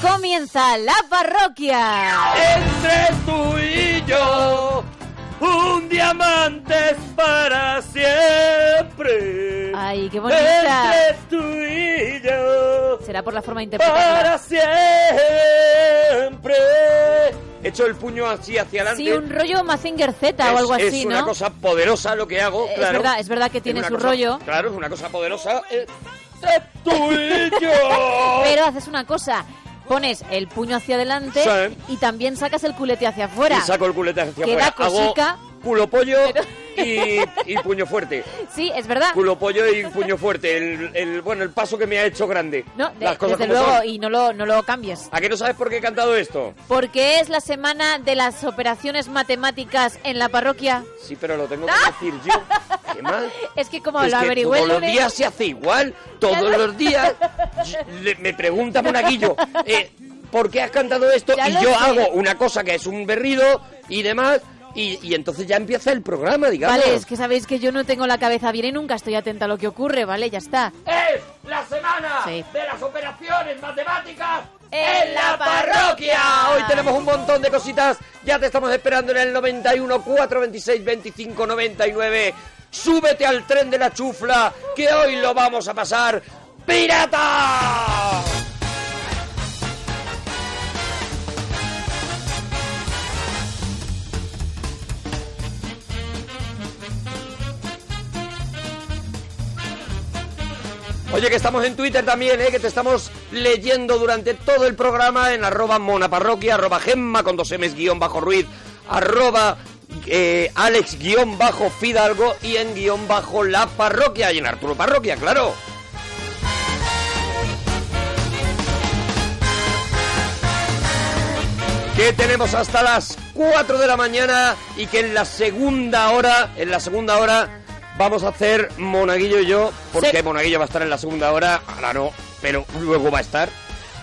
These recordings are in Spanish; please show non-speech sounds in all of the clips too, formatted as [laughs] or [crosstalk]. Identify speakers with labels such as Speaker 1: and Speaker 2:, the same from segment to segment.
Speaker 1: comienza la parroquia.
Speaker 2: Entre tú y yo, un diamante es para siempre.
Speaker 1: Ay, qué bonita.
Speaker 2: Entre tú y yo,
Speaker 1: Será por la forma de interpretarla.
Speaker 2: para siempre. Hecho el puño así hacia adelante.
Speaker 1: Sí, un rollo Mazinger Z
Speaker 2: es,
Speaker 1: o algo
Speaker 2: es
Speaker 1: así,
Speaker 2: una
Speaker 1: ¿no?
Speaker 2: cosa poderosa lo que hago,
Speaker 1: Eh, es
Speaker 2: claro.
Speaker 1: verdad, es verdad que tiene
Speaker 2: una
Speaker 1: su
Speaker 2: cosa-
Speaker 1: rollo.
Speaker 2: Claro, es una cosa poderosa. Eh, Entre tú y yo.
Speaker 1: [laughs] Pero haces una cosa. Pones el puño hacia adelante
Speaker 2: Sí.
Speaker 1: y también sacas el culete hacia afuera.
Speaker 2: Y saco el culete hacia
Speaker 1: Queda
Speaker 2: afuera. Hago
Speaker 1: cosica.
Speaker 2: culo
Speaker 1: [laughs]
Speaker 2: pollo y, y puño fuerte.
Speaker 1: Sí, es verdad.
Speaker 2: Culo pollo y puño fuerte. El, el- bueno, el paso que me ha hecho grande.
Speaker 1: No, de-
Speaker 2: Las cosas
Speaker 1: desde
Speaker 2: como
Speaker 1: luego,
Speaker 2: son.
Speaker 1: y no lo, no lo cambies.
Speaker 2: ¿A qué no sabes por qué he cantado esto?
Speaker 1: Porque es la semana de las operaciones matemáticas en la parroquia.
Speaker 2: Sí, pero lo tengo que
Speaker 1: [laughs]
Speaker 2: decir yo. ¿Qué más?
Speaker 1: Es que como
Speaker 2: Es
Speaker 1: lo
Speaker 2: que
Speaker 1: averigüé el
Speaker 2: todos los
Speaker 1: lunes-
Speaker 2: días se hace igual. Todos los
Speaker 1: [laughs]
Speaker 2: días Y- le- me pregunta Monaguillo, eh, ¿por qué has cantado esto?
Speaker 1: Ya
Speaker 2: y
Speaker 1: lo
Speaker 2: yo
Speaker 1: sé.
Speaker 2: hago una cosa que es un berrido y demás. Y, y entonces ya empieza el programa, digamos.
Speaker 1: Vale, es que sabéis que yo no tengo la cabeza bien y nunca estoy atenta a lo que ocurre, ¿vale? Ya está.
Speaker 2: es la semana
Speaker 1: Sí.
Speaker 2: de las operaciones matemáticas
Speaker 1: en la parroquia.
Speaker 2: Hoy tenemos un montón de cositas. Ya te estamos esperando en el 91 426 25 99. Súbete al tren de la chufla que hoy lo vamos a pasar pirata. Oye, que estamos en Twitter también, ¿eh? que te estamos leyendo durante todo el programa en arroba monaparroquia, arroba gemma con dos m's guión bajo ruiz, arroba eh, alex guión bajo fidalgo y en guión bajo la parroquia y en Arturo Parroquia, claro. que tenemos hasta las 4 de la mañana y que en la segunda hora, en la segunda hora vamos a hacer Monaguillo y yo, porque
Speaker 1: Sí.
Speaker 2: Monaguillo va a estar en la segunda hora, ahora no, pero luego va a estar.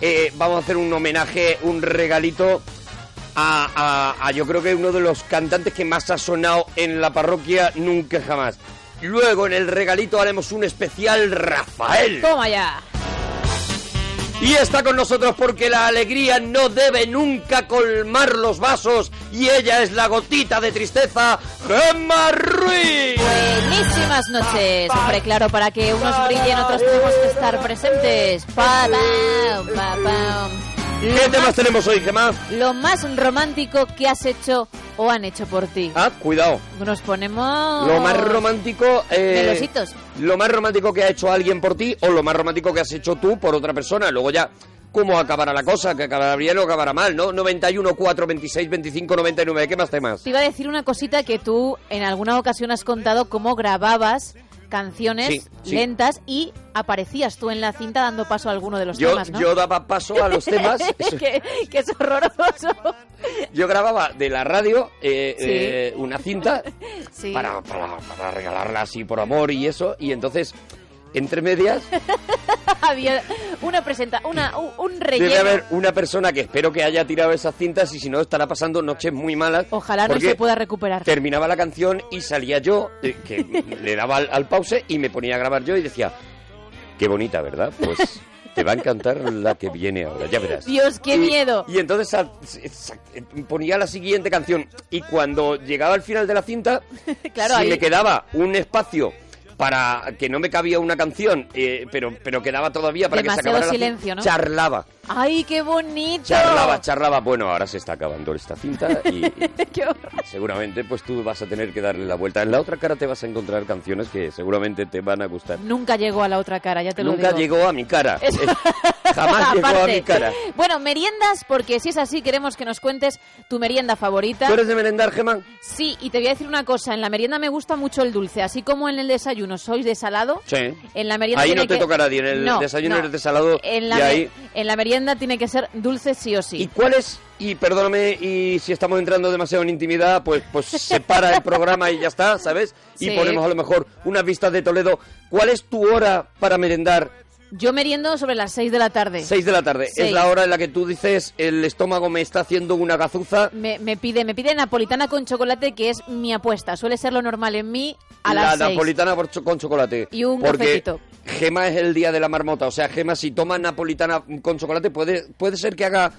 Speaker 2: Eh, vamos a hacer un homenaje, un regalito a, a- a yo creo que uno de los cantantes que más ha sonado en la parroquia nunca jamás. Luego en el regalito haremos un especial Rafael.
Speaker 1: Toma ya.
Speaker 2: Y está con nosotros porque la alegría no debe nunca colmar los vasos y ella es la gotita de tristeza, Gemma Ruiz.
Speaker 1: Buenísimas noches. Hombre, claro, para que unos brillen, otros tenemos que estar presentes. Pa, pam, pa, pam.
Speaker 2: ¿Qué temas tenemos hoy, Gemma?
Speaker 1: Lo más romántico que has hecho o han hecho por ti.
Speaker 2: Ah, cuidado.
Speaker 1: Nos ponemos...
Speaker 2: Lo más romántico... eh,
Speaker 1: Melositos.
Speaker 2: Lo más romántico que ha hecho alguien por ti o lo más romántico que has hecho tú por otra persona. Luego ya... ¿Cómo acabará la cosa? Que acabará bien o acabará mal, ¿no? 91, 4, 26, 25, 99. ¿Qué más temas?
Speaker 1: Te iba a decir una cosita que tú en alguna ocasión has contado cómo grababas canciones
Speaker 2: Sí, sí.
Speaker 1: lentas y aparecías tú en la cinta dando paso a alguno de los
Speaker 2: Yo,
Speaker 1: temas, ¿no?
Speaker 2: yo daba paso a los
Speaker 1: [laughs]
Speaker 2: temas. Eso-
Speaker 1: que, que es horroroso.
Speaker 2: Yo grababa de la radio eh,
Speaker 1: Sí.
Speaker 2: eh, una cinta
Speaker 1: Sí.
Speaker 2: para, para- para regalarla así por amor y eso. Y entonces, entre medias,
Speaker 1: [laughs] Había una presenta, una, un, un relleno.
Speaker 2: debe haber una persona que espero que haya tirado esas cintas y si no estará pasando noches muy malas.
Speaker 1: Ojalá no
Speaker 2: porque
Speaker 1: se pueda recuperar.
Speaker 2: Terminaba la canción y salía yo, eh, que [laughs] le daba al, al pause y me ponía a grabar yo y decía, qué bonita, ¿verdad? Pues te va a encantar la que viene ahora, ya verás.
Speaker 1: Dios, qué
Speaker 2: Y-
Speaker 1: miedo.
Speaker 2: Y entonces sa- sa- ponía la siguiente canción y cuando llegaba al final de la cinta,
Speaker 1: Claro,
Speaker 2: si
Speaker 1: ahí-
Speaker 2: me quedaba un espacio para que no me cabía una canción, eh, pero, pero quedaba todavía para que se
Speaker 1: Demasiado
Speaker 2: acabara la cin-
Speaker 1: silencio, ¿no?
Speaker 2: Charlaba,
Speaker 1: Ay, qué bonito.
Speaker 2: charlaba, charlaba. Bueno, ahora se está acabando esta cinta
Speaker 1: [laughs]
Speaker 2: y, y
Speaker 1: Qué horror.
Speaker 2: seguramente pues tú vas a tener que darle la vuelta. En la otra cara te vas a encontrar canciones que seguramente te van a gustar.
Speaker 1: [laughs] Nunca llegó a la otra cara, ya te
Speaker 2: Nunca
Speaker 1: lo digo.
Speaker 2: llegó a mi cara.
Speaker 1: Es- [laughs]
Speaker 2: Jamás llegó a
Speaker 1: Aparte.
Speaker 2: mi cara.
Speaker 1: Bueno, meriendas, porque si es así, queremos que nos cuentes tu merienda favorita.
Speaker 2: ¿Tú eres de merendar, Gemán?
Speaker 1: Sí, y te voy a decir una cosa, en la merienda me gusta mucho el dulce, así como en el desayuno sois de salado,
Speaker 2: Sí.
Speaker 1: en la merienda
Speaker 2: Ahí
Speaker 1: tiene
Speaker 2: no te
Speaker 1: que-
Speaker 2: toca nadie, en el
Speaker 1: No,
Speaker 2: desayuno
Speaker 1: no.
Speaker 2: eres de salado
Speaker 1: En la,
Speaker 2: y
Speaker 1: me-
Speaker 2: ahí-
Speaker 1: en la merienda tiene que ser dulce sí o sí.
Speaker 2: ¿Y cuál es? Y perdóname, y si estamos entrando demasiado en intimidad, pues, pues se para el programa y ya está, ¿sabes? Y
Speaker 1: Sí.
Speaker 2: ponemos a lo mejor unas vistas de Toledo. ¿Cuál es tu hora para merendar?
Speaker 1: Yo meriendo sobre las 6 de la tarde.
Speaker 2: Seis de la tarde.
Speaker 1: Seis.
Speaker 2: Es la hora en la que tú dices, el estómago me está haciendo una gazuza.
Speaker 1: Me, me pide, me pide napolitana con chocolate, que es mi apuesta. Suele ser lo normal en mí. A las
Speaker 2: la
Speaker 1: seis.
Speaker 2: napolitana por cho- con chocolate.
Speaker 1: Y un
Speaker 2: porque
Speaker 1: cafetito.
Speaker 2: Gema es el día de la marmota. O sea, Gema, si toma napolitana con chocolate, puede, puede ser que haga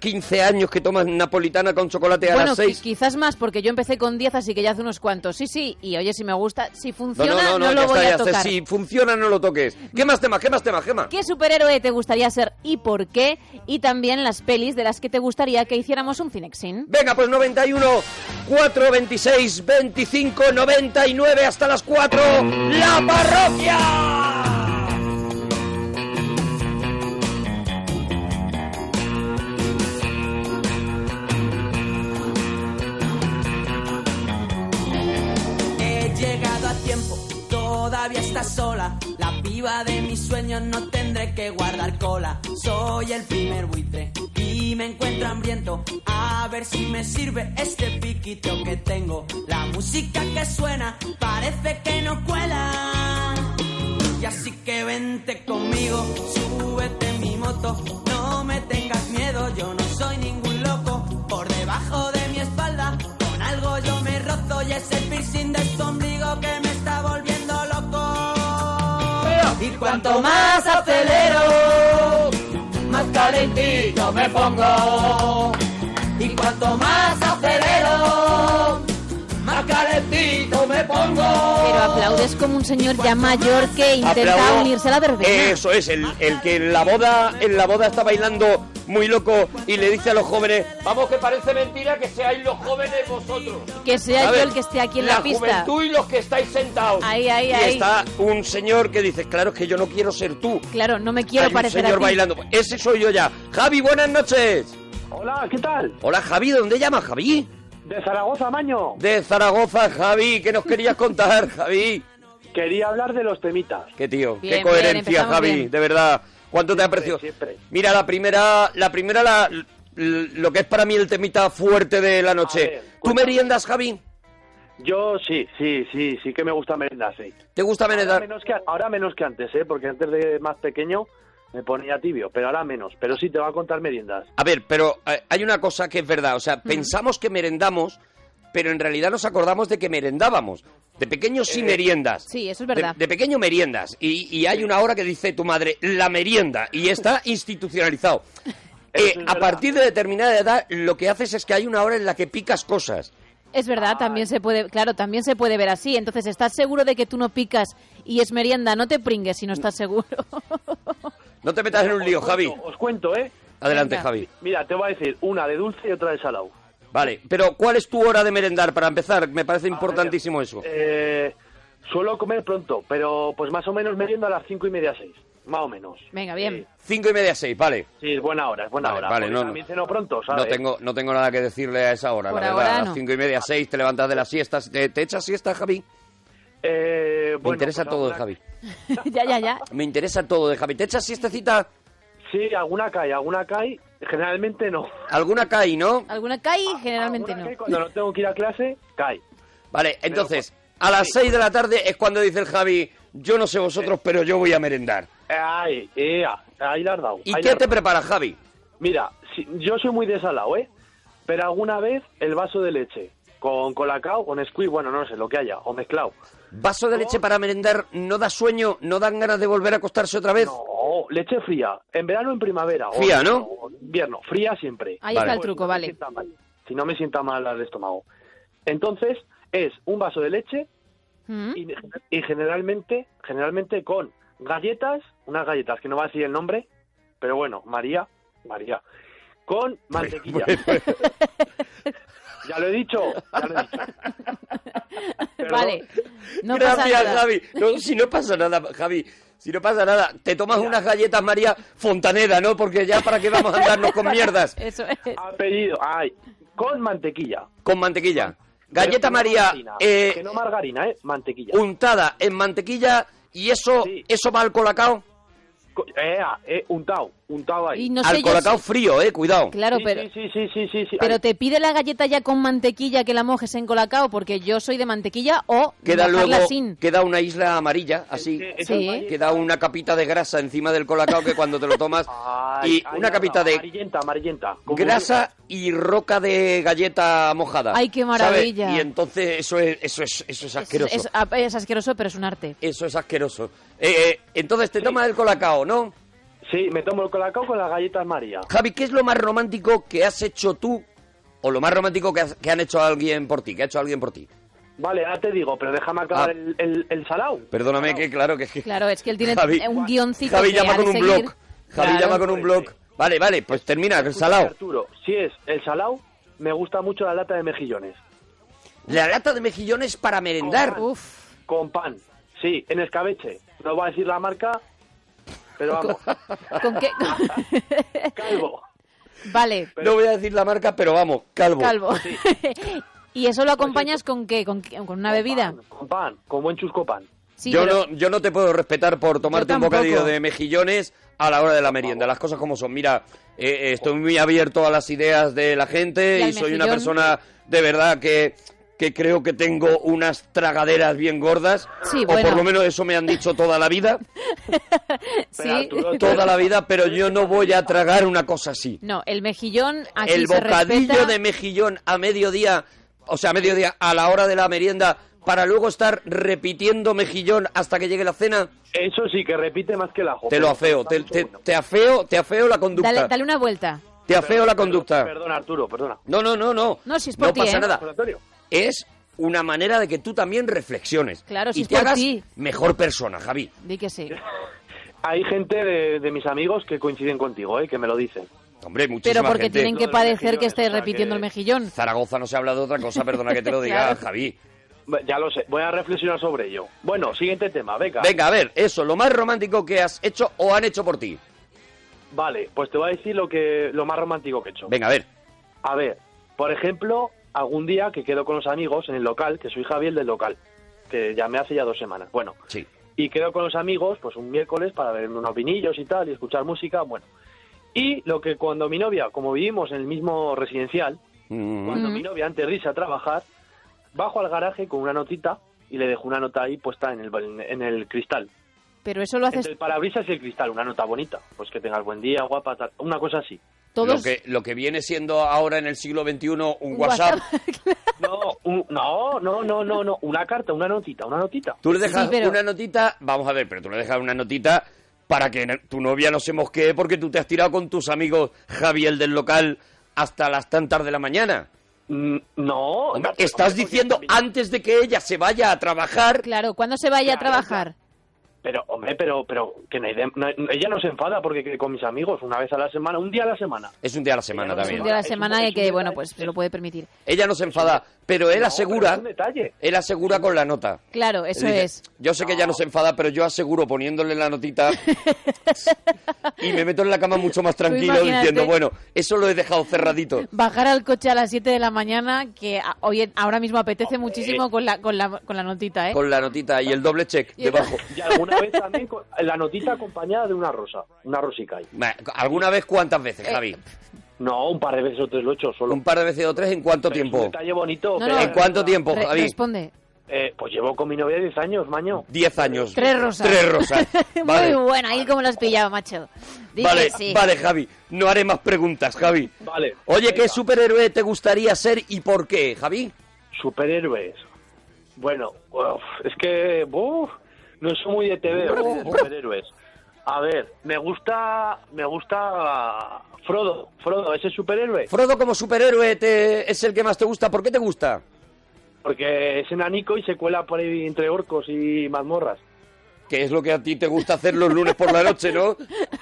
Speaker 2: 15 años que tomas napolitana con chocolate a
Speaker 1: Bueno,
Speaker 2: las
Speaker 1: qui-
Speaker 2: 6.
Speaker 1: quizás más, porque yo empecé con 10, así que ya hace unos cuantos. Sí, sí, y oye, si me gusta, si
Speaker 2: No,
Speaker 1: funciona,
Speaker 2: no, no, no,
Speaker 1: lo
Speaker 2: ya
Speaker 1: voy
Speaker 2: está, ya
Speaker 1: a tocar.
Speaker 2: está. Si funciona, no lo toques. ¿Qué más tema? ¿Qué más tema, Gema?
Speaker 1: ¿Qué superhéroe te gustaría ser y por qué? Y también las pelis de las que te gustaría que hiciéramos un Cinexin.
Speaker 2: Venga, pues 91, 4, 26, 25, 99, hasta las 4, la parroquia.
Speaker 3: He llegado a tiempo, todavía estás sola. La piba de mis sueños no tendré que guardar cola. Soy el primer buitre y me encuentro hambriento. A ver si me sirve este piquito que tengo. La música que suena parece que no cuela. Y así que vente conmigo, súbete en mi moto, no me tengas miedo, yo no soy ningún loco. Por debajo de mi espalda, con algo yo me rozo y ese piercing de tu ombligo que me está volviendo loco. Y cuanto más acelero, más calentito me pongo. Y cuanto más acelero, más calentito me pongo.
Speaker 1: Pero aplaudes como un señor ya mayor que intenta
Speaker 2: Aplaudo.
Speaker 1: unirse a la verbena.
Speaker 2: Eso es, el, el que en la boda, en la boda está bailando muy loco y le dice a los jóvenes, vamos que parece mentira que seáis los jóvenes vosotros.
Speaker 1: Que sea
Speaker 2: ¿Sabes?
Speaker 1: yo el que esté aquí en la, pista.
Speaker 2: juventud y los que estáis sentados.
Speaker 1: Ahí, ahí,
Speaker 2: y
Speaker 1: ahí.
Speaker 2: está un señor que dice, claro, es que yo no quiero ser tú.
Speaker 1: Claro, no me quiero
Speaker 2: Hay un
Speaker 1: parecer a
Speaker 2: señor
Speaker 1: ti.
Speaker 2: bailando. Ese soy yo ya. Javi, buenas noches.
Speaker 4: Hola, ¿qué tal?
Speaker 2: Hola, Javi, ¿de dónde llamas, Javi?
Speaker 4: De Zaragoza, Maño.
Speaker 2: De Zaragoza, Javi. ¿Qué nos querías contar, Javi?
Speaker 4: Quería hablar de los temitas.
Speaker 2: Qué tío,
Speaker 1: Bien,
Speaker 2: qué
Speaker 1: bien,
Speaker 2: coherencia,
Speaker 1: empezamos
Speaker 2: Javi,
Speaker 1: bien.
Speaker 2: de verdad. ¿Cuánto te aprecio?
Speaker 4: siempre.
Speaker 2: Mira, la primera, la primera, la- l- lo que es para mí el temita fuerte de la noche.
Speaker 4: A ver,
Speaker 2: ¿Tú meriendas, Javi?
Speaker 4: Yo sí, sí, sí, sí que me gusta merendar, sí.
Speaker 2: ¿Te gusta
Speaker 4: Ahora
Speaker 2: merendar?
Speaker 4: menos, que, ahora menos que antes, ¿eh? Porque antes de más pequeño me ponía tibio, pero ahora menos. Pero sí, te va a contar meriendas.
Speaker 2: A ver, pero eh, hay una cosa que es verdad. O sea, pensamos que merendamos, pero en realidad nos acordamos de que merendábamos. De pequeño sí
Speaker 4: Eh,
Speaker 2: meriendas.
Speaker 1: Sí, eso es
Speaker 2: De,
Speaker 1: verdad.
Speaker 2: de pequeño meriendas. Y, y hay una hora que dice tu madre, la merienda. Y está institucionalizado.
Speaker 4: Eso
Speaker 2: Eh,
Speaker 4: es
Speaker 2: a
Speaker 4: verdad.
Speaker 2: partir de determinada edad, lo que haces es que hay una hora en la que picas cosas.
Speaker 1: Es verdad, también se puede, claro, también se puede ver así. Entonces, ¿estás seguro de que tú no picas y es merienda? No te pringues si no estás seguro. [laughs]
Speaker 2: No te metas en un lío,
Speaker 4: Os
Speaker 2: Javi.
Speaker 4: cuento- Os cuento, ¿eh?
Speaker 2: Adelante,
Speaker 1: Venga.
Speaker 2: Javi.
Speaker 4: Mira, te voy a decir una de dulce y otra de salado.
Speaker 2: Vale, pero ¿cuál es tu hora de merendar para empezar? Me parece
Speaker 4: A ver,
Speaker 2: importantísimo eso.
Speaker 4: eh, suelo comer pronto, pero pues más o menos meriendo a las cinco y media, seis. Más o menos.
Speaker 1: Venga, bien.
Speaker 2: Cinco y media, seis, vale.
Speaker 4: Sí, es buena hora, es buena
Speaker 2: Vale,
Speaker 4: hora.
Speaker 2: vale,
Speaker 4: porque
Speaker 2: no, no.
Speaker 4: también ceno pronto, ¿sabes?
Speaker 2: No tengo, no tengo nada que decirle a esa hora,
Speaker 1: Por
Speaker 2: la
Speaker 1: ahora
Speaker 2: verdad. A
Speaker 1: no.
Speaker 2: las cinco y media, seis, te levantas de la siesta. ¿Te, te echas siesta, Javi?
Speaker 4: Eh,
Speaker 2: Me
Speaker 4: bueno,
Speaker 2: interesa
Speaker 4: pues
Speaker 2: todo de
Speaker 4: alguna-
Speaker 2: Javi.
Speaker 1: [laughs] ya, ya, ya.
Speaker 2: Me interesa todo de Javi. ¿Te echas siestecita?
Speaker 4: Sí, alguna cae, alguna cae. Generalmente no.
Speaker 2: ¿Alguna cae, no?
Speaker 1: ¿Alguna cae? Generalmente
Speaker 4: Alguna
Speaker 1: no.
Speaker 4: cae cuando no tengo que ir a clase, cae.
Speaker 2: Vale, entonces, a las seis de la tarde es cuando dice el Javi, yo no sé vosotros, pero yo voy a merendar.
Speaker 4: Ay, ea, ahí la has dado.
Speaker 2: ¿Y
Speaker 4: ahí la
Speaker 2: qué
Speaker 4: has
Speaker 2: te
Speaker 4: dado.
Speaker 2: prepara, Javi?
Speaker 4: Mira, si- yo soy muy desalado, ¿eh? Pero alguna vez el vaso de leche con colacao, con squid, bueno, no sé, lo que haya, o mezclado.
Speaker 2: ¿Vaso de leche para merendar no da sueño? ¿No dan ganas de volver a acostarse otra vez?
Speaker 4: No, leche fría, en verano o en primavera. o-
Speaker 2: Fría, ¿no?
Speaker 4: o invierno, fría siempre.
Speaker 1: Ahí
Speaker 2: Vale.
Speaker 1: está el
Speaker 4: Si
Speaker 1: truco,
Speaker 4: no me
Speaker 1: vale.
Speaker 4: sienta mal, si no me sienta mal al estómago. Entonces, es un vaso de leche,
Speaker 1: ¿Mm?
Speaker 4: y,
Speaker 1: [laughs]
Speaker 4: y generalmente generalmente con galletas unas galletas que no va a decir el nombre pero bueno María María con
Speaker 2: [laughs]
Speaker 4: mantequilla
Speaker 2: pues.
Speaker 4: ya lo he dicho ya lo he dicho Perdón.
Speaker 1: Vale. No pasa
Speaker 2: Gracias,
Speaker 1: nada.
Speaker 2: Javi. No, si no pasa nada, Javi. Si no pasa nada, te tomas unas galletas María Fontaneda, ¿no? Porque ya para qué vamos a andarnos con
Speaker 4: [laughs]
Speaker 2: mierdas.
Speaker 1: [laughs] Eso es.
Speaker 4: Ah, apellido ay con mantequilla
Speaker 2: Con mantequilla. Galleta
Speaker 4: Pero que no
Speaker 2: María
Speaker 4: margarina,
Speaker 2: eh,
Speaker 4: que no margarina eh mantequilla
Speaker 2: untada en mantequilla y eso
Speaker 4: Sí.
Speaker 2: eso va al colacao.
Speaker 4: Co- eh, ah, eh, untado untado ahí
Speaker 1: Y no sé
Speaker 2: al
Speaker 1: yo
Speaker 2: colacao
Speaker 1: si-
Speaker 2: frío, eh, cuidado.
Speaker 1: Claro,
Speaker 4: sí,
Speaker 1: pero,
Speaker 4: sí, sí, sí, sí, sí, sí.
Speaker 1: pero
Speaker 4: Ay,
Speaker 1: te pide la galleta ya con mantequilla que la mojes en colacao porque yo soy de mantequilla o
Speaker 2: Queda
Speaker 1: dejarla
Speaker 2: luego
Speaker 1: sin.
Speaker 2: queda una isla amarilla, así.
Speaker 4: es que esas
Speaker 1: Sí.
Speaker 4: galletas- [laughs]
Speaker 2: Queda una capita de grasa encima del colacao que cuando te lo tomas y una capita de
Speaker 4: Amarillenta, amarillenta. como
Speaker 2: grasa y roca de galleta mojada.
Speaker 1: Ay, qué
Speaker 2: ¿sabes?
Speaker 1: maravilla.
Speaker 2: Y entonces eso es, eso es, eso es
Speaker 1: Es,
Speaker 2: asqueroso.
Speaker 1: es- ah, es asqueroso, pero es un arte.
Speaker 2: Eso es asqueroso. Eh, eh, entonces te tomas el colacao, ¿no?
Speaker 4: una- Sí, me tomo el colacao con las galletas María.
Speaker 2: Javi, ¿qué es lo más romántico que has hecho tú? O lo más romántico que, has- que han hecho alguien por ti, que ha hecho alguien por ti.
Speaker 4: Vale, ya te digo, pero déjame acabar
Speaker 2: Ah.
Speaker 4: el, el, el salao.
Speaker 2: Perdóname que claro que es que
Speaker 1: Claro, es que él tiene
Speaker 2: Javi-
Speaker 1: eh, un guioncito.
Speaker 2: Javi
Speaker 1: que
Speaker 2: llama
Speaker 1: al
Speaker 2: con un
Speaker 1: seguir-
Speaker 2: blog. Javi
Speaker 1: Claro.
Speaker 2: llama con un blog. Vale, vale, pues termina, el salado.
Speaker 4: Arturo, si es el salao, me gusta mucho la lata de mejillones.
Speaker 2: La lata de mejillones para merendar.
Speaker 1: Uf.
Speaker 4: Con pan. Sí, en escabeche. No va a decir la marca, pero
Speaker 2: [laughs]
Speaker 4: vamos.
Speaker 1: ¿Con qué?
Speaker 4: [laughs] Calvo.
Speaker 1: [laughs] vale,
Speaker 2: No voy a decir la marca, pero vamos, calvo.
Speaker 1: calvo. [laughs] ¿Y eso lo acompañas con qué? ¿Con, qué? ¿Con una bebida?
Speaker 4: Pan, con pan, con buen chusco pan.
Speaker 1: Sí,
Speaker 2: yo,
Speaker 1: pero-
Speaker 2: no, yo no te puedo respetar por tomarte un
Speaker 1: tampoco.
Speaker 2: bocadillo de mejillones a la hora de la merienda. Las cosas como son. Mira, eh, eh, estoy muy abierto a las ideas de la gente
Speaker 1: Y
Speaker 2: y,
Speaker 1: al
Speaker 2: soy una
Speaker 1: mejillón.
Speaker 2: persona de verdad que, que creo que tengo unas tragaderas bien gordas.
Speaker 1: Sí,
Speaker 2: o
Speaker 1: bueno.
Speaker 2: por lo menos eso me han dicho toda la vida.
Speaker 4: Pero
Speaker 1: [laughs] sí.
Speaker 4: Arturo,
Speaker 2: Toda la vida, pero yo no voy a tragar una cosa así.
Speaker 1: No, el mejillón aquí
Speaker 2: el
Speaker 1: se
Speaker 2: bocadillo
Speaker 1: respeta.
Speaker 2: de mejillón a mediodía, o sea, a mediodía, a la hora de la merienda, para luego estar repitiendo mejillón hasta que llegue la cena,
Speaker 4: Eso sí, que repite más que el ajo.
Speaker 2: te lo afeo, te, te- te afeo, te afeo la conducta.
Speaker 1: Dale, dale una vuelta.
Speaker 2: Te afeo la conducta.
Speaker 4: Perdona, Arturo, perdona.
Speaker 2: No, no, no, no.
Speaker 1: No, si es por ti,
Speaker 2: pasa
Speaker 1: ¿eh?
Speaker 2: nada.
Speaker 4: Laboratorio.
Speaker 2: Es una manera de que tú también reflexiones.
Speaker 1: Claro, si
Speaker 2: y
Speaker 1: es
Speaker 2: te
Speaker 1: por
Speaker 2: hagas
Speaker 1: ti.
Speaker 2: mejor persona, Javi.
Speaker 1: Di que sí.
Speaker 4: Hay gente de, de mis amigos que coinciden contigo, ¿eh? que me lo dicen.
Speaker 2: Hombre, muchísima
Speaker 1: Pero porque
Speaker 2: gente.
Speaker 1: tienen
Speaker 4: Lo
Speaker 1: que
Speaker 4: de los
Speaker 1: padecer que
Speaker 4: mejillones, o
Speaker 1: esté
Speaker 4: sea,
Speaker 1: repitiendo
Speaker 4: que-
Speaker 1: el mejillón.
Speaker 2: Zaragoza no se habla de otra cosa, perdona que te lo diga,
Speaker 1: [laughs] Claro.
Speaker 2: Javi.
Speaker 4: Ya lo sé, voy a reflexionar sobre ello. Bueno, siguiente tema, venga.
Speaker 2: Venga, a ver, eso, lo más romántico que has hecho o han hecho por ti.
Speaker 4: Vale, pues te voy a decir lo, que, lo más romántico que he hecho.
Speaker 2: Venga, a ver.
Speaker 4: A ver, por ejemplo, algún día que quedo con los amigos en el local, que soy Javier del local, que llamé hace ya dos semanas. Bueno,
Speaker 2: Sí.
Speaker 4: y quedo con los amigos pues un miércoles para ver unos vinillos y tal y escuchar música, bueno. Y lo que cuando mi novia, como vivimos en el mismo residencial,
Speaker 5: Mm.
Speaker 4: cuando
Speaker 1: Mm.
Speaker 4: mi novia antes de irse a trabajar, bajo al garaje con una notita y le dejo una nota ahí puesta en el, en el cristal.
Speaker 1: Pero eso lo haces
Speaker 4: Entre el parabrisas y el cristal, una nota bonita. Pues que tengas buen día, guapa, tal, una cosa así.
Speaker 1: todos.
Speaker 2: Lo, que, lo que viene siendo ahora en el siglo XXI un
Speaker 1: Un
Speaker 2: WhatsApp.
Speaker 1: WhatsApp.
Speaker 4: No, un- no, no, no, no, no, una carta, una notita, una notita.
Speaker 2: Tú le dejas
Speaker 1: Sí, pero-
Speaker 2: una notita, [laughs] vamos a ver, pero tú le dejas una notita para que no- tu novia no se mosquee porque tú te has tirado con tus amigos Javier del local hasta las tantas de la mañana.
Speaker 4: Mm, No,
Speaker 2: Hombre,
Speaker 4: no,
Speaker 2: estás
Speaker 4: hombre, porque
Speaker 2: diciendo
Speaker 4: también-
Speaker 2: antes de que ella se vaya a trabajar.
Speaker 1: Claro, cuando se vaya a
Speaker 4: Claro,
Speaker 1: trabajar.
Speaker 4: Pero, hombre, pero, pero, que no hay de- no hay- ella no se enfada porque que con mis amigos, una vez a la semana, un día a la semana.
Speaker 2: Es un día a la semana
Speaker 4: Claro,
Speaker 1: Es
Speaker 2: también.
Speaker 1: un día de la
Speaker 4: Es un- ¿eh?
Speaker 1: semana
Speaker 4: es
Speaker 1: y
Speaker 4: un
Speaker 1: que,
Speaker 4: detalle.
Speaker 1: bueno, pues se lo puede permitir.
Speaker 2: Ella no se enfada, pero él
Speaker 4: No,
Speaker 2: asegura,
Speaker 4: pero es un detalle.
Speaker 2: él asegura con la nota.
Speaker 1: Claro, eso
Speaker 2: Dice,
Speaker 1: es.
Speaker 2: Yo sé que ya no se enfada, pero yo aseguro poniéndole la
Speaker 1: [laughs]
Speaker 2: notita y me meto en la cama mucho más tranquilo
Speaker 1: imagínate.
Speaker 2: diciendo, bueno, eso lo he dejado
Speaker 1: [laughs]
Speaker 2: cerradito.
Speaker 1: Bajar al coche a las 7 de la mañana, que a- hoy ahora mismo apetece muchísimo con la, con la, con la notita, ¿eh?
Speaker 2: Con la notita y el doble check
Speaker 1: Y el-
Speaker 2: debajo.
Speaker 4: Y
Speaker 1: [laughs]
Speaker 4: alguna vez también con- la notita acompañada de una rosa, una rosica ahí.
Speaker 2: Ma- ¿Alguna vez cuántas
Speaker 1: Eh,
Speaker 2: veces, Javi?
Speaker 4: No, un par de veces o tres lo he hecho solo.
Speaker 2: ¿Un par de veces o tres en cuánto
Speaker 4: Pero es Un
Speaker 2: tiempo?
Speaker 4: detalle bonito.
Speaker 1: No,
Speaker 4: pero-
Speaker 1: no.
Speaker 2: ¿En cuánto tiempo,
Speaker 1: Re-
Speaker 2: Javi?
Speaker 1: responde.
Speaker 4: Eh, pues llevo con mi novia 10 años, maño.
Speaker 2: Diez años.
Speaker 1: Tres rosas.
Speaker 2: Tres rosas. Vale,
Speaker 1: [laughs] Muy bueno, ahí como lo has pillado, macho. Di que
Speaker 2: vale,
Speaker 1: sí.
Speaker 2: vale, Javi. No haré más preguntas, Javi.
Speaker 4: Vale.
Speaker 2: Oye, ¿qué
Speaker 4: Venga.
Speaker 2: superhéroe te gustaría ser y por qué, Javi?
Speaker 4: Superhéroes. Bueno, uf, es que uf, no soy muy de TV, o de superhéroes. A ver, me gusta, me gusta Frodo, Frodo, ese superhéroe,
Speaker 2: Frodo como superhéroe te- es el que más te gusta. ¿Por qué te gusta?
Speaker 4: porque es enanico y se cuela por ahí entre orcos y mazmorras.
Speaker 2: que es lo que a ti te gusta hacer los lunes Pues por la noche, ¿no? [laughs]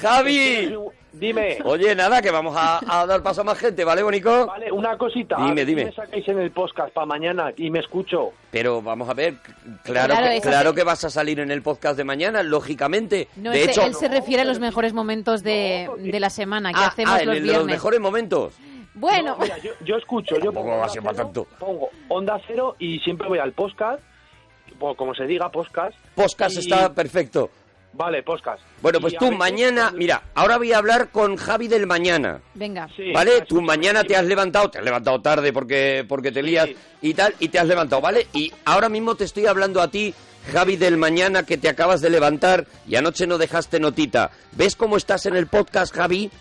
Speaker 2: ¡Javi!
Speaker 4: Dime,
Speaker 2: Oye, nada, que vamos a, a dar paso a más gente, ¿vale, Bonico?
Speaker 4: vale, una cosita.
Speaker 2: Dime,
Speaker 4: a ver si
Speaker 2: dime.
Speaker 4: Me sacáis en el podcast para mañana y me escucho.
Speaker 2: Pero vamos a ver, claro,
Speaker 1: Claro,
Speaker 2: que,
Speaker 1: esa
Speaker 2: claro
Speaker 1: se-
Speaker 2: que vas a salir en el podcast de mañana, lógicamente.
Speaker 1: No,
Speaker 2: de
Speaker 1: es que
Speaker 2: hecho,
Speaker 1: él se refiere a los mejores momentos de, de la semana que
Speaker 2: Ah,
Speaker 1: hacemos
Speaker 2: ah, en
Speaker 1: los
Speaker 2: el-
Speaker 1: viernes.
Speaker 2: los mejores momentos.
Speaker 1: Bueno,
Speaker 4: No, mira, yo, yo escucho, yo
Speaker 2: Tampoco
Speaker 4: pongo,
Speaker 2: va a
Speaker 4: onda
Speaker 2: ser para
Speaker 4: cero,
Speaker 2: tanto.
Speaker 4: pongo onda cero y siempre voy al podcast, o como se diga, podcast.
Speaker 2: Podcast
Speaker 4: y-
Speaker 2: está perfecto.
Speaker 4: Vale, podcast.
Speaker 2: Bueno,
Speaker 4: Y
Speaker 2: pues
Speaker 4: a ¿eh?
Speaker 2: tú
Speaker 4: veces-
Speaker 2: mañana, mira, ahora voy a hablar con Javi del mañana.
Speaker 1: venga.
Speaker 4: Sí,
Speaker 2: ¿Vale?
Speaker 4: gracias.
Speaker 2: Tú mañana te has levantado, te has levantado tarde porque, porque te lías y tal, y te has levantado, ¿vale? Y ahora mismo te estoy hablando a ti Javi del mañana que te acabas de levantar y anoche no dejaste notita. ¿Ves cómo estás en el podcast, Javi?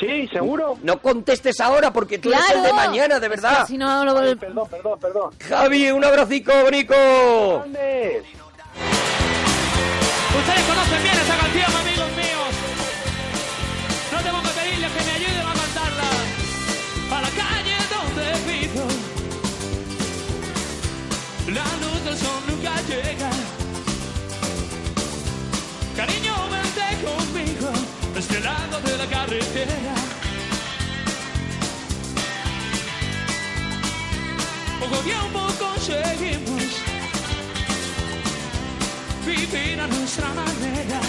Speaker 4: Sí, seguro.
Speaker 2: No contestes ahora porque tú eres el de mañana, de verdad.
Speaker 1: Es que si no, lo
Speaker 4: Ay, perdón, perdón, perdón.
Speaker 2: Javi, un abracico, Brico.
Speaker 4: Grandes.
Speaker 6: Ustedes conocen bien esta canción, amigos míos. No tengo que pedirles que me ayuden a cantarla. A la calle donde vivo. La luz del sol nunca llega. Cariño, vente conmigo. De este lado de la carretera. Poco tiempo conseguimos vivir a nuestra manera.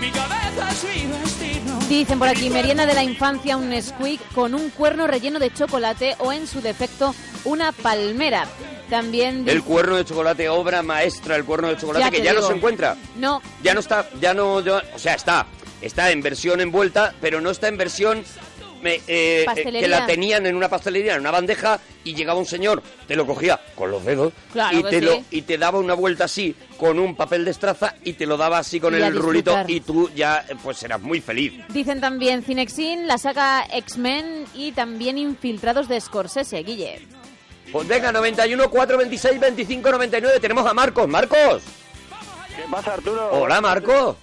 Speaker 6: Mi cabeza es mi destino.
Speaker 1: Dicen por aquí, merienda de la infancia, un Nesquik con un cuerno relleno de chocolate o en su defecto una palmera. También
Speaker 2: El
Speaker 1: dice-
Speaker 2: cuerno de chocolate, obra maestra, el cuerno de chocolate
Speaker 1: Ya
Speaker 2: que
Speaker 1: te
Speaker 2: ya no
Speaker 1: digo.
Speaker 2: se encuentra.
Speaker 1: No,
Speaker 2: Ya no está, ya no, ya- o sea, está, está en versión envuelta, pero no está en versión me- eh, eh, que
Speaker 1: Pastelería.
Speaker 2: la tenían en una pastelería, en una bandeja, y llegaba un señor, te lo cogía con los dedos
Speaker 1: Claro
Speaker 2: y,
Speaker 1: que
Speaker 2: te
Speaker 1: sí.
Speaker 2: lo, y te daba una vuelta así, con un papel de estraza, y te lo daba así con
Speaker 1: Y a
Speaker 2: el rulito,
Speaker 1: disfrutar.
Speaker 2: y tú ya, eh, pues, eras muy feliz.
Speaker 1: dicen también Cinexin, la saga X-Men y también Infiltrados de Scorsese, Guille.
Speaker 2: Pues venga, 91, 4, 26, 25, 99, tenemos a Marcos. ¡Marcos!
Speaker 7: ¿Qué pasa, Arturo?
Speaker 2: Hola, Marcos.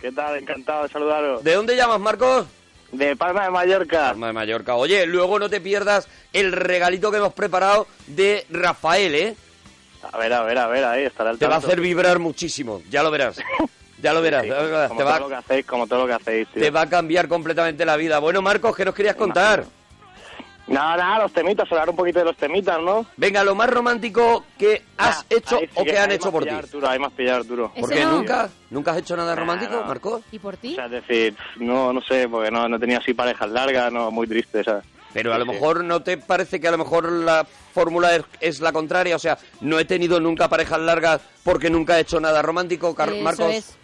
Speaker 7: ¿Qué tal? Encantado de saludaros.
Speaker 2: ¿De dónde llamas, Marcos?
Speaker 7: De Palma de Mallorca.
Speaker 2: Palma de Mallorca. Oye, luego no te pierdas el regalito que hemos preparado de Rafael, ¿eh?
Speaker 7: A ver, a ver, a ver, ahí estará el
Speaker 2: Te va a
Speaker 7: tanto.
Speaker 2: hacer vibrar muchísimo, ya lo verás. Ya lo verás,
Speaker 7: [laughs] Sí,
Speaker 2: ya lo verás.
Speaker 7: como
Speaker 2: Te,
Speaker 7: todo
Speaker 2: va,
Speaker 7: lo que hacéis, como todo lo que hacéis, tío.
Speaker 2: te va a cambiar completamente la vida. Bueno, Marcos, ¿qué nos querías contar?
Speaker 7: Nada, nada, los temitas, hablar un poquito de los temitas, ¿no?
Speaker 2: Venga, lo más romántico que has
Speaker 7: Ah,
Speaker 2: hecho
Speaker 7: ahí sí
Speaker 2: o que han
Speaker 7: ahí
Speaker 2: hecho
Speaker 7: me has
Speaker 2: por ti.
Speaker 7: pillado, Arturo, ahí me has pillado, Arturo.
Speaker 1: Ese
Speaker 2: Porque
Speaker 1: no.
Speaker 2: nunca, nunca has hecho nada romántico,
Speaker 7: no.
Speaker 2: Marcos.
Speaker 1: ¿Y por
Speaker 7: O
Speaker 1: ti?
Speaker 7: sea, es decir, no, no sé, porque no, no tenía así parejas largas, no, muy triste, ¿sabes?
Speaker 2: Pero a
Speaker 7: Sí,
Speaker 2: lo
Speaker 7: sí.
Speaker 2: mejor no te parece que a lo mejor la fórmula es, es la contraria. O sea, no he tenido nunca parejas largas porque nunca he hecho nada romántico, Car-
Speaker 1: Eso
Speaker 2: Marcos.
Speaker 1: es.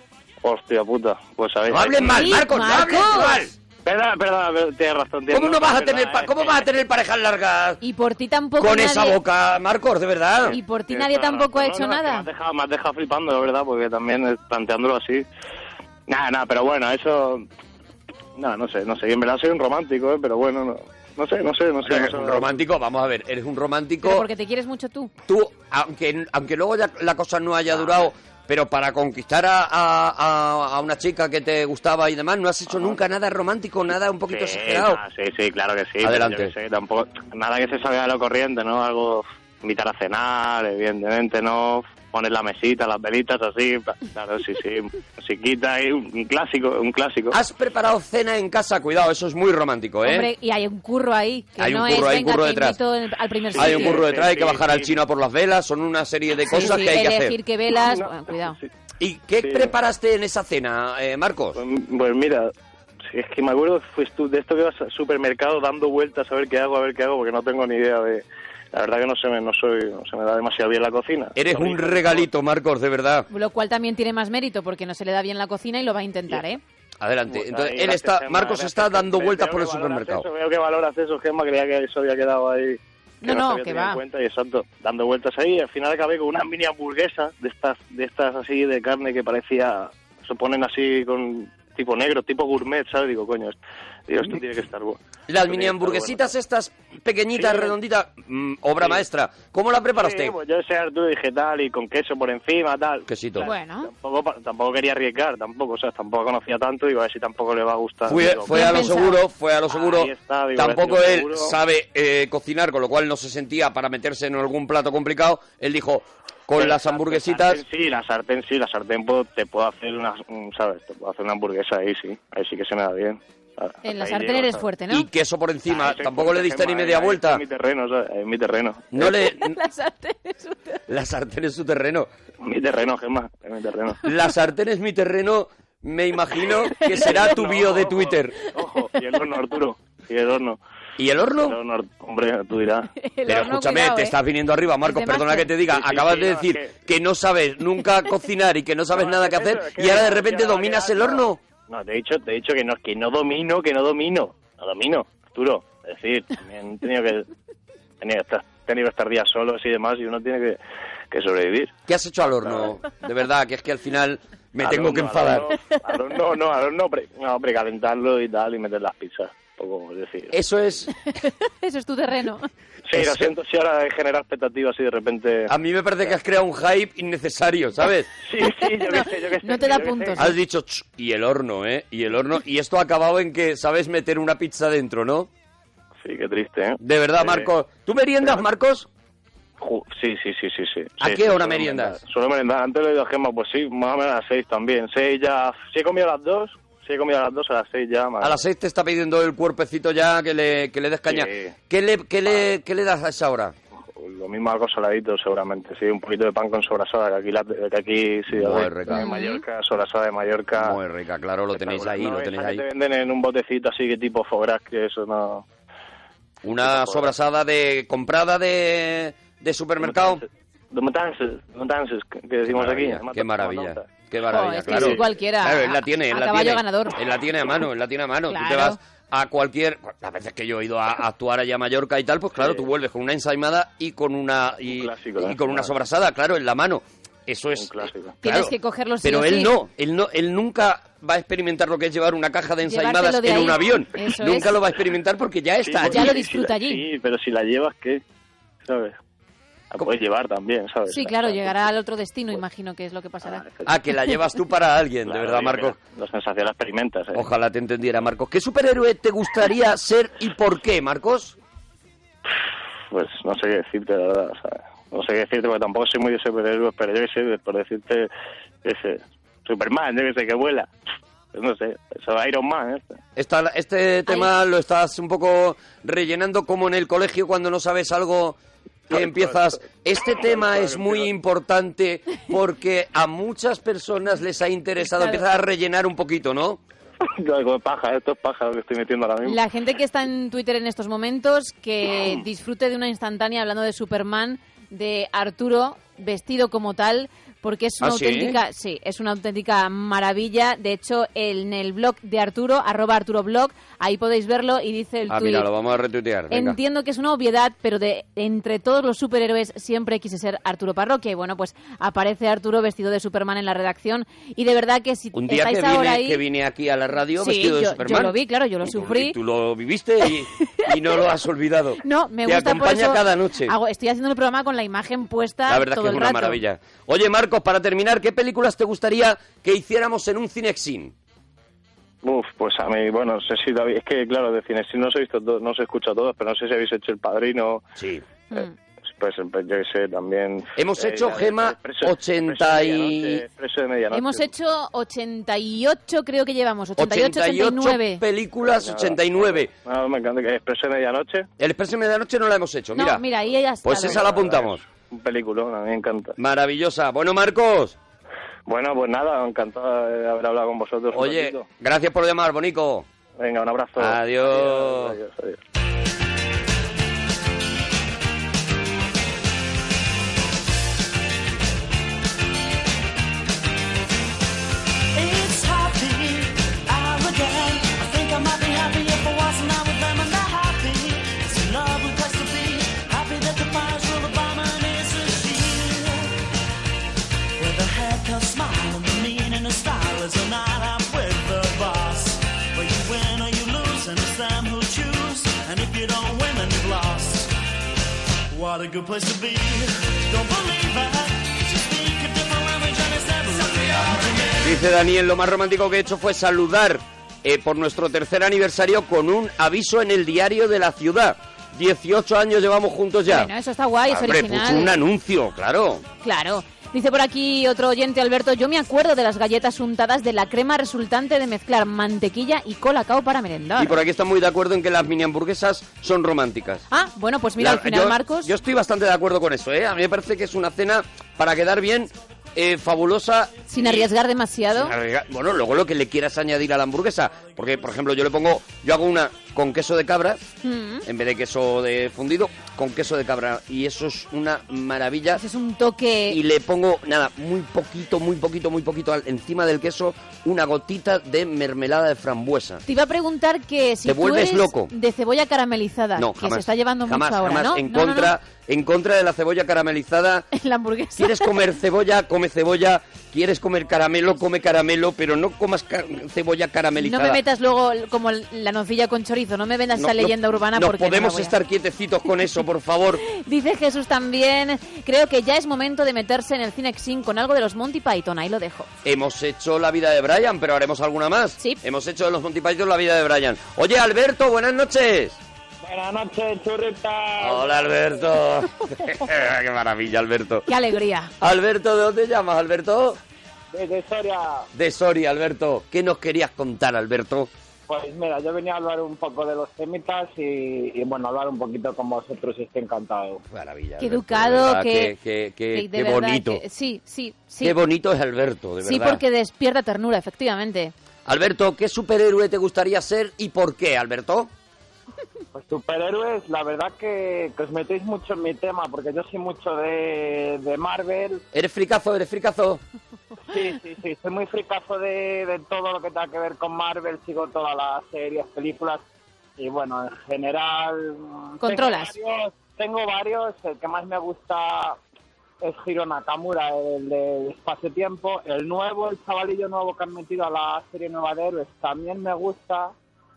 Speaker 7: Hostia puta, pues sabéis.
Speaker 2: No hables mal,
Speaker 1: Sí,
Speaker 2: Marcos, no hables
Speaker 1: Marcos.
Speaker 2: mal.
Speaker 7: Perdón, perdón, tienes razón. tienes
Speaker 2: ¿Cómo no
Speaker 7: razón,
Speaker 2: vas a
Speaker 7: perdona,
Speaker 2: tener, pa-
Speaker 7: eh,
Speaker 2: cómo
Speaker 7: eh,
Speaker 2: vas a tener parejas largas
Speaker 1: ¿Y por ti tampoco
Speaker 2: con
Speaker 1: nadie...
Speaker 2: esa boca, Marcos, de verdad?
Speaker 1: ¿Y por ti
Speaker 7: Tienes
Speaker 1: nadie
Speaker 7: toda la
Speaker 1: tampoco ha
Speaker 7: razón.
Speaker 1: hecho
Speaker 7: No, no, es que
Speaker 1: nada?
Speaker 7: Me has, dejado, me has dejado flipando, la verdad, porque también eh, planteándolo así. Nada, nada, pero bueno, eso. No, no sé, no sé. Y En verdad soy un romántico, eh, pero bueno, no, no sé, no sé, no sé.
Speaker 2: Eres
Speaker 7: no sé.
Speaker 2: un romántico, vamos a ver, eres un romántico.
Speaker 1: Pero porque te quieres mucho tú.
Speaker 2: Tú, aunque, aunque luego ya la cosa no haya durado, pero para conquistar a, a- a- a una chica que te gustaba y demás, no has hecho nunca nada romántico, nada un poquito
Speaker 7: Sí,
Speaker 2: exagerado.
Speaker 7: nada, Ah, sí, sí, claro que sí. pero
Speaker 2: Eh, Adelante.
Speaker 7: yo qué sé, tampoco, nada que se salga de lo corriente, ¿no? Algo, invitar a cenar, evidentemente, ¿no? Poner la mesita, las velitas, así. Claro, sí, sí. [laughs] Musiquita y un un clásico, un clásico.
Speaker 2: Has preparado cena en casa, cuidado, eso es muy romántico, ¿eh?
Speaker 1: Hombre, y hay un curro ahí. Que
Speaker 2: Hay un
Speaker 1: no
Speaker 2: curro,
Speaker 1: es,
Speaker 2: hay un
Speaker 1: venga,
Speaker 2: curro
Speaker 1: te
Speaker 2: detrás.
Speaker 1: invito en- al primer
Speaker 2: hay
Speaker 1: sitio.
Speaker 2: un curro detrás, hay que
Speaker 7: sí,
Speaker 2: bajar al
Speaker 7: sí.
Speaker 2: chino a por las velas, son una serie de
Speaker 1: Sí,
Speaker 2: cosas
Speaker 1: sí,
Speaker 2: que hay que
Speaker 1: elegir
Speaker 2: hacer.
Speaker 1: qué velas...
Speaker 7: No.
Speaker 1: bueno, cuidado.
Speaker 7: Sí.
Speaker 2: ¿Y qué
Speaker 7: Sí.
Speaker 2: preparaste en esa cena, eh, Marcos?
Speaker 7: Pues, pues mira, si es que me acuerdo que fuiste tú de esto que vas al supermercado dando vueltas a ver qué hago, a ver qué hago, porque no tengo ni idea de... La verdad que no se me, no soy, no se me da demasiado bien la cocina.
Speaker 2: Eres un
Speaker 7: pues,
Speaker 2: regalito, Marcos, de verdad.
Speaker 1: Lo cual también tiene más mérito porque no se le da bien la cocina y lo va a intentar, ¿eh?
Speaker 2: Adelante.
Speaker 7: Pues
Speaker 2: Entonces,
Speaker 7: ahí,
Speaker 2: él
Speaker 7: gracias,
Speaker 2: está,
Speaker 7: Gemma,
Speaker 2: Marcos
Speaker 7: gracias.
Speaker 2: está dando
Speaker 7: Ve-
Speaker 2: vueltas
Speaker 7: veo
Speaker 2: por el
Speaker 7: que valoras
Speaker 2: supermercado.
Speaker 7: eso, veo que valoras eso, Gemma, creía que eso había quedado ahí.
Speaker 1: No,
Speaker 7: se
Speaker 1: no,
Speaker 7: había
Speaker 1: que
Speaker 7: tenido en
Speaker 1: va.
Speaker 7: Cuenta, y exacto, dando vueltas ahí. y Al final acabé con una mini hamburguesa de estas, de estas así de carne que parecía... Se ponen así con tipo negro, tipo gourmet, ¿sabes? Digo, coño, esto- digo, esto tiene que estar bueno.
Speaker 2: Mm. Las
Speaker 7: Esto tiene que
Speaker 2: mini
Speaker 7: estar
Speaker 2: hamburguesitas estas pequeñitas,
Speaker 7: Sí.
Speaker 2: redonditas, mm, obra
Speaker 7: Sí.
Speaker 2: maestra. ¿Cómo la preparaste?
Speaker 7: Sí, pues yo sé Arturo dije tal y con queso por encima, tal.
Speaker 2: Quesito.
Speaker 7: Claro,
Speaker 1: Bueno.
Speaker 7: Tampoco, pa- tampoco quería arriesgar, tampoco, o sea, tampoco conocía tanto, digo, a ver si tampoco le va a gustar.
Speaker 2: Fue,
Speaker 7: Digo,
Speaker 2: fue
Speaker 1: bien
Speaker 2: a lo
Speaker 1: pensado.
Speaker 2: seguro, fue a lo
Speaker 7: Ahí
Speaker 2: seguro.
Speaker 7: está, digo,
Speaker 2: Tampoco
Speaker 7: voy a
Speaker 2: él
Speaker 7: hacer lo seguro.
Speaker 2: sabe eh, cocinar, con lo cual no se sentía para meterse en algún plato complicado. Él dijo, con
Speaker 7: pero
Speaker 2: las
Speaker 7: la
Speaker 2: hamburguesitas,
Speaker 7: sartén sí, la sartén sí, la sartén puedo- te puedo hacer una, mm, ¿sabes? Te puedo hacer una hamburguesa ahí, sí. Ahí sí que se me da bien. A-
Speaker 1: En la
Speaker 7: ahí
Speaker 1: sartén
Speaker 7: llego,
Speaker 1: eres
Speaker 7: ¿sabes? Ah,
Speaker 1: fuerte, ¿no?
Speaker 2: y queso por encima,
Speaker 7: Ahí soy
Speaker 2: tampoco le
Speaker 7: fuerte,
Speaker 2: diste ni
Speaker 7: Gemma, eh, ahí-
Speaker 2: media
Speaker 7: ahí
Speaker 2: vuelta.
Speaker 7: Es mi terreno, ¿sabes? Es mi terreno.
Speaker 2: No
Speaker 7: [laughs]
Speaker 1: [laughs]
Speaker 2: le...
Speaker 1: La sartén es un terreno.
Speaker 2: La sartén es su terreno.
Speaker 7: Mi terreno, Gemma, es mi terreno.
Speaker 2: La sartén es mi terreno, me imagino
Speaker 7: [laughs]
Speaker 2: que será tu
Speaker 7: No,
Speaker 2: bio de
Speaker 7: ojo,
Speaker 2: Twitter.
Speaker 7: Ojo, y el horno, Arturo. Y el horno.
Speaker 2: ¿Y el horno?
Speaker 7: El horno, hombre, tú dirás.
Speaker 1: [laughs] El
Speaker 2: Pero
Speaker 1: horno,
Speaker 2: escúchame,
Speaker 1: cuidado,
Speaker 2: te
Speaker 1: ¿eh?
Speaker 2: estás viniendo arriba, Marcos.
Speaker 1: Es de
Speaker 2: Perdona
Speaker 1: máster.
Speaker 2: que te diga,
Speaker 7: Sí, sí,
Speaker 2: acabas
Speaker 7: sí,
Speaker 2: de
Speaker 7: no,
Speaker 2: decir
Speaker 7: es
Speaker 2: que... no sabes
Speaker 7: [laughs]
Speaker 2: nunca cocinar y que no sabes
Speaker 7: No,
Speaker 2: nada
Speaker 7: es
Speaker 2: que
Speaker 7: eso,
Speaker 2: hacer
Speaker 7: es que
Speaker 2: y ahora de
Speaker 7: no,
Speaker 2: repente
Speaker 7: no,
Speaker 2: dominas
Speaker 7: que
Speaker 2: el
Speaker 7: no.
Speaker 2: horno.
Speaker 7: No, te he dicho, te he dicho que no, que no domino, que no domino, no domino, Arturo. Es decir, también he tenido que, he tenido que estar ten iba a estar días solos y demás, y uno tiene que, que sobrevivir.
Speaker 2: ¿Qué has hecho al horno? De verdad, que es que al final me
Speaker 7: Al
Speaker 2: tengo
Speaker 7: horno,
Speaker 2: que
Speaker 7: al
Speaker 2: enfadar.
Speaker 7: horno, Al horno, no, al horno, pre- no, precalentarlo y tal, y meter las pizzas. Poco, es decir.
Speaker 2: Eso es.
Speaker 1: [laughs] Eso es tu terreno.
Speaker 7: Sí, lo siento si ahora he generado expectativas y de repente.
Speaker 2: A mí me parece que has creado un hype innecesario, ¿sabes?
Speaker 7: Sí, sí, yo qué sé, yo qué sé.
Speaker 1: No te da
Speaker 7: yo qué sé.
Speaker 1: puntos.
Speaker 2: Has dicho, "Ch, y el horno, ¿eh? Y el horno. Y esto ha acabado en que sabes meter una pizza dentro, ¿no?
Speaker 7: Sí, qué triste, ¿eh?
Speaker 2: De verdad,
Speaker 7: Sí.
Speaker 2: Marcos. ¿Tú meriendas, Marcos?
Speaker 7: Ju- Sí, sí, sí, sí, sí.
Speaker 2: ¿A
Speaker 7: Sí,
Speaker 2: qué
Speaker 7: sí,
Speaker 2: hora
Speaker 7: suelo
Speaker 2: meriendas?
Speaker 7: merendar. Suelo merendar. Antes le he ido a Gemma, pues sí, más o menos a las seis también. Seis ya... Si he comido a las dos, si he comido a las dos, a las seis ya... madre.
Speaker 2: A las seis te está pidiendo el cuerpecito ya que le, que le des caña.
Speaker 7: Sí.
Speaker 2: ¿Qué, le, qué, le, qué le das a esa hora?
Speaker 7: Lo mismo algo saladito seguramente, sí. Un poquito de pan con sobrasada, que aquí, la- que aquí sí.
Speaker 2: Muy
Speaker 7: a ver,
Speaker 2: rica.
Speaker 7: De Mallorca, sobrasada de Mallorca.
Speaker 2: Muy rica, claro, lo tenéis ahí,
Speaker 7: No,
Speaker 2: lo
Speaker 7: esa
Speaker 2: tenéis
Speaker 7: que
Speaker 2: ahí.
Speaker 7: te venden en un botecito así que tipo foie gras, que eso no...
Speaker 2: Una sobrasada de comprada de, de supermercado.
Speaker 7: De matanzas, matanzas, que que decimos
Speaker 2: Maravilla,
Speaker 7: aquí.
Speaker 2: Qué maravilla.
Speaker 7: Matanzas.
Speaker 2: Qué maravilla,
Speaker 1: Jo, Oh, es que
Speaker 2: claro.
Speaker 1: sí, cualquiera.
Speaker 2: Claro, él la tiene,
Speaker 1: A-
Speaker 2: él
Speaker 1: a
Speaker 2: la
Speaker 1: caballo
Speaker 2: tiene.
Speaker 1: ganador.
Speaker 2: Él la tiene a mano, él la tiene a mano. Tú te
Speaker 1: Claro.
Speaker 2: vas a cualquier... Las veces que yo he ido a, a actuar allá a Mallorca y tal, pues claro, tú vuelves con una ensaimada y con una... Y,
Speaker 7: Un clásico,
Speaker 2: y
Speaker 7: ¿eh?
Speaker 2: con una
Speaker 7: Claro.
Speaker 2: sobrasada, claro, en la mano. Eso es...
Speaker 7: clásico.
Speaker 2: claro.
Speaker 1: Tienes que cogerlo sí
Speaker 2: Pero
Speaker 1: o
Speaker 2: él
Speaker 1: sí.
Speaker 2: no, él no, él nunca va a experimentar lo que es llevar una caja de ensaimadas
Speaker 1: Llevártelo de
Speaker 2: en
Speaker 1: ahí.
Speaker 2: un avión.
Speaker 1: Eso
Speaker 2: nunca
Speaker 1: es.
Speaker 2: lo va a experimentar porque ya está
Speaker 7: Sí,
Speaker 2: allí.
Speaker 1: Ya lo
Speaker 7: sí,
Speaker 1: disfruta
Speaker 7: sí,
Speaker 1: allí.
Speaker 7: Sí, pero si la llevas, ¿qué? ¿Sabes? La puedes llevar también, ¿sabes?
Speaker 1: Sí, claro, llegará al otro destino, imagino que es lo que pasará.
Speaker 2: Pues, Ah, que la llevas tú para alguien, de verdad, Marcos.
Speaker 7: La sensación la experimentas, ¿eh?
Speaker 2: Ojalá te entendiera, Marcos. ¿Qué superhéroe te gustaría ser y por qué, Marcos?
Speaker 7: Pues no sé qué decirte, la verdad, ¿sabes? No sé qué decirte, porque tampoco soy muy de superhéroes, pero yo qué sé, por decirte, qué sé, Superman, yo qué sé, que vuela. Pues no sé, eso Iron Man, ¿eh?
Speaker 2: Esta- este tema lo estás un poco rellenando como en el colegio cuando no sabes algo que
Speaker 7: Ay,
Speaker 2: empiezas.
Speaker 7: claro.
Speaker 2: Este tema
Speaker 7: Claro,
Speaker 2: es muy
Speaker 7: claro.
Speaker 2: importante porque a muchas personas les ha interesado.
Speaker 1: Claro.
Speaker 2: Empiezas a rellenar un poquito, ¿no?
Speaker 7: [laughs] Yo digo, paja, esto es paja lo que estoy metiendo ahora mismo.
Speaker 1: La gente que está en Twitter en estos momentos, que disfrute de una instantánea hablando de Superman, de Arturo vestido como tal, porque es una
Speaker 2: ¿Ah, sí?
Speaker 1: auténtica, sí, es una auténtica maravilla. De hecho, en el blog de Arturo, arroba Arturo blog, ahí podéis verlo y dice el
Speaker 2: Ah,
Speaker 1: tuit,
Speaker 2: mira, lo vamos a retuitear. venga.
Speaker 1: Entiendo que es una obviedad, pero de entre todos los superhéroes siempre quise ser Arturo Parroquia. Y bueno, pues aparece Arturo vestido de Superman en la redacción. Y de verdad que si
Speaker 2: Un día que
Speaker 1: estáis
Speaker 2: vine,
Speaker 1: ahora ahí.
Speaker 2: que vine aquí a la radio
Speaker 1: Sí,
Speaker 2: vestido de
Speaker 1: yo-
Speaker 2: Superman.
Speaker 1: yo lo vi, claro, yo lo
Speaker 2: Y tú-
Speaker 1: sufrí.
Speaker 2: y tú lo viviste y, y no lo has olvidado.
Speaker 1: [laughs] No, me
Speaker 2: Te
Speaker 1: gusta por
Speaker 2: acompaña
Speaker 1: eso
Speaker 2: cada noche.
Speaker 1: hago- estoy haciendo el programa con la imagen puesta
Speaker 2: La verdad es
Speaker 1: todo
Speaker 2: que es
Speaker 1: el
Speaker 2: una
Speaker 1: rato.
Speaker 2: maravilla. Oye, Marcos, para terminar, ¿qué películas te gustaría que hiciéramos en un Cinexin?
Speaker 7: Uf, pues a mí, bueno, no sé si lo habéis- es que claro, de cine, si no os he visto, todo- no os he escuchado todos, pero no sé si habéis hecho El Padrino,
Speaker 2: Sí.
Speaker 1: Mm.
Speaker 7: Eh, Pues pues, yo qué sé, también. eh,
Speaker 2: Hemos hecho, Gema,
Speaker 7: Expreso-
Speaker 2: 80 y-
Speaker 7: Expreso de medianoche, Expreso de medianoche.
Speaker 1: Hemos hecho 88, creo que llevamos, 88, 89.
Speaker 2: películas, 89.
Speaker 7: No, me encanta que Expreso de medianoche.
Speaker 2: El Expreso de Medianoche no la hemos hecho,
Speaker 1: No,
Speaker 2: mira.
Speaker 1: mira, ahí ya está.
Speaker 2: Pues esa la apuntamos.
Speaker 7: Un peliculón, a mí me encanta.
Speaker 2: Maravillosa. Bueno, Marcos.
Speaker 7: Bueno, pues nada, encantado de haber hablado con vosotros. un
Speaker 2: Oye,
Speaker 7: ratito.
Speaker 2: gracias por llamar, Bonico.
Speaker 7: Venga, un abrazo.
Speaker 2: Adiós.
Speaker 7: adiós, adiós.
Speaker 5: It's happy hour again. I think I might be happy if I wasn't out with them and they're happy. It's a lovely place to be. Happy that the fire's will the bomb and it's a she. With a haircut, smile, and the meaning of style is a night out with the boss. Where you win or you lose, and it's them who choose. And if you don't win, then you've lost. What a good place to be. Don't believe it. Just speak a different language and it's never really hard to get.
Speaker 2: Dice Daniel, lo más romántico que he hecho fue saludar eh, por nuestro tercer aniversario con un aviso en el diario de la ciudad. 18 años llevamos juntos ya.
Speaker 1: Bueno, eso está guay, es
Speaker 2: Hombre, pues
Speaker 1: original.
Speaker 2: puso un anuncio, claro.
Speaker 1: Claro. Dice por aquí otro oyente, Alberto, yo me acuerdo de las galletas untadas de la crema resultante de mezclar mantequilla y colacao para merendar.
Speaker 2: Y por aquí están muy de acuerdo en que las mini hamburguesas son románticas.
Speaker 1: Ah, bueno, pues mira,
Speaker 2: La-
Speaker 1: al final,
Speaker 2: yo,
Speaker 1: Marcos,
Speaker 2: Yo estoy bastante de acuerdo con eso, ¿eh? A mí me parece que es una cena para quedar bien, eh, fabulosa.
Speaker 1: sin
Speaker 2: y-
Speaker 1: arriesgar demasiado,
Speaker 2: sin arriesgar- Bueno, luego lo que le quieras añadir a la hamburguesa, Porque, por ejemplo, yo le pongo, yo hago una con queso de cabra,
Speaker 1: Mm.
Speaker 2: en vez de queso de fundido, con queso de cabra. Y eso es una maravilla.
Speaker 1: Pues Es un toque.
Speaker 2: Y le pongo, nada, muy poquito, muy poquito, muy poquito al- encima del queso, una gotita de mermelada de frambuesa.
Speaker 1: Te iba a preguntar que si
Speaker 2: Te
Speaker 1: tú
Speaker 2: vuelves
Speaker 1: eres
Speaker 2: loco.
Speaker 1: de cebolla caramelizada,
Speaker 2: No,
Speaker 1: que
Speaker 2: jamás.
Speaker 1: se está llevando
Speaker 2: jamás,
Speaker 1: mucho ahora,
Speaker 2: jamás.
Speaker 1: ¿no?
Speaker 2: En
Speaker 1: No, no, no.
Speaker 2: contra, en contra de la cebolla caramelizada.
Speaker 1: [laughs] La hamburguesa.
Speaker 2: ¿Quieres
Speaker 1: [laughs]
Speaker 2: comer cebolla? Come cebolla. ¿Quieres comer caramelo? Come caramelo, pero no comas ca- cebolla
Speaker 1: No
Speaker 2: caramelizada.
Speaker 1: me metas luego el- como el- la nocilla con chorizo, no me vendas
Speaker 2: No,
Speaker 1: esa
Speaker 2: no,
Speaker 1: leyenda urbana
Speaker 2: no
Speaker 1: porque no la
Speaker 2: podemos
Speaker 1: voy a-
Speaker 2: estar quietecitos con eso, por favor.
Speaker 1: [laughs] Dice Jesús también, creo que ya es momento de meterse en el Cinexin con algo de los Monty Python, ahí lo dejo.
Speaker 2: Hemos hecho la vida de Brian, pero haremos alguna más.
Speaker 1: Sí.
Speaker 2: Hemos hecho de los Monty Python la vida de Brian. Oye, Alberto, buenas noches.
Speaker 8: Buenas noches, churrita.
Speaker 2: Hola, Alberto. [laughs] Qué maravilla, Alberto.
Speaker 1: ¡Qué alegría!
Speaker 2: Alberto, ¿de dónde llamas, Alberto?
Speaker 8: Desde Soria.
Speaker 2: De Soria, Alberto. ¿Qué nos querías contar, Alberto?
Speaker 8: Pues mira, yo venía a hablar un poco de los temitas y, y, bueno, hablar un poquito con vosotros, estoy encantado.
Speaker 2: Maravilla.
Speaker 1: Qué
Speaker 2: Alberto,
Speaker 1: educado,
Speaker 2: de verdad,
Speaker 1: que-
Speaker 2: qué- qué-
Speaker 1: Que de
Speaker 2: qué
Speaker 1: verdad
Speaker 2: bonito.
Speaker 1: que- sí, sí, sí.
Speaker 2: Qué bonito es Alberto, de verdad.
Speaker 1: sí, porque despierta ternura, efectivamente.
Speaker 2: Alberto, ¿qué superhéroe te gustaría ser y por qué, Alberto?
Speaker 8: Pues superhéroes, la verdad que, que os metéis mucho en mi tema, porque yo soy mucho de, de Marvel.
Speaker 2: ¿Eres fricazo, eres fricazo?
Speaker 8: Sí, sí, sí, soy muy fricazo de, de todo lo que tenga que ver con Marvel, sigo todas las series, películas y bueno, en general... mm,
Speaker 1: Controlas.
Speaker 8: Tengo varios, tengo varios, el que más me gusta es Hiro Nakamura, el de Espacio-Tiempo, el nuevo, el chavalillo nuevo que han metido a la serie nueva de héroes, también me gusta,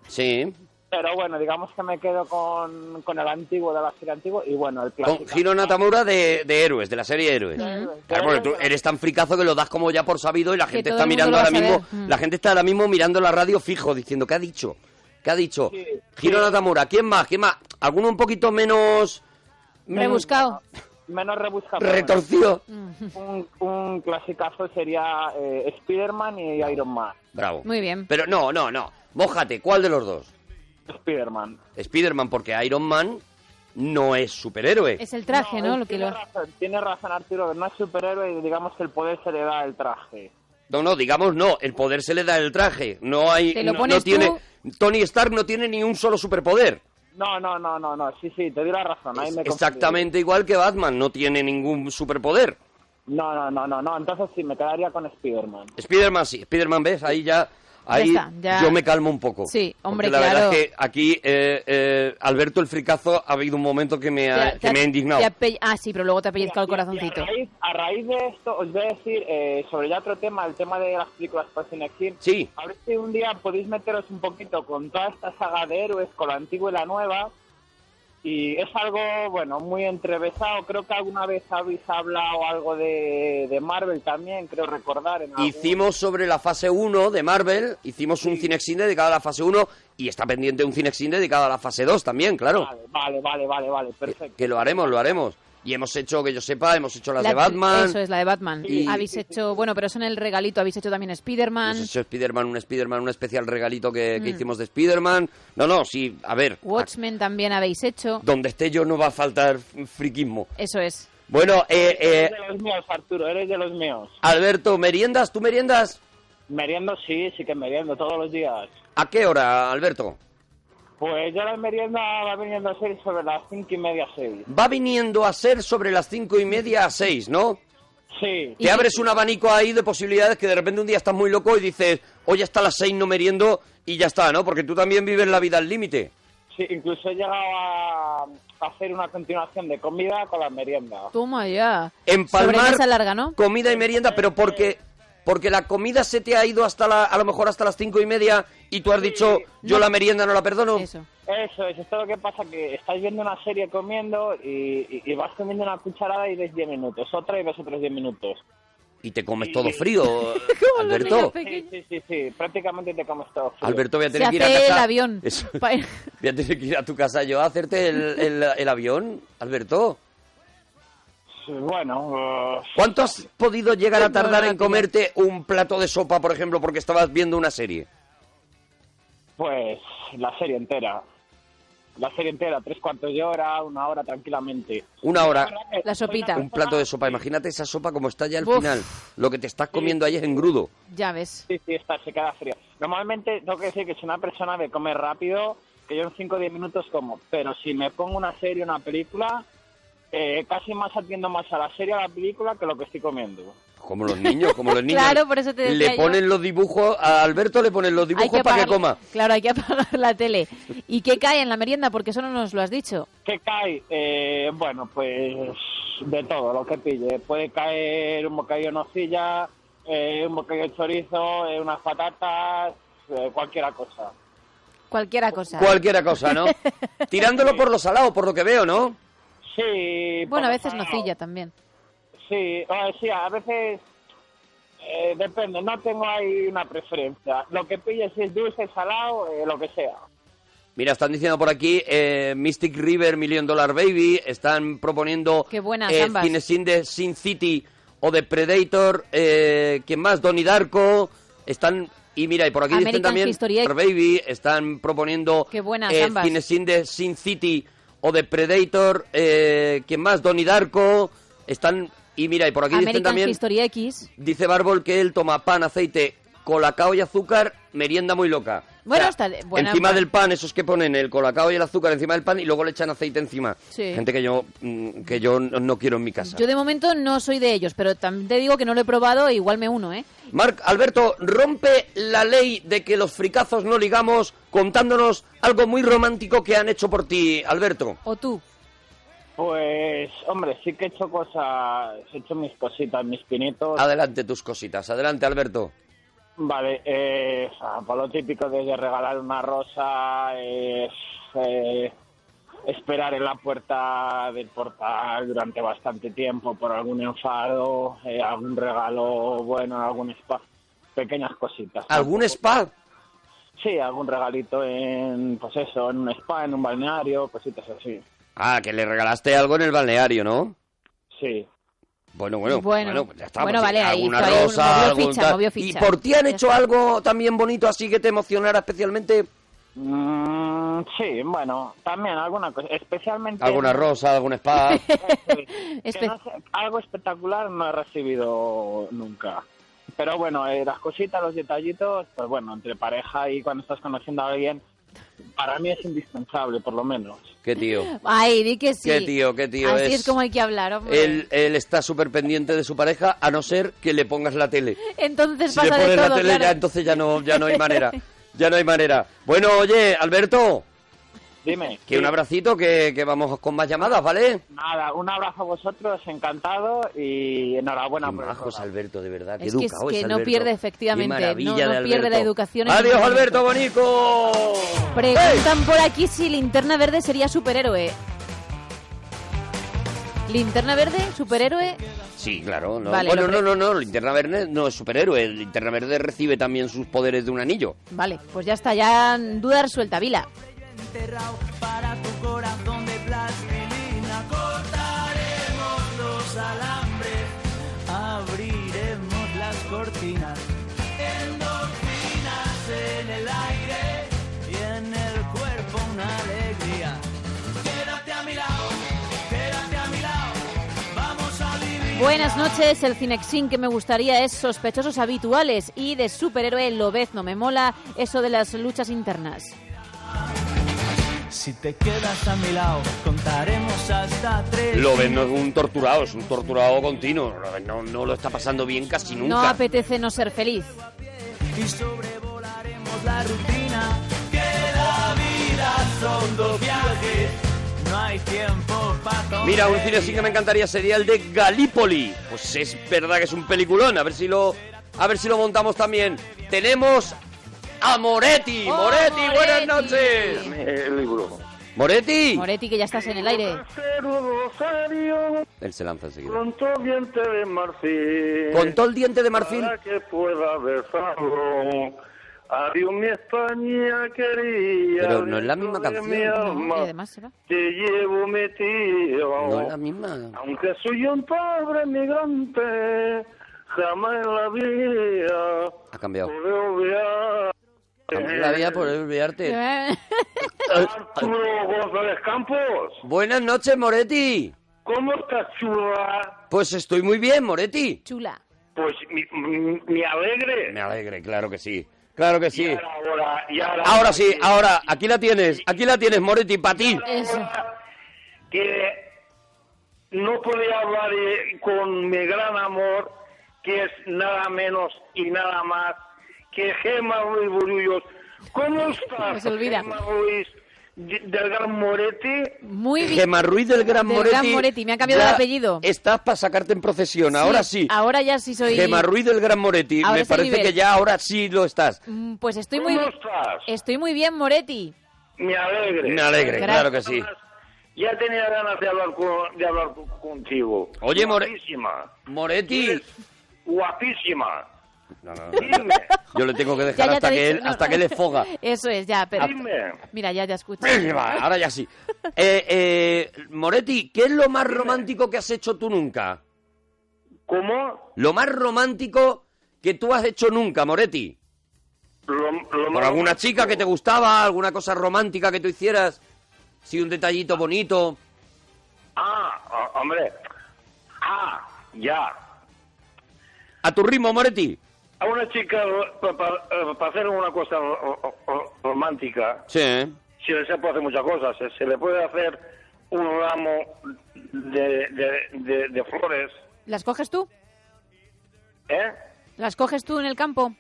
Speaker 2: Sí.
Speaker 8: pero bueno, digamos que me quedo con, con el antiguo de la serie antigua y bueno, el clásico.
Speaker 2: Con Giro Natamura de, de Héroes, de la serie Héroes.
Speaker 1: Ujú.
Speaker 2: Claro, porque tú eres tan fricazo que lo das como ya por sabido y la
Speaker 1: Que
Speaker 2: gente
Speaker 1: todo
Speaker 2: está
Speaker 1: el mundo
Speaker 2: mirando
Speaker 1: lo va
Speaker 2: ahora
Speaker 1: a
Speaker 2: mismo,
Speaker 1: saber. Mm.
Speaker 2: la gente está ahora mismo mirando la radio fijo diciendo, ¿qué ha dicho? ¿Qué ha dicho?
Speaker 8: Sí,
Speaker 2: Giro Natamura, ¿quién más? ¿Quién más? ¿Alguno un poquito menos
Speaker 1: Rebuscado.
Speaker 8: Menos rebuscado.
Speaker 2: retorcido?
Speaker 8: un, un clasicazo sería eh, Spider-Man y Iron Man.
Speaker 2: Bravo.
Speaker 1: Muy bien.
Speaker 2: Pero no, no, no. Mójate, ¿cuál de los dos?
Speaker 8: Spider-Man.
Speaker 2: Spider-Man, porque Iron Man no es superhéroe.
Speaker 1: Es el traje, ¿no? Lo que
Speaker 8: tiene,
Speaker 1: lo...
Speaker 8: razón, tiene razón Arturo, que no es superhéroe y digamos que el poder se le da al traje.
Speaker 2: No, no, digamos no, el poder se le da el traje. No hay
Speaker 1: Te lo
Speaker 2: no-
Speaker 1: pones
Speaker 2: no tiene
Speaker 1: tú.
Speaker 2: Tony Stark no tiene ni un solo superpoder.
Speaker 8: No, no, no, no, no, sí, sí, te di la razón. Ahí me confundí.
Speaker 2: Exactamente igual que Batman, no tiene ningún superpoder.
Speaker 8: No, no, no, no, no, entonces sí, me quedaría con Spider-Man.
Speaker 2: Spider-Man sí, Spider-Man ves, ahí ya ahí
Speaker 1: Ya está, ya.
Speaker 2: yo me calmo un poco.
Speaker 1: Sí, hombre,
Speaker 2: Porque la
Speaker 1: claro.
Speaker 2: verdad es que aquí eh, eh, Alberto el fricazo ha habido un momento que me ha,
Speaker 1: Te-
Speaker 2: que
Speaker 1: te-
Speaker 2: me ha indignado.
Speaker 1: te ape- Ah, sí, pero luego te ha pellizcado
Speaker 8: Y a- y
Speaker 1: el corazoncito.
Speaker 8: A raíz, a raíz de esto, os voy a decir eh, sobre ya otro tema, el tema de las películas por Cinexin.
Speaker 2: Sí.
Speaker 8: A ver si un día podéis meteros un poquito con toda esta saga de héroes, con la antigua y la nueva. Y es algo, bueno, muy entrevesado. Creo que alguna vez habéis hablado algo de, de Marvel también, creo recordar. En algún-
Speaker 2: Hicimos sobre la fase 1 de Marvel, hicimos un Cinexin dedicado a la fase 1 y está pendiente un Cinexin dedicado a la fase 2 también, claro.
Speaker 8: Vale, vale, vale, vale, vale, perfecto.
Speaker 2: Que lo haremos, lo haremos. Y hemos hecho, que yo sepa, hemos hecho las
Speaker 1: La-
Speaker 2: de Batman.
Speaker 1: Eso es, la de Batman.
Speaker 2: Y-
Speaker 1: Habéis hecho, bueno, pero eso en el regalito, habéis hecho también Spider-Man.
Speaker 2: Hemos hecho Spider-Man, un Spider-Man, un especial regalito que,
Speaker 1: Mm.
Speaker 2: que hicimos de Spider-Man. No, no, sí, a ver.
Speaker 1: Watchmen también habéis hecho.
Speaker 2: a- donde esté yo no va a faltar friquismo.
Speaker 1: Eso es.
Speaker 2: Bueno, eh, eh,
Speaker 8: Eres de los míos, Arturo, eres de los míos.
Speaker 2: Alberto, ¿meriendas? ¿Tú meriendas?
Speaker 8: Meriendo sí, sí que meriendo todos los días.
Speaker 2: ¿A qué hora, Alberto?
Speaker 8: Pues ya la merienda va viniendo a ser sobre las cinco y media, seis.
Speaker 2: Va viniendo a ser sobre las cinco y media a seis, ¿no?
Speaker 8: Sí,
Speaker 2: Te abres un abanico ahí de posibilidades que de repente un día estás muy loco y dices, hoy hasta las seis no meriendo y ya está, ¿no? Porque tú también vives la vida al límite.
Speaker 8: sí, incluso he llegado a a hacer una continuación de comida con la merienda.
Speaker 1: Toma ya.
Speaker 2: empalmar
Speaker 1: Sobremesa larga, ¿no?
Speaker 2: comida y merienda, pero porque porque la comida se te ha ido hasta la, a lo mejor hasta las cinco y media y tú has dicho yo la merienda no la perdono.
Speaker 1: Eso.
Speaker 8: Eso es, esto es lo que pasa, que estáis viendo una serie comiendo y, y- y vas comiendo una cucharada y ves 10 minutos, otra y ves otros 10 minutos.
Speaker 2: Y te comes todo
Speaker 8: [laughs]
Speaker 2: frío, eh, Alberto.
Speaker 8: Sí, sí, sí, sí, prácticamente te comes todo. frío.
Speaker 2: Alberto voy a
Speaker 1: Se
Speaker 2: tener que ir a
Speaker 1: hace
Speaker 2: casa.
Speaker 1: el avión.
Speaker 2: [laughs] Eso.
Speaker 1: [laughs] Pa-
Speaker 2: Voy a tener que ir a tu casa yo a hacerte el, el- el avión, Alberto.
Speaker 8: Bueno, eh,
Speaker 2: ¿Cuánto has podido llegar a tardar en comerte un plato de sopa, por ejemplo, porque estabas viendo una serie?
Speaker 8: pues la serie entera. la serie entera, tres cuartos de hora, una hora tranquilamente.
Speaker 2: Una hora.
Speaker 1: La sopita.
Speaker 2: Un plato de sopa. Imagínate esa sopa como está ya al
Speaker 1: Uf.
Speaker 2: final. Lo que te estás comiendo ahí es engrudo.
Speaker 1: Ya ves.
Speaker 8: Sí, sí, está, se queda fría. Normalmente tengo que decir que soy una persona que come rápido, que yo en 5 o 10 minutos como, pero si me pongo una serie, una película, eh, casi más atiendo más a la serie, a la película, que lo que estoy comiendo.
Speaker 2: Como los niños, como
Speaker 1: [laughs]
Speaker 2: los niños.
Speaker 1: Claro, por eso te decía
Speaker 2: Le
Speaker 1: yo.
Speaker 2: ponen los dibujos, a Alberto le ponen los dibujos para que
Speaker 1: apagar-
Speaker 2: coma.
Speaker 1: Claro, hay que [laughs] apagar la tele. ¿Y qué cae en la merienda? Porque eso no nos lo has dicho.
Speaker 8: ¿Qué cae? Eh, bueno, pues de todo lo que pille. Puede caer un bocadillo de nocilla, eh, un bocadillo de chorizo, eh, unas patatas, eh, cualquiera cosa.
Speaker 1: Cualquiera cosa.
Speaker 2: Cualquiera cosa,
Speaker 1: [laughs]
Speaker 2: ¿no? Tirándolo por lo salado, por lo que veo, ¿no?
Speaker 8: Sí.
Speaker 1: Bueno, a
Speaker 8: por
Speaker 1: veces
Speaker 8: favor.
Speaker 1: nocilla también.
Speaker 8: Sí, o sí, a veces eh, depende, no tengo ahí una preferencia. Lo que pille, si es dulce, salado, eh, lo que sea.
Speaker 2: Mira, están diciendo por aquí eh, Mystic River, Million Dollar Baby. Están proponiendo
Speaker 1: Qué buenas
Speaker 2: eh,
Speaker 1: ambas.
Speaker 2: Cine Sin de Sin City o de Predator. Eh, ¿Quién más? Donnie Darko. Están. Y mira, y por aquí dicen
Speaker 1: American
Speaker 2: también
Speaker 1: History X.
Speaker 2: Dollar Baby. Están proponiendo
Speaker 1: Qué buenas
Speaker 2: eh,
Speaker 1: ambas.
Speaker 2: Cine Sin de Sin City o de Predator. Eh, ¿Quién más? Donnie Darko. Están. Y mira, y por aquí dicen
Speaker 1: American
Speaker 2: también.
Speaker 1: History X.
Speaker 2: Dice Bárbol que él toma pan, aceite, colacao y azúcar, merienda muy loca.
Speaker 1: Bueno, está de- buena-
Speaker 2: encima del pan, esos que ponen el colacao y el azúcar encima del pan y luego le echan aceite encima.
Speaker 1: Sí.
Speaker 2: Gente que yo mm, que yo no no quiero en mi casa.
Speaker 1: Yo de momento no soy de ellos, pero también te digo que no lo he probado e igual me uno, ¿eh?
Speaker 2: Marc Alberto rompe la ley de que los fricazos no ligamos contándonos algo muy romántico que han hecho por ti, Alberto.
Speaker 1: O tú.
Speaker 8: Pues, hombre, sí que he hecho cosas, he hecho mis cositas, mis pinitos.
Speaker 2: Adelante tus cositas, adelante Alberto.
Speaker 8: Vale, eh, ah, por lo típico de regalar una rosa, eh, eh, esperar en la puerta del portal durante bastante tiempo por algún enfado, eh, algún regalo bueno, en algún spa, pequeñas cositas.
Speaker 2: ¿Algún spa?
Speaker 8: Sí, algún regalito en, pues eso, en un spa, en un balneario, cositas así.
Speaker 2: Ah, que le regalaste algo en el balneario, ¿no?
Speaker 8: Sí.
Speaker 2: Bueno, bueno, bueno,
Speaker 1: Bueno.
Speaker 2: pues ya está.
Speaker 1: Bueno,
Speaker 2: pues,
Speaker 1: vale, ahí
Speaker 2: alguna
Speaker 1: hizo ahí un-
Speaker 2: rosa,
Speaker 1: movió
Speaker 2: algún
Speaker 1: ficha,
Speaker 2: tal.
Speaker 1: movió
Speaker 2: ¿Y
Speaker 1: ficha.
Speaker 2: por ti han
Speaker 1: Ya
Speaker 2: hecho algo también bonito así que te emocionara especialmente?
Speaker 8: Mm, sí, bueno, también alguna cosa, especialmente...
Speaker 2: ¿Alguna rosa, algún
Speaker 1: [laughs]
Speaker 2: spa?
Speaker 8: Sí,
Speaker 1: Espe-
Speaker 8: que no sé, algo espectacular no he recibido nunca. Pero bueno, eh, las cositas, los detallitos, pues bueno, entre pareja y cuando estás conociendo a alguien, para mí es indispensable, por lo menos.
Speaker 2: qué tío,
Speaker 1: Ay, di que sí.
Speaker 2: qué tío, qué tío.
Speaker 1: Así es, como hay que hablar, hombre.
Speaker 2: él, él está súper pendiente de su pareja, a no ser que le pongas la tele.
Speaker 1: Entonces
Speaker 2: Si le
Speaker 1: pasa de
Speaker 2: pones
Speaker 1: todo,
Speaker 2: la tele,
Speaker 1: claro.
Speaker 2: ya entonces ya no, ya no
Speaker 1: [laughs]
Speaker 2: hay manera. Ya no hay manera. Bueno, oye, Alberto,
Speaker 8: Dime.
Speaker 2: que un abracito, que, que vamos con más llamadas, ¿vale?
Speaker 8: Nada, un abrazo a vosotros, encantado y enhorabuena
Speaker 2: Qué
Speaker 8: por el
Speaker 2: majos,
Speaker 8: programa.
Speaker 2: Alberto, de verdad. Qué
Speaker 1: Es que es
Speaker 2: educado
Speaker 1: que
Speaker 2: es
Speaker 1: no
Speaker 2: Alberto.
Speaker 1: pierde,
Speaker 2: Qué
Speaker 1: efectivamente,
Speaker 2: maravilla
Speaker 1: no-
Speaker 2: de
Speaker 1: no pierde la
Speaker 2: Alberto.
Speaker 1: educación en
Speaker 2: Adiós,
Speaker 1: ningún
Speaker 2: Alberto Bonico.
Speaker 1: Preguntan por aquí si Linterna Verde sería superhéroe. ¿Linterna Verde? ¿Superhéroe?
Speaker 2: Sí, claro. No.
Speaker 1: Vale,
Speaker 2: bueno,
Speaker 1: lo pre-
Speaker 2: no, no, no. Linterna Verde no es superhéroe. Linterna Verde recibe también sus poderes de un anillo.
Speaker 1: Vale, pues ya está, ya duda resuelta, Vila.
Speaker 5: enterrado para tu corazón de plastilina. Cortaremos los alambres, abriremos las cortinas, endorfinas en el aire y en el cuerpo una alegría. Quédate a mi lado, quédate a mi lado, vamos a vivir.
Speaker 1: Buenas noches, el Cinexin que me gustaría es Sospechosos Habituales y de superhéroe Lobezno. Me mola eso de las luchas internas.
Speaker 5: Si te quedas a mi lado, contaremos hasta tres.
Speaker 2: Lo ven, no es un torturado, es un torturado continuo. Lo ven, No, no lo está pasando bien casi
Speaker 1: No
Speaker 2: nunca.
Speaker 1: apetece no ser feliz.
Speaker 5: y sobrevolaremos la rutina. Que la vida son dos viajes, no hay tiempo para
Speaker 2: Mira, un cine sí que me encantaría sería el de Galípoli. Pues es verdad que es un peliculón. A ver si lo, a ver si lo montamos también. Tenemos a Moretti.
Speaker 1: ¡Oh,
Speaker 2: Moretti, buenas
Speaker 1: Moretti!
Speaker 2: noches.
Speaker 7: El libro.
Speaker 2: Moretti.
Speaker 1: Moretti, que ya estás en el aire.
Speaker 2: Él se lanza enseguida.
Speaker 7: Con todo diente de marfil.
Speaker 2: Con todo el diente de marfil.
Speaker 7: Para que pueda besarlo. Adiós mi España querida.
Speaker 2: Pero no es la misma
Speaker 7: dentro de
Speaker 2: canción.
Speaker 7: mi
Speaker 2: No,
Speaker 7: alma
Speaker 1: y además se va.
Speaker 7: Te llevo metido.
Speaker 2: No es la misma.
Speaker 7: Aunque soy un pobre migrante, jamás en la vida
Speaker 2: Ha cambiado.
Speaker 7: podré obviar
Speaker 2: la vida por olvidarte.
Speaker 1: ¿Eh? [laughs]
Speaker 9: Arturo González Campos,
Speaker 2: Buenas noches, Moretti.
Speaker 9: ¿cómo estás, chula?
Speaker 2: Pues estoy muy bien, Moretti.
Speaker 1: Chula.
Speaker 9: Pues mi, mi- mi alegre.
Speaker 2: Me alegre, claro que sí. Claro que sí.
Speaker 9: Y ahora, y ahora,
Speaker 2: Ahora sí, ahora, aquí la tienes, aquí la tienes, Moretti, para ti.
Speaker 1: Eso.
Speaker 9: que no podía hablar eh, con mi gran amor, que es nada menos y nada más que Gemma Ruiz Burullos.
Speaker 1: [laughs]
Speaker 9: ¿Cómo estás,
Speaker 1: Se olvida.
Speaker 9: Gemma Ruiz de- del Gran Morete?
Speaker 1: Muy bien.
Speaker 2: Gemma Ruiz del Gran
Speaker 1: Del
Speaker 2: Moretti.
Speaker 1: Gran Moretti, me ha cambiado
Speaker 2: ya
Speaker 1: el apellido.
Speaker 2: Estás para sacarte en procesión, ahora sí.
Speaker 1: Ahora ya sí soy.
Speaker 2: Gemma Ruiz del Gran Moretti,
Speaker 1: Ahora
Speaker 2: me
Speaker 1: es el
Speaker 2: parece
Speaker 1: nivel.
Speaker 2: que ya ahora sí lo estás.
Speaker 1: Mm, Pues estoy muy,
Speaker 9: ¿Cómo estás?
Speaker 1: estoy muy bien, Moretti.
Speaker 9: Me alegre.
Speaker 2: Me alegre,
Speaker 1: Gracias.
Speaker 2: claro que sí.
Speaker 9: Ya tenía ganas de hablar, con- de hablar con- contigo.
Speaker 2: Oye, More-
Speaker 9: Guapísima.
Speaker 2: Moretti.
Speaker 9: Eres Guapísima.
Speaker 2: No, no,
Speaker 9: [laughs]
Speaker 2: no.
Speaker 9: Dime,
Speaker 2: Yo le tengo que dejar
Speaker 1: [laughs] Ya, ya te
Speaker 2: hasta,
Speaker 1: he
Speaker 2: que
Speaker 1: dicho,
Speaker 2: él,
Speaker 1: no,
Speaker 2: hasta
Speaker 1: no.
Speaker 2: que él esfoga.
Speaker 1: [laughs] Eso es, ya, pero.
Speaker 9: dime.
Speaker 1: Mira, ya, ya escucho.
Speaker 2: Va, Ahora ya sí. Eh, eh, Moretti, ¿qué es lo más romántico que has hecho tú nunca?
Speaker 9: ¿Cómo?
Speaker 2: Lo más romántico que tú has hecho nunca, Moretti.
Speaker 9: Lo, lo
Speaker 2: ¿Por
Speaker 9: más-
Speaker 2: alguna chica que te gustaba? ¿Alguna cosa romántica que tú hicieras? Sí, un detallito bonito.
Speaker 9: Ah, ho- hombre. Ah, ya.
Speaker 2: A tu ritmo, Moretti.
Speaker 9: A una chica, eh, para hacer una cosa eh, ro- ro- ro- romántica,
Speaker 2: Sí.
Speaker 9: si se puede hacer muchas cosas. eh. Se, se le puede hacer un ramo de, de- de- de flores,
Speaker 1: ¿Las coges tú?
Speaker 9: ¿eh?
Speaker 1: ¿Las coges tú en el campo?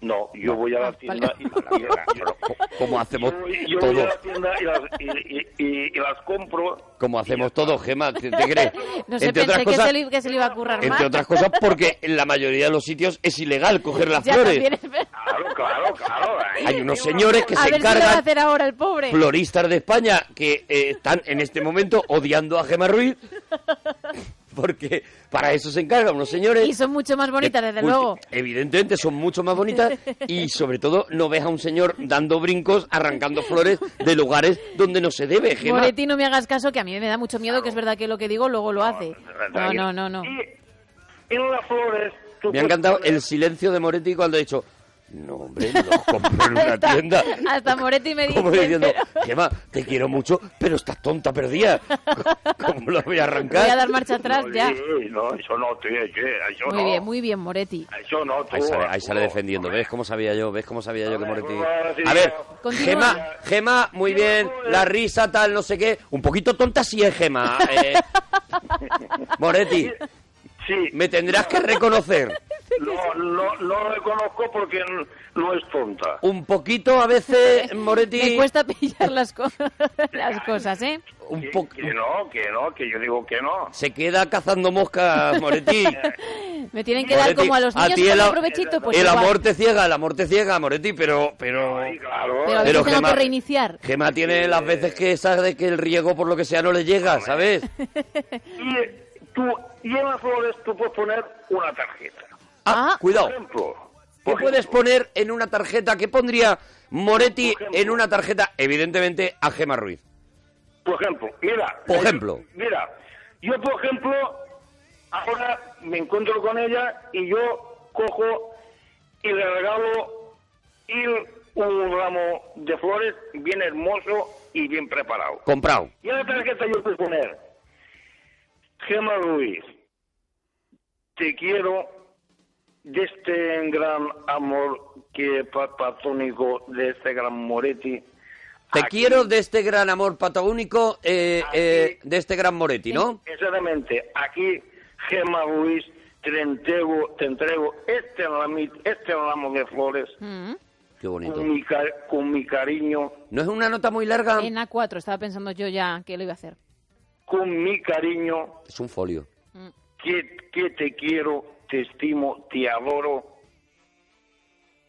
Speaker 9: No, yo voy a la tienda y, y- y-
Speaker 2: [laughs] Como hacemos
Speaker 9: yo voy- yo voy a
Speaker 2: todos.
Speaker 9: la tienda y las, y- y- y- y las compro.
Speaker 2: Como hacemos todos, Gemma. ¿Te, te crees?
Speaker 1: [laughs] No sé,
Speaker 2: Entre otras
Speaker 1: pensé que
Speaker 2: cosas-
Speaker 1: se, le, que se le iba a currar más.
Speaker 2: Entre otras cosas,
Speaker 1: [laughs]
Speaker 2: porque en la mayoría de los sitios es ilegal coger las
Speaker 1: Ya
Speaker 2: flores.
Speaker 1: también es verdad.
Speaker 9: Claro, claro, claro. ahí
Speaker 2: Hay unos
Speaker 9: tiene una
Speaker 2: señores que
Speaker 9: flor.
Speaker 1: A
Speaker 2: se
Speaker 1: ver si lo va a
Speaker 2: encargan,
Speaker 1: hacer ahora el pobre.
Speaker 2: floristas de España, que eh, están en este momento odiando a Gemma Ruiz, porque para eso se encargan unos señores.
Speaker 1: Y son mucho más bonitas,
Speaker 2: que,
Speaker 1: desde
Speaker 2: pues,
Speaker 1: luego.
Speaker 2: Evidentemente son mucho más bonitas y sobre todo no ves a un señor dando brincos, arrancando flores de lugares donde no se debe, Gemma.
Speaker 1: Moretti, no me hagas caso, que a mí me da mucho miedo, que es verdad que lo que digo luego lo hace. No, no, no, no. [laughs]
Speaker 9: Y en las flores... tú
Speaker 2: Me ha
Speaker 9: puedes
Speaker 2: encantado
Speaker 9: poner-
Speaker 2: el silencio de Moretti cuando ha dicho, no hombre, no los compro en
Speaker 1: [laughs]
Speaker 2: una
Speaker 1: Hasta-
Speaker 2: tienda.
Speaker 1: hasta Moretti me
Speaker 2: Como
Speaker 1: dice,
Speaker 2: diciendo,
Speaker 1: pero-
Speaker 2: Gemma, te quiero mucho, pero estás tonta perdida. [laughs] ¿Cómo lo voy a
Speaker 1: Voy
Speaker 2: arrancar?
Speaker 1: a dar marcha atrás
Speaker 9: No,
Speaker 1: ya.
Speaker 9: sí, no, eso no, tío, sí, eso
Speaker 1: Muy
Speaker 9: no.
Speaker 1: bien, muy bien, Moretti.
Speaker 9: Eso no, tú.
Speaker 2: Ahí sale, ahí sale
Speaker 9: no,
Speaker 2: defendiendo,
Speaker 9: hombre.
Speaker 2: ¿ves cómo sabía yo? ¿Ves cómo sabía yo que
Speaker 9: A ver,
Speaker 2: Moretti?
Speaker 9: bueno, pues, sí,
Speaker 2: A ver,
Speaker 9: yo-
Speaker 1: Continúa.
Speaker 2: Gema, Gema, muy bien, la risa tal, no sé qué. Un poquito tonta sí es Gema. eh. Moretti,
Speaker 9: [laughs] Sí,
Speaker 2: me tendrás que reconocer.
Speaker 9: [laughs] no, no, no reconozco porque n- no es tonta.
Speaker 2: Un poquito a
Speaker 1: [laughs]
Speaker 2: veces, Moretti.
Speaker 1: Me cuesta pillar
Speaker 2: [laughs]
Speaker 1: las, co- [laughs] las cosas, ¿eh?
Speaker 2: un
Speaker 9: Que-
Speaker 2: po-
Speaker 9: que no, que no, que yo digo que no.
Speaker 2: Se queda cazando moscas, Moretti.
Speaker 9: [laughs]
Speaker 1: Me tienen que dar
Speaker 2: Moretti,
Speaker 1: como a los
Speaker 2: a
Speaker 1: niños
Speaker 2: ti el
Speaker 1: con
Speaker 2: a-
Speaker 1: un provechito, pues
Speaker 2: el
Speaker 1: igual.
Speaker 2: amor te ciega, el amor te ciega, Moretti, pero, pero,
Speaker 9: Sí, claro.
Speaker 1: Pero a veces
Speaker 2: Pero
Speaker 1: tengo
Speaker 2: Gemma-
Speaker 1: que reiniciar.
Speaker 2: Gema tiene las veces que esa de que el riego por lo que sea no le llega, ¿sabes?
Speaker 9: Y eh, tú, y en las flores tú puedes poner una tarjeta.
Speaker 2: Ah,
Speaker 1: Ah.
Speaker 2: cuidado.
Speaker 9: Por ejemplo.
Speaker 2: ¿Qué
Speaker 9: por
Speaker 2: puedes
Speaker 9: ejemplo,
Speaker 2: poner en una tarjeta? ¿Qué pondría Moretti
Speaker 9: Por ejemplo.
Speaker 2: en una tarjeta? Evidentemente a Gema Ruiz.
Speaker 9: Por ejemplo, mira. eh,
Speaker 2: Por ejemplo.
Speaker 9: Mira, yo por ejemplo, ahora me encuentro con ella y yo cojo y le regalo il- un ramo de flores bien hermoso y bien preparado.
Speaker 2: Comprado.
Speaker 9: Y en la tarjeta yo puedo poner, Gemma Ruiz, te quiero de este gran amor que pa- patónico, de este gran Moretti.
Speaker 2: Te
Speaker 9: Aquí.
Speaker 2: quiero de este gran amor patagónico, eh,
Speaker 9: Aquí.
Speaker 2: eh, de este gran Moretti, ¿no?
Speaker 9: Exactamente. Aquí, Gemma Ruiz, te entrego, te entrego este, rami- este ramo de flores
Speaker 1: Mm.
Speaker 2: Qué bonito.
Speaker 9: con mi, ca- con mi cariño,
Speaker 2: ¿No es una nota muy larga?
Speaker 1: En A4, estaba pensando yo ya que lo iba a hacer.
Speaker 9: con mi cariño,
Speaker 2: Es un folio.
Speaker 9: que, que te quiero, te estimo, te adoro.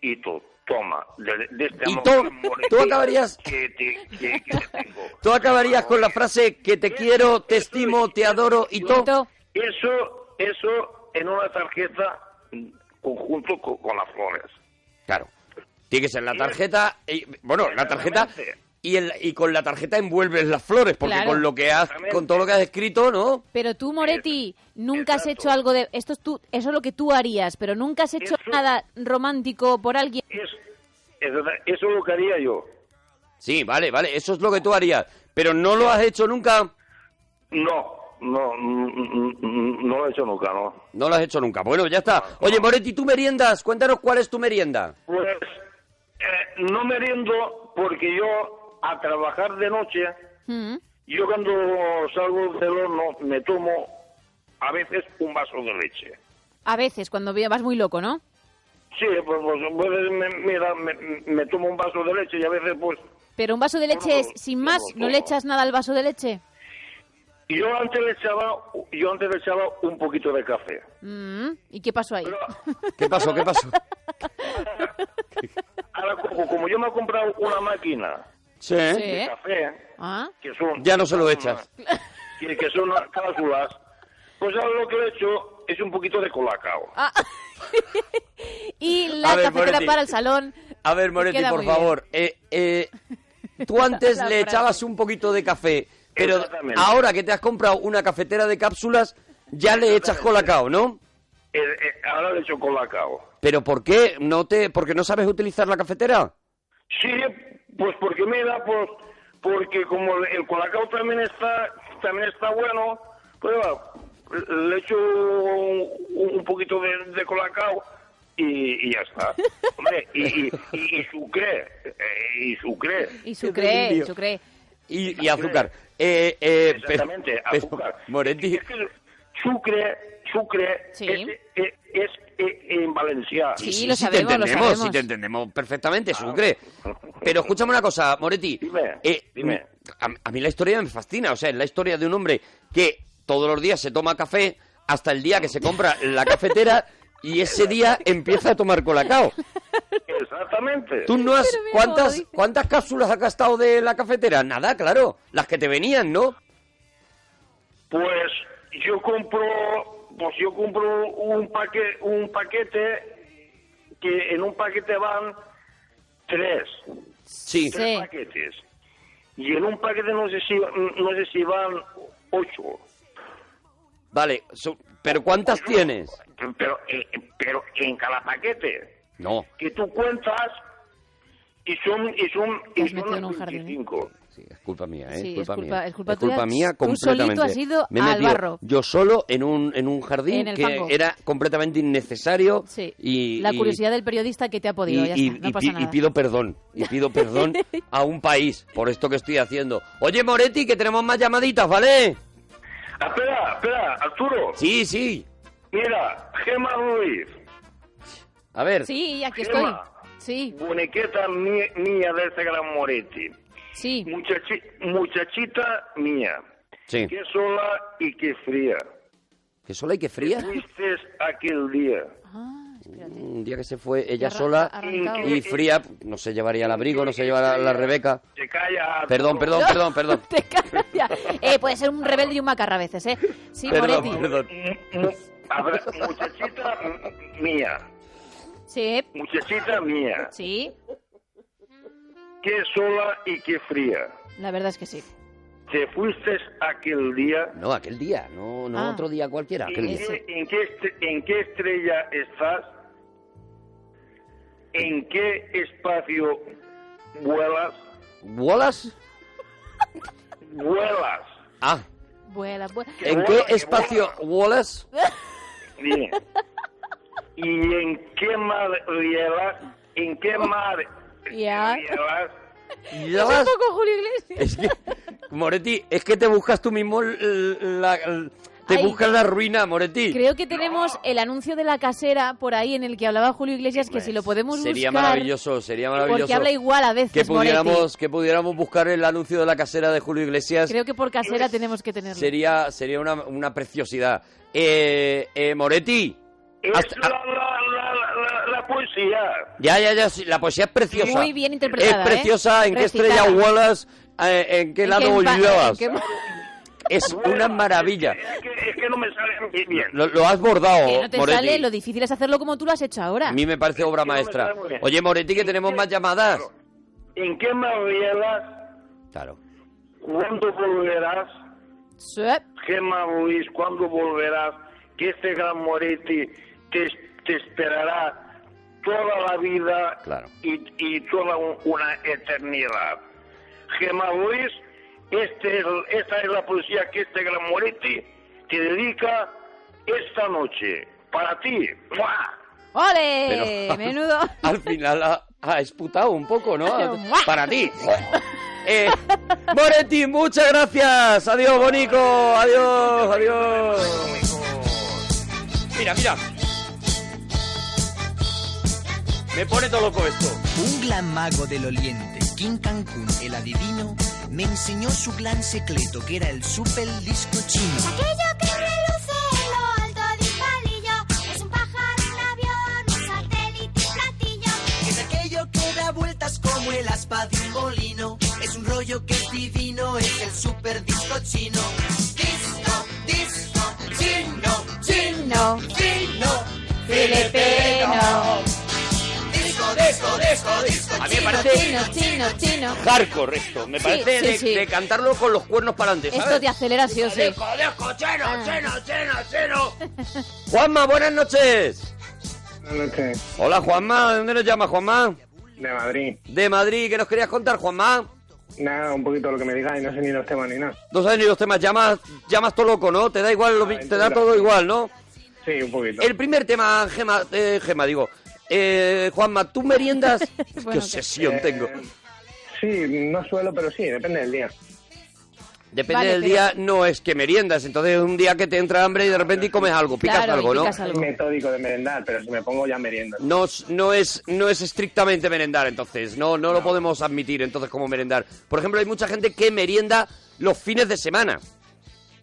Speaker 9: Y tú, toma, de, de este
Speaker 2: Y
Speaker 9: amor
Speaker 2: tú-
Speaker 9: tan bonito
Speaker 2: [laughs] tú acabarías-
Speaker 9: [laughs] Que te, que- que te tengo.
Speaker 2: Tú acabarías con la frase que te quiero, te estimo, te adoro y todo.
Speaker 1: Esto,
Speaker 9: Eso, eso en una tarjeta mm, conjunto con- con las flores.
Speaker 2: Claro. Tiene que ser la tarjeta. y- bueno, la tarjeta. Y, el- y con la tarjeta envuelves las flores, porque
Speaker 1: Claro.
Speaker 2: con lo que has, con todo lo que has escrito, ¿no?
Speaker 1: Pero tú, Moretti, nunca has
Speaker 9: exacto.
Speaker 1: hecho algo de... Esto es tú, eso es lo que tú harías, pero nunca has hecho
Speaker 9: Eso-
Speaker 1: nada romántico por alguien.
Speaker 9: es Eso, eso es lo que haría yo.
Speaker 2: Sí, vale, vale, eso es lo que tú harías. Pero no lo has hecho nunca.
Speaker 9: No, no, mm, mm, mm, no lo he hecho nunca, no.
Speaker 2: No lo has hecho nunca. Bueno, ya está. Oye, Moretti, ¿tú meriendas? Cuéntanos cuál es tu merienda.
Speaker 9: Pues eh, no me rindo porque yo a trabajar de noche,
Speaker 1: Mm,
Speaker 9: yo cuando salgo del horno me tomo a veces un vaso de leche.
Speaker 1: A veces, cuando vas muy loco, ¿no?
Speaker 9: Sí, pues, pues, pues, me, mira, me, me tomo un vaso de leche y a veces pues...
Speaker 1: Pero un vaso de leche es sin más, ¿no le echas nada al vaso de leche?
Speaker 9: Yo antes le echaba, yo antes le echaba un poquito de café.
Speaker 1: Mm, ¿Y qué pasó ahí?
Speaker 2: ¿Qué pasó? ¿Qué pasó?
Speaker 9: Ahora, como, como yo me he comprado una máquina
Speaker 2: Sí.
Speaker 9: de
Speaker 1: [laughs] Sí. ¿eh?
Speaker 9: café,
Speaker 1: Ah,
Speaker 9: que son...
Speaker 2: Ya no se lo echas.
Speaker 9: que, que son las cápsulas, pues ahora lo que he hecho es un poquito de colacao.
Speaker 1: ah.
Speaker 2: [laughs]
Speaker 1: y la
Speaker 2: A ver,
Speaker 1: cafetera
Speaker 2: Moretti.
Speaker 1: para el salón.
Speaker 2: A ver, Moretti,
Speaker 1: Queda
Speaker 2: por
Speaker 1: muy bien.
Speaker 2: favor. eh, eh, tú antes
Speaker 1: [laughs] La
Speaker 2: le
Speaker 1: frase.
Speaker 2: echabas un poquito de café, pero
Speaker 9: Exactamente.
Speaker 2: ahora que te has comprado una cafetera de cápsulas, ya le echas colacao, ¿no?
Speaker 9: Eh, eh, ahora le echo colacao.
Speaker 2: ¿Pero por qué? ¿No te, ¿Porque no sabes utilizar la cafetera?
Speaker 9: Sí, pues porque mira, pues porque como el- el colacao también está también está bueno, pues va, le echo un, un poquito de, de colacao y, y ya está. Hombre, y, y, y, y sucré, eh, y sucré.
Speaker 1: Y sucré, y
Speaker 2: Entendido.
Speaker 1: sucré.
Speaker 2: Y, y azúcar. Eh, eh, pero-
Speaker 9: Exactamente,
Speaker 2: pero,
Speaker 9: azúcar.
Speaker 2: Moretti,
Speaker 9: Es que Sucre, sucre
Speaker 1: Sí.
Speaker 9: es, es- es- es- en Valencia.
Speaker 1: Sí, lo
Speaker 2: sí
Speaker 1: sabemos,
Speaker 2: te
Speaker 1: lo
Speaker 2: entendemos,
Speaker 1: sabemos.
Speaker 2: sí te entendemos perfectamente, Sucre. Pero escúchame una cosa, Moretti. Eh,
Speaker 9: Dime, dime.
Speaker 2: A, a mí la historia me fascina, o sea, es la historia de un hombre que todos los días se toma café hasta el día que se compra la cafetera y ese día empieza a tomar colacao.
Speaker 9: Exactamente.
Speaker 2: ¿Tú no has
Speaker 1: Pero mira cómo lo
Speaker 2: cuántas
Speaker 1: dice.
Speaker 2: cuántas cápsulas has gastado de la cafetera? Nada, claro, las que te venían, ¿no?
Speaker 9: Pues yo compro, pues yo compro un paquete, un paquete que en un paquete van tres,
Speaker 2: Sí.
Speaker 9: tres
Speaker 1: Sí.
Speaker 9: paquetes. Y en un paquete no sé si no sé si van ocho.
Speaker 2: Vale, so- pero ¿cuántas tienes?
Speaker 9: Pero eh, pero en cada paquete
Speaker 2: No.
Speaker 9: que tú cuentas y son y son
Speaker 1: Te
Speaker 9: y
Speaker 1: has metido en un
Speaker 9: son
Speaker 1: jardín, ¿eh?
Speaker 9: 25.
Speaker 2: Sí, es culpa mía, ¿eh?
Speaker 1: Sí,
Speaker 2: culpa
Speaker 1: es culpa-
Speaker 2: mía.
Speaker 1: es culpa tuya.
Speaker 2: mía
Speaker 1: Tú solito
Speaker 2: completamente.
Speaker 1: has ido
Speaker 2: Me he
Speaker 1: al
Speaker 2: metido
Speaker 1: barro.
Speaker 2: Yo solo en un, en un jardín
Speaker 1: En el
Speaker 2: que
Speaker 1: fango.
Speaker 2: era completamente innecesario.
Speaker 1: Sí.
Speaker 2: Y,
Speaker 1: la
Speaker 2: y-
Speaker 1: curiosidad del periodista que te ha podido,
Speaker 2: y-
Speaker 1: ya
Speaker 2: y-
Speaker 1: está, no
Speaker 2: y
Speaker 1: pasa
Speaker 2: pi- y
Speaker 1: nada.
Speaker 2: pido perdón. Y
Speaker 1: [laughs]
Speaker 2: pido perdón a un país por esto que estoy haciendo. Oye, Moretti, que tenemos más llamaditas, ¿vale?
Speaker 9: Ah, Espera, espera, Arturo.
Speaker 2: Sí, sí.
Speaker 9: Mira, Gema Ruiz.
Speaker 2: A ver.
Speaker 1: Sí, aquí estoy.
Speaker 9: Gema.
Speaker 1: Sí,
Speaker 9: Boniqueta mía, mía de ese gran Moretti.
Speaker 1: sí.
Speaker 9: Muchachi- muchachita mía,
Speaker 2: Sí.
Speaker 9: qué sola y qué fría.
Speaker 2: Que sola y que fría.
Speaker 9: Fuiste aquel día.
Speaker 1: Ah, espérate.
Speaker 2: Un día que se fue ella
Speaker 1: Arran-
Speaker 2: sola
Speaker 1: arrancado.
Speaker 2: y fría, no se llevaría el abrigo, no se llevaría la, la Rebeca.
Speaker 9: Se calla. Arturo.
Speaker 2: Perdón, perdón, perdón, perdón.
Speaker 1: [laughs] Te calla. Eh, puede ser un rebelde y un macarra a veces, ¿eh? Sí,
Speaker 2: Perdón,
Speaker 1: Moretti.
Speaker 2: perdón.
Speaker 9: Mu- mu- a ver, Mm, muchachita m- mía,
Speaker 1: Sí,
Speaker 9: muchachita mía,
Speaker 1: sí.
Speaker 9: qué sola y qué fría.
Speaker 1: La verdad es que sí.
Speaker 9: Te fuiste aquel día.
Speaker 2: No, aquel día, no, no
Speaker 1: Ah.
Speaker 2: otro día cualquiera.
Speaker 9: ¿En
Speaker 2: aquel día.
Speaker 9: qué, en qué estre- en qué estrella estás? ¿En qué espacio vuelas?
Speaker 2: ¿Bolas?
Speaker 9: Vuelas.
Speaker 2: Ah,
Speaker 1: Vuela, vuela.
Speaker 2: ¿en qué
Speaker 9: bola, qué
Speaker 2: espacio bolas?
Speaker 9: Bien. ¿Y en qué mar rielas? ¿En qué mar
Speaker 1: Ya.
Speaker 9: rielas?
Speaker 2: [laughs]
Speaker 1: Es un
Speaker 2: ¿Yolas?
Speaker 1: poco Julio Iglesias.
Speaker 2: Es que, Moretti, es que te buscas tú mismo el- la... el- te
Speaker 1: Ay.
Speaker 2: buscas la ruina, Moretti.
Speaker 1: Creo que tenemos el anuncio de la casera por ahí en el que hablaba Julio Iglesias, que si lo podemos
Speaker 2: Pues, Sería
Speaker 1: buscar...
Speaker 2: maravilloso, sería maravilloso.
Speaker 1: Porque habla igual a veces,
Speaker 2: que pudiéramos,
Speaker 1: Moretti.
Speaker 2: que pudiéramos buscar el anuncio de la casera de Julio Iglesias.
Speaker 1: Creo que por casera tenemos que tenerlo.
Speaker 2: Sería, sería una, una preciosidad. Eh, eh, Moretti.
Speaker 9: Es
Speaker 2: hasta-
Speaker 9: la, la, la, la, la poesía.
Speaker 2: Ya, ya, ya, sí, la poesía es preciosa.
Speaker 1: Muy bien interpretada,
Speaker 2: Es preciosa,
Speaker 1: ¿eh?
Speaker 2: ¿en qué
Speaker 1: Recitada.
Speaker 2: estrella Wallace? eh, ¿En qué
Speaker 1: ¿En
Speaker 2: lado
Speaker 1: qué empa-
Speaker 2: llevas?
Speaker 1: en qué-
Speaker 2: Es una maravilla.
Speaker 9: Es que, es que no me sale bien.
Speaker 2: Lo, lo has bordado,
Speaker 1: Que no te
Speaker 2: Moretti.
Speaker 1: sale, lo difícil es hacerlo como tú lo has hecho ahora.
Speaker 2: A mí me parece obra
Speaker 9: no me
Speaker 2: maestra.
Speaker 9: sale muy bien.
Speaker 2: Oye, Moretti, que tenemos más llamadas.
Speaker 9: ¿En qué mar rielas?
Speaker 2: Claro.
Speaker 9: ¿Cuándo volverás?
Speaker 1: Sí.
Speaker 9: Gemma Ruiz, ¿cuándo volverás? Que este gran Moretti te, te esperará toda la vida
Speaker 2: Claro.
Speaker 9: y, y toda un- una eternidad. Gemma Ruiz, este es, esta es la poesía que este gran Moretti te dedica esta noche. Para ti. ¡Mua!
Speaker 1: ¡Ole!
Speaker 2: Pero- [laughs]
Speaker 1: Menudo.
Speaker 2: Al final ha, ha esputado un poco, ¿no?
Speaker 1: Pero,
Speaker 2: Ha- [laughs] Para ti. Eh, [laughs] Moretti, muchas gracias. Adiós, Bonico. Adiós, adiós. Mira, mira. Me pone todo loco esto.
Speaker 10: Un gran mago del Oriente, King Cancún, el adivino, me enseñó su gran secreto, que era el super disco chino.
Speaker 11: Aquello que reluce en lo alto de un palillo es un pájaro, un avión, un satélite, un platillo.
Speaker 10: Es aquello que da vueltas como el aspa de un molino. Es un rollo que es divino, es el super disco chino. Disco, disco, chino, chino, chino, filipino. Disco, disco, disco, disco
Speaker 2: A mí me
Speaker 10: chino,
Speaker 2: parece-
Speaker 10: chino, chino, chino.
Speaker 2: Hardcore esto. Me
Speaker 1: Sí,
Speaker 2: parece
Speaker 1: sí,
Speaker 2: de,
Speaker 1: sí.
Speaker 2: de cantarlo con los cuernos para adelante,
Speaker 1: Esto
Speaker 2: ¿sabes?
Speaker 1: te acelera sí o sí.
Speaker 2: Disco, chino, chino, chino, chino. Juanma, buenas noches. Hola, Juanma. ¿De dónde nos llama, Juanma?
Speaker 12: De Madrid.
Speaker 2: De Madrid. ¿Qué nos querías contar, Juanma?
Speaker 12: Nada, un poquito lo que me digáis, no sé ni los temas ni nada.
Speaker 2: No sabes ni los temas, llamas, llamas todo loco, ¿no? Te da igual, lo vi- te da
Speaker 12: Aventura.
Speaker 2: todo igual, ¿no?
Speaker 12: Sí, un poquito.
Speaker 2: El primer tema, Gema, eh, Gema, digo, eh, Juanma, ¿tú [laughs] meriendas? Qué obsesión
Speaker 12: Eh,
Speaker 2: tengo.
Speaker 12: Sí, no suelo, pero sí, depende del día.
Speaker 2: Depende
Speaker 12: vale,
Speaker 2: del
Speaker 12: pero-
Speaker 2: día, no es que meriendas, entonces es un día que te entra hambre y de repente comes algo, picas algo, ¿no?
Speaker 12: Soy metódico de merendar, pero si me pongo ya meriendo.
Speaker 2: No, es- no, es, no es estrictamente merendar, entonces, no, no lo podemos admitir entonces como merendar. Por ejemplo, hay mucha gente que merienda los fines de semana.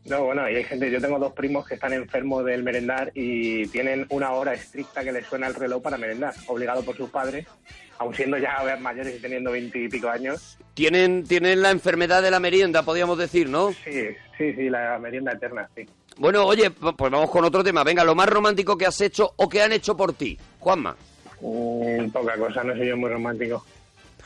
Speaker 12: No, bueno, y hay gente, yo tengo dos primos que están enfermos del merendar y tienen una hora estricta que les suena el reloj para merendar, obligado por sus padres, aun siendo ya mayores y teniendo veintipico años.
Speaker 2: Tienen, tienen la enfermedad de la merienda, podríamos decir, ¿no?
Speaker 12: Sí, sí, sí, la merienda eterna, sí.
Speaker 2: Bueno, oye, p- pues vamos con otro tema. Venga, lo más romántico que has hecho o que han hecho por ti. Juanma.
Speaker 12: Mm, poca cosa, no soy yo muy romántico.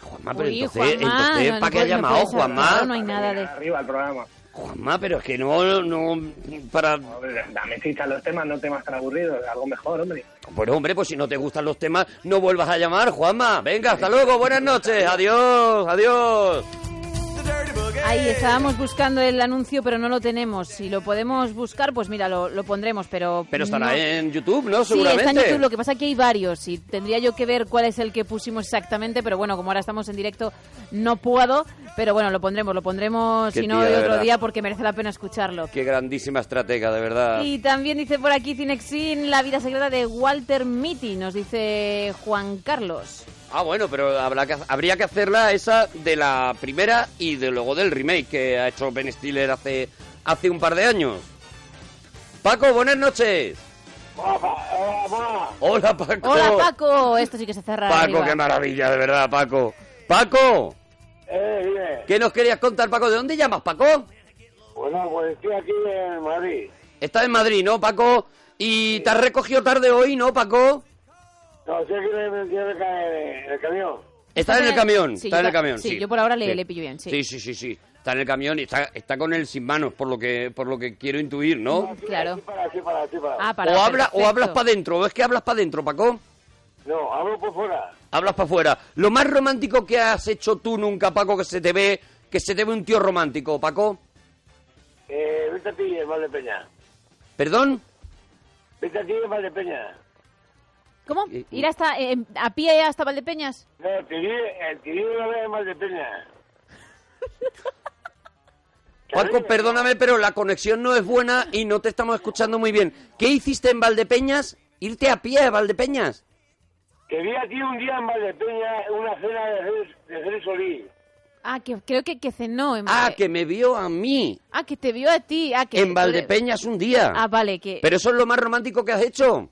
Speaker 2: Juanma, Ah, pero Uy, entonces- Juanma, entonces, no, ¿para no qué puede- has no llamado, puedes hablar, Juanma? no hay nada de-
Speaker 12: Arriba al programa.
Speaker 2: Juanma, pero es que no, no, para...
Speaker 12: Hombre, Dame chicha los temas, no temas tan aburridos, algo mejor, hombre.
Speaker 2: Bueno, hombre, pues si no te gustan los temas, no vuelvas a llamar, Juanma. Venga, hasta luego, buenas noches, adiós, adiós.
Speaker 1: Ahí estábamos buscando el anuncio, pero no lo tenemos. Si lo podemos buscar, pues mira, lo, lo pondremos, pero.
Speaker 2: Pero estará
Speaker 1: no-
Speaker 2: en YouTube, ¿no?
Speaker 1: Sí,
Speaker 2: Seguramente.
Speaker 1: está en YouTube. Lo que pasa es que hay varios y tendría yo que ver cuál es el que pusimos exactamente, pero bueno, como ahora estamos en directo, no puedo. Pero bueno, lo pondremos, lo pondremos,
Speaker 2: Qué
Speaker 1: si no,
Speaker 2: tía,
Speaker 1: el
Speaker 2: de
Speaker 1: otro
Speaker 2: verdad.
Speaker 1: día porque merece la pena escucharlo.
Speaker 2: Qué grandísima estratega, de verdad.
Speaker 1: Y también dice por aquí Cinexin, la vida secreta de Walter Mitty, nos dice Juan Carlos.
Speaker 2: Ah, bueno, pero habrá que, habría que hacerla esa de la primera y de luego del remake que ha hecho Ben Stiller hace, hace un par de años. Paco, buenas noches. Hola, Paco.
Speaker 1: Hola Paco, esto sí que se cerra.
Speaker 2: Paco,
Speaker 1: arriba.
Speaker 2: qué maravilla, de verdad, Paco. Paco,
Speaker 13: Eh, bien.
Speaker 2: ¿qué nos querías contar, Paco? ¿De dónde llamas, Paco?
Speaker 13: Bueno, pues estoy aquí en Madrid.
Speaker 2: Estás en Madrid, ¿no, Paco? Y te has recogido tarde hoy, ¿no, Paco?
Speaker 13: No, estoy aquí en el, en el ca- en el camión.
Speaker 2: Está en el camión,
Speaker 1: Sí,
Speaker 2: está en
Speaker 1: yo-
Speaker 2: el camión.
Speaker 1: sí, yo por ahora le-
Speaker 2: Sí.
Speaker 1: le pillo bien, sí.
Speaker 2: Sí, sí, sí, sí. Está en el camión y está, está con el sin manos, por lo que por lo que quiero intuir, ¿no?
Speaker 1: Claro. Ah, para,
Speaker 2: o, habla, o
Speaker 1: perfecto.
Speaker 2: hablas para adentro, o es que hablas para adentro, Paco.
Speaker 13: No, hablo por fuera.
Speaker 2: Hablas para afuera. Lo más romántico que has hecho tú nunca, Paco, que se te ve que se te ve un tío romántico, Paco.
Speaker 13: Eh, vete a ti en Valdepeña.
Speaker 2: ¿Perdón?
Speaker 13: Vete a ti en Valdepeña.
Speaker 1: ¿Cómo? ¿Ir hasta, eh, a pie hasta Valdepeñas?
Speaker 13: No, te di, eh, te di una vez en Valdepeña.
Speaker 2: Paco, perdóname, pero la conexión no es buena y no te estamos escuchando muy bien. ¿Qué hiciste en Valdepeñas? ¿Irte a pie a Valdepeñas?
Speaker 13: Te vi a ti un día en Valdepeña una cena de Jesús- de Jesús Solís.
Speaker 1: Ah, que creo que, que cenó. En,
Speaker 2: Ah, que me vio a mí
Speaker 1: ah, que te vio a ti. Ah, que
Speaker 2: en Valdepeñas un día.
Speaker 1: Ah, vale, que...
Speaker 2: Pero eso es lo más romántico que has hecho.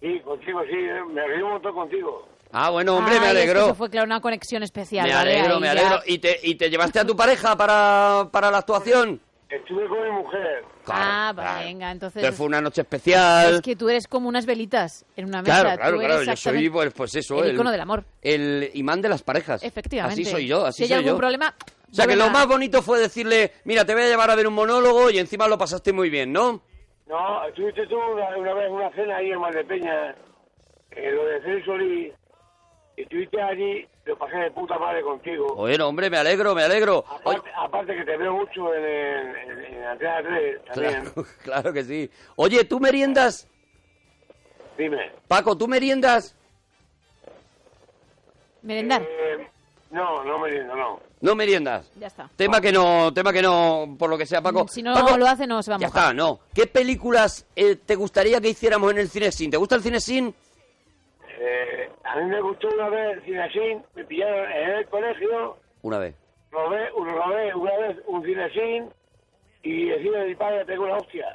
Speaker 13: Sí, contigo, sí, eh, me reí un montón contigo.
Speaker 2: Ah, bueno, hombre, me
Speaker 1: Ay, es que
Speaker 2: alegro.
Speaker 1: Eso fue, claro, una conexión especial.
Speaker 2: Me
Speaker 1: vale,
Speaker 2: alegro,
Speaker 1: ahí
Speaker 2: me
Speaker 1: ya.
Speaker 2: alegro. ¿Y te, ¿Y te llevaste a tu pareja para, para la actuación?
Speaker 13: Estuve con mi mujer.
Speaker 1: ah, vale, venga, entonces...
Speaker 2: Entonces fue una noche especial.
Speaker 1: Es que tú eres como unas velitas en una mesa.
Speaker 2: Claro, claro,
Speaker 1: tú eres
Speaker 2: claro. Yo
Speaker 1: exactamente
Speaker 2: soy, pues, pues eso.
Speaker 1: el icono del amor.
Speaker 2: El imán de las parejas.
Speaker 1: Efectivamente.
Speaker 2: pues, Así soy yo, así
Speaker 1: Si hay
Speaker 2: soy
Speaker 1: algún
Speaker 2: yo.
Speaker 1: problema...
Speaker 2: O sea, que
Speaker 1: vuelven
Speaker 2: lo
Speaker 1: a-
Speaker 2: más bonito fue decirle, mira, te voy a llevar a ver un monólogo y encima lo pasaste muy bien, ¿no?
Speaker 13: No, estuviste tú una, una vez en una cena ahí en Valdepeña. eh, lo de Celso y, y estuviste allí, lo pasé de puta madre contigo.
Speaker 2: Bueno, hombre, me alegro, me alegro.
Speaker 13: Aparte, aparte que te veo mucho en, el- en, en Antena 3 también.
Speaker 2: Claro, [laughs] claro que sí. Oye, ¿tú meriendas?
Speaker 13: Dime.
Speaker 2: Paco, ¿tú meriendas?
Speaker 1: Merendar.
Speaker 13: Eh, no, no meriendo, no.
Speaker 2: No meriendas.
Speaker 1: Ya está.
Speaker 2: Tema que no, tema que no, por lo que sea, Paco.
Speaker 1: Si no
Speaker 2: Paco,
Speaker 1: lo hace, no se va a
Speaker 2: ya
Speaker 1: mojar.
Speaker 2: está, no. ¿Qué películas eh, te gustaría que hiciéramos en el cine sin? ¿Te gusta el cine sin?
Speaker 13: Eh, a mí me gustó una vez, sin así, me pillaron en el colegio,
Speaker 2: Una vez.
Speaker 13: robé, un- robé una vez un cinesín y encima de mi padre pegó una hostia.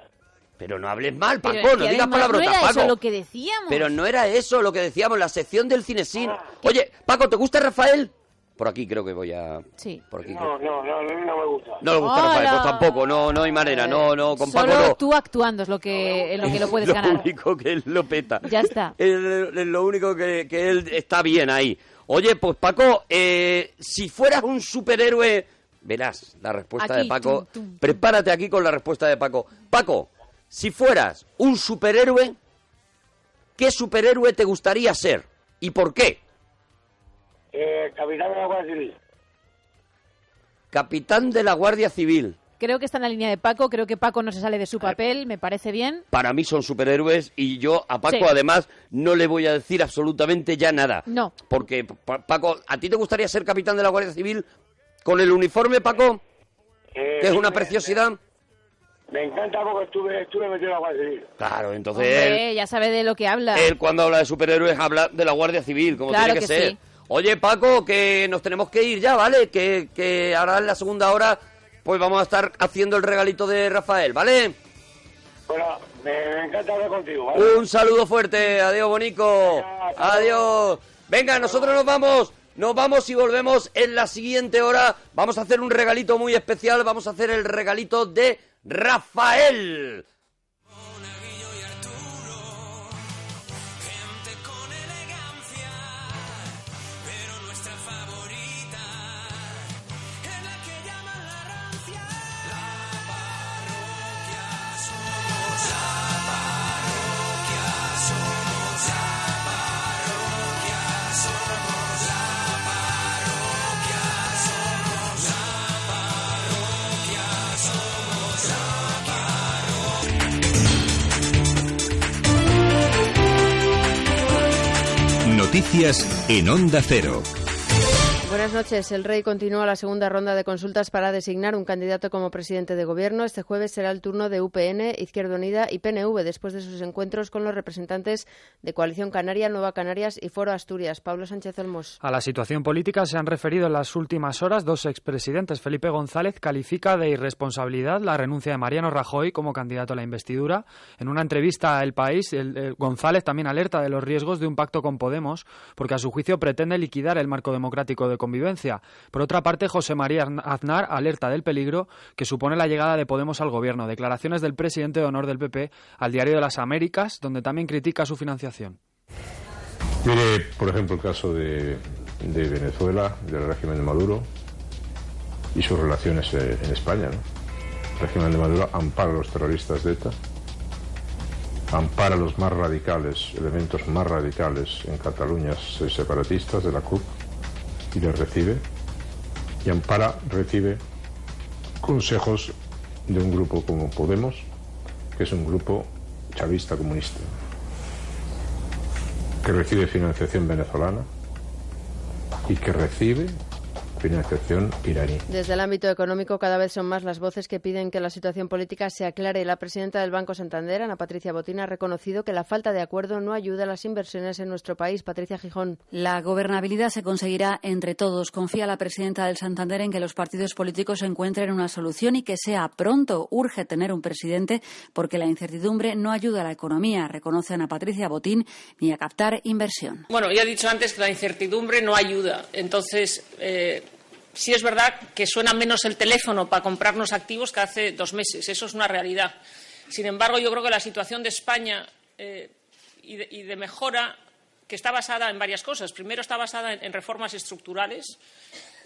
Speaker 2: Pero no hables mal, Paco,
Speaker 1: Pero es que
Speaker 2: no digas
Speaker 1: además
Speaker 2: palabrotas,
Speaker 1: No era
Speaker 2: Paco.
Speaker 1: eso lo que decíamos.
Speaker 2: Pero no era eso lo que decíamos, la sección del cine sin.
Speaker 13: Ah.
Speaker 2: Oye, Paco, ¿te gusta Rafael? Por aquí creo que voy a...
Speaker 1: Sí.
Speaker 2: Por aquí
Speaker 13: No,
Speaker 2: creo-
Speaker 13: no, no, no, no me gusta.
Speaker 2: No le gusta Rafael,
Speaker 1: Hola.
Speaker 2: pues tampoco, no, no hay manera, no, no, con Paco
Speaker 1: Solo
Speaker 2: no.
Speaker 1: tú actuando es lo que, en lo que lo
Speaker 2: [laughs]
Speaker 1: puedes
Speaker 2: lo
Speaker 1: ganar.
Speaker 2: único que él lo peta.
Speaker 1: Ya está.
Speaker 2: Es, es lo único que, que él está bien ahí. Oye, pues Paco, eh, si fueras un superhéroe, verás la respuesta
Speaker 14: Aquí,
Speaker 2: de Paco.
Speaker 14: tum, tum.
Speaker 2: Prepárate aquí con la respuesta de Paco. Paco, si fueras un superhéroe, ¿qué superhéroe te gustaría ser? ¿Y por qué?
Speaker 13: Eh, capitán de la Guardia Civil.
Speaker 2: Capitán de la Guardia Civil.
Speaker 1: Creo que está en la línea de Paco. Creo que Paco no se sale de su papel. Me parece bien.
Speaker 2: Para mí son superhéroes y yo a Paco
Speaker 1: Sí.
Speaker 2: además no le voy a decir absolutamente ya nada.
Speaker 1: No.
Speaker 2: Porque, Pa- Paco, ¿a ti te gustaría ser capitán de la Guardia Civil con el uniforme, Paco?
Speaker 13: Eh,
Speaker 2: Que es una
Speaker 13: me-
Speaker 2: preciosidad.
Speaker 13: Me encanta porque estuve, estuve metido en la Guardia Civil.
Speaker 2: Claro, entonces él,
Speaker 1: Hombre, eh, ya sabe de lo que habla.
Speaker 2: él cuando habla de superhéroes habla de la Guardia Civil, como
Speaker 1: Claro
Speaker 2: tiene que,
Speaker 1: que
Speaker 2: ser.
Speaker 1: sí.
Speaker 2: Oye, Paco, que nos tenemos que ir ya, ¿vale? Que, que ahora en la segunda hora pues vamos a estar haciendo el regalito de Rafael, ¿vale?
Speaker 13: Bueno, me, me encanta hablar contigo, ¿vale?
Speaker 2: Un saludo fuerte, adiós Bonico, adiós. Venga, nosotros nos vamos, nos vamos y volvemos en la siguiente hora. Vamos a hacer un regalito muy especial, vamos a hacer el regalito de Rafael.
Speaker 5: Gente con elegancia, pero nuestra favorita es la que llaman la rancia. La parroquia somos, la parroquia somos, la parroquia somos, la parroquia somos, la parroquia somos, la parroquia.
Speaker 15: Noticias en Onda Cero.
Speaker 16: Buenas noches. El rey continúa la segunda ronda de consultas para designar un candidato como presidente de gobierno. Este jueves será el turno de UPN, Izquierda Unida y PNV después de sus encuentros con los representantes de Coalición Canaria, Nueva Canarias y Foro Asturias. Pablo Sánchez Olmos.
Speaker 17: A la situación política se han referido en las últimas horas dos expresidentes. Felipe González califica de irresponsabilidad la renuncia de Mariano Rajoy como candidato a la investidura. En una entrevista a El País, el- el González también alerta de los riesgos de un pacto con Podemos, porque a su juicio pretende liquidar el marco democrático de convivencia. Por otra parte, José María Azn- Aznar alerta del peligro que supone la llegada de Podemos al gobierno. Declaraciones del presidente de honor del PP al Diario de las Américas, donde también critica su financiación.
Speaker 18: Mire, por ejemplo, el caso de, de Venezuela, del régimen de Maduro y sus relaciones eh, en España. ¿no? El régimen de Maduro ampara a los terroristas de ETA, ampara a los más radicales, elementos más radicales en Cataluña, eh, separatistas de la CUP, y les recibe, y ampara, recibe consejos de un grupo como Podemos, que es un grupo chavista comunista que recibe financiación venezolana y que recibe financiación iraní.
Speaker 16: Desde el ámbito económico, cada vez son más las voces que piden que la situación política se aclare. La presidenta del Banco Santander, Ana Patricia Botín, ha reconocido que la falta de acuerdo no ayuda a las inversiones en nuestro país. Patricia Gijón.
Speaker 19: La gobernabilidad se conseguirá entre todos. Confía la presidenta del Santander en que los partidos políticos encuentren una solución y que sea pronto. Urge tener un presidente porque la incertidumbre no ayuda a la economía, reconocen a Patricia Botín, ni a captar inversión.
Speaker 20: Bueno, ya he dicho antes que la incertidumbre no ayuda. Entonces, eh, sí es verdad que suena menos el teléfono para comprarnos activos que hace dos meses. Eso es una realidad. Sin embargo, yo creo que la situación de España eh, y, de, y de mejora, que está basada en varias cosas. Primero, está basada en, en reformas estructurales.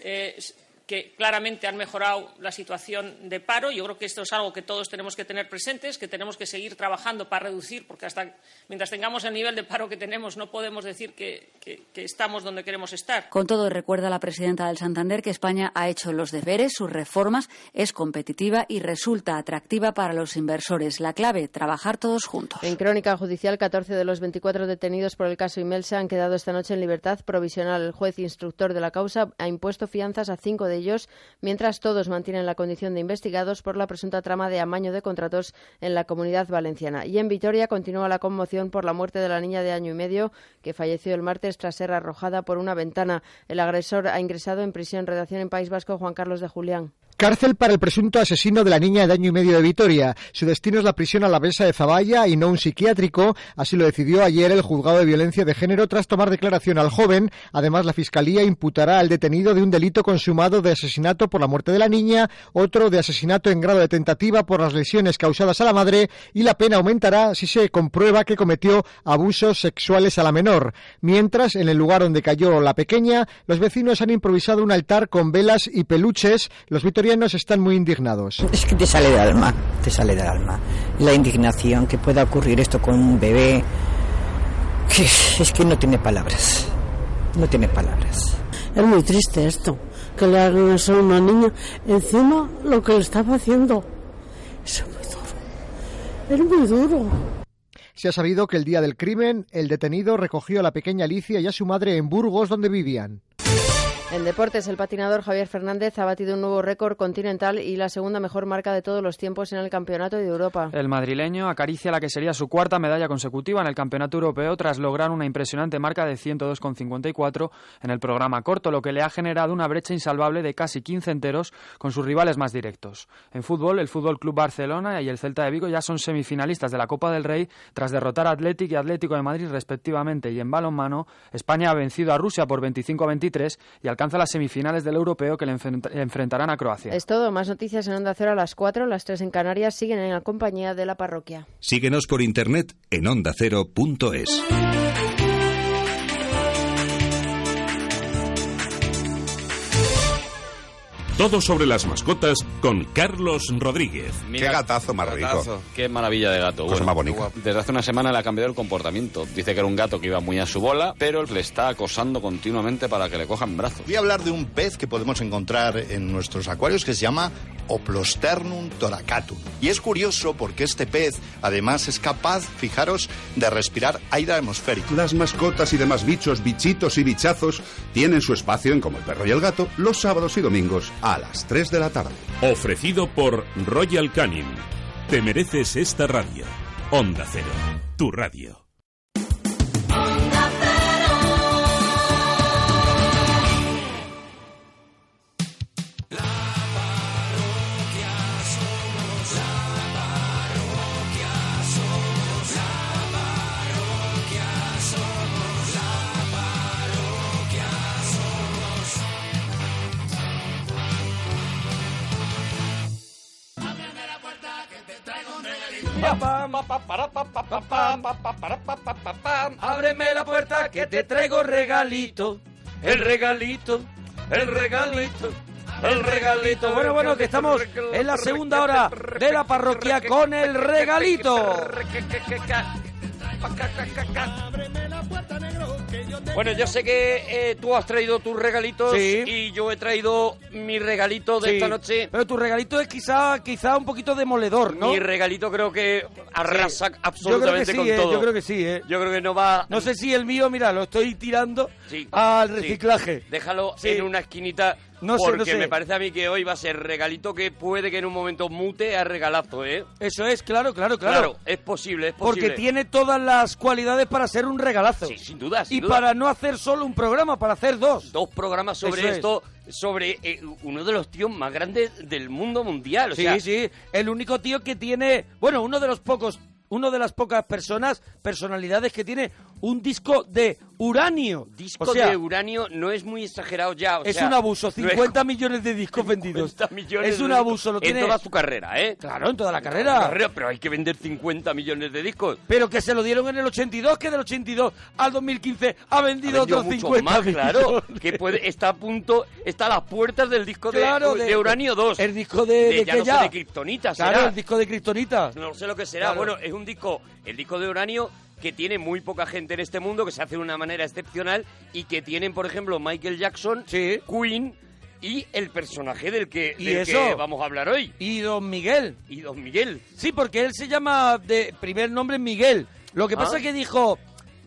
Speaker 20: eh, s- que claramente han mejorado la situación de paro. Yo creo que esto es algo que todos tenemos que tener presentes, que tenemos que seguir trabajando para reducir, porque hasta mientras tengamos el nivel de paro que tenemos no podemos decir que, que- que estamos donde queremos estar.
Speaker 19: Con todo, recuerda la presidenta del Santander que España ha hecho los deberes, sus reformas, es competitiva y resulta atractiva para los inversores. La clave, trabajar todos juntos.
Speaker 16: En crónica judicial, 14 de los 24 detenidos por el caso Imelsa han quedado esta noche en libertad provisional. El juez instructor de la causa ha impuesto fianzas a cinco de ellos, mientras todos mantienen la condición de investigados por la presunta trama de amaño de contratos en la comunidad valenciana. Y en Vitoria continúa la conmoción por la muerte de la niña de año y medio que falleció el martes tras ser arrojada por una ventana. El agresor ha ingresado en prisión. Redacción en País Vasco, Juan Carlos de Julián.
Speaker 14: Cárcel para el presunto asesino de la niña de año y medio de Vitoria. Su destino es la prisión a la besa de Zaballa y no un psiquiátrico. Así lo decidió ayer el juzgado de violencia de género tras tomar declaración al joven. Además, la fiscalía imputará al detenido de un delito consumado de asesinato por la muerte de la niña, otro de asesinato en grado de tentativa por las lesiones causadas a la madre y la pena aumentará si se comprueba que cometió abusos sexuales a la menor. Mientras, en el lugar donde cayó la pequeña, los vecinos han improvisado un altar con velas y peluches. Los vitorianos están muy indignados.
Speaker 8: Es que te sale del alma, te sale del alma. La indignación que pueda ocurrir esto con un bebé, que es que no tiene palabras, no tiene palabras.
Speaker 10: Es muy triste esto, que le hagan eso a una niña. Encima, lo que le estaba haciendo. Eso es muy duro. Es muy duro.
Speaker 14: Se ha sabido que el día del crimen, el detenido recogió a la pequeña Alicia y a su madre en Burgos, donde vivían.
Speaker 16: En deportes, el patinador Javier Fernández ha batido un nuevo récord continental y la segunda mejor marca de todos los tiempos en el Campeonato de Europa.
Speaker 17: El madrileño acaricia la que sería su cuarta medalla consecutiva en el Campeonato Europeo tras lograr una impresionante marca de 102,54 en el programa corto, lo que le ha generado una brecha insalvable de casi 15 enteros con sus rivales más directos. En fútbol, el Fútbol Club Barcelona y el Celta de Vigo ya son semifinalistas de la Copa del Rey tras derrotar a Athletic y Atlético de Madrid respectivamente y en balonmano, España ha vencido a Rusia por 25 a 23 y alcanza las semifinales del Europeo que le enfrenta- enfrentarán a Croacia.
Speaker 16: Es todo, más noticias en Onda Cero a las 4, las 3 en Canarias, siguen en la compañía de la parroquia.
Speaker 9: Síguenos por internet en ondacero.es.
Speaker 18: Todo sobre las mascotas con Carlos Rodríguez.
Speaker 2: Qué gatazo más rico. Qué maravilla de gato.
Speaker 18: Cosa más bonita.
Speaker 2: Desde hace una semana le ha cambiado el comportamiento. Dice que era un gato que iba muy a su bola, pero le está acosando continuamente para que le cojan brazos.
Speaker 7: Voy a hablar de un pez que podemos encontrar en nuestros acuarios que se llama Oplosternum toracatum. Y es curioso porque este pez además es capaz, fijaros, de respirar aire atmosférico.
Speaker 2: Las mascotas y demás bichos, bichitos y bichazos tienen su espacio en Como el Perro y el Gato los sábados y domingos a las 3 de la tarde.
Speaker 18: Ofrecido por Royal Canin. Te mereces esta radio. Onda Cero, tu radio.
Speaker 5: somos la parroquia, somos la parroquia, somos la parroquia, somos. Ábreme la puerta que te traigo un regalito.
Speaker 21: Ábreme la puerta que te traigo regalito. El regalito, el regalito, el regalito. Bueno, bueno, que estamos en la segunda hora de la parroquia con el regalito.
Speaker 5: Ábreme la puerta, negro, que yo te
Speaker 21: Bueno, yo sé que eh, tú has traído tus regalitos
Speaker 2: Sí.
Speaker 21: y yo he traído mi regalito de
Speaker 2: Sí.
Speaker 21: esta noche. Pero tu regalito es quizá, quizá un poquito demoledor,
Speaker 2: ¿no?
Speaker 21: Mi regalito creo que arrasa
Speaker 2: Sí.
Speaker 21: absolutamente
Speaker 2: Yo creo que sí,
Speaker 21: con
Speaker 2: eh,
Speaker 21: todo.
Speaker 2: yo creo
Speaker 21: que sí, Yo creo que no va...
Speaker 2: No sé si el mío, mira, lo estoy tirando
Speaker 21: Sí.
Speaker 2: al
Speaker 21: Sí.
Speaker 2: reciclaje.
Speaker 21: Déjalo
Speaker 2: Sí.
Speaker 21: en una esquinita
Speaker 2: No sé, no
Speaker 21: porque
Speaker 2: sé.
Speaker 21: me parece a mí que hoy va a ser regalito que puede que en un momento mute a regalazo, ¿eh?
Speaker 2: Eso es, claro, claro,
Speaker 21: Claro, es posible, es posible.
Speaker 2: Porque tiene todas las cualidades para ser un regalazo. Sí,
Speaker 21: sin duda. sin
Speaker 14: Y
Speaker 21: duda.
Speaker 14: para no hacer solo un programa, para hacer dos.
Speaker 21: Dos programas sobre
Speaker 14: Eso es.
Speaker 21: esto, sobre eh, uno de los tíos más grandes del mundo mundial. O
Speaker 14: Sí,
Speaker 21: sea,
Speaker 14: sí, el único tío que tiene, bueno, uno de los pocos, uno de las pocas personas, personalidades que tiene
Speaker 21: un disco de uranio.
Speaker 2: Disco
Speaker 21: O sea,
Speaker 2: de uranio no es muy exagerado ya. o
Speaker 21: es
Speaker 2: sea,
Speaker 21: un abuso,
Speaker 2: no es
Speaker 21: [laughs] 50 millones de discos vendidos.
Speaker 2: 50 millones
Speaker 21: es un
Speaker 2: de discos
Speaker 21: abuso, lo
Speaker 2: En
Speaker 21: tiene
Speaker 2: toda su carrera, ¿eh?
Speaker 21: Claro, en toda la
Speaker 2: toda su
Speaker 21: carrera.
Speaker 2: Pero hay que vender 50 millones de discos.
Speaker 21: Pero que se lo dieron en el 82, que del 82 al 2015 ha vendido
Speaker 2: vendido
Speaker 21: otros
Speaker 2: mucho
Speaker 21: 50
Speaker 2: más, claro.
Speaker 21: millones.
Speaker 2: Que puede, está a punto, está a las puertas del disco de-
Speaker 21: Claro,
Speaker 2: de,
Speaker 21: de-
Speaker 2: Uranio 2.
Speaker 21: El disco de, de
Speaker 2: ya
Speaker 21: que
Speaker 2: no
Speaker 21: ya.
Speaker 2: sé de Kryptonita,
Speaker 21: Claro,
Speaker 2: será.
Speaker 21: el disco de Kryptonita.
Speaker 2: No sé lo que será.
Speaker 21: Claro.
Speaker 2: Bueno, es un disco, el disco de Uranio que tiene muy poca gente en este mundo, que se hace de una manera excepcional y que tienen, por ejemplo, Michael Jackson, Queen y el personaje del que,
Speaker 21: Y
Speaker 2: del
Speaker 21: eso.
Speaker 2: que vamos a hablar hoy.
Speaker 21: Y Don Miguel.
Speaker 2: Y Don Miguel.
Speaker 21: Sí, porque él se llama de primer nombre Miguel. Lo que
Speaker 2: Ah.
Speaker 21: pasa es que dijo,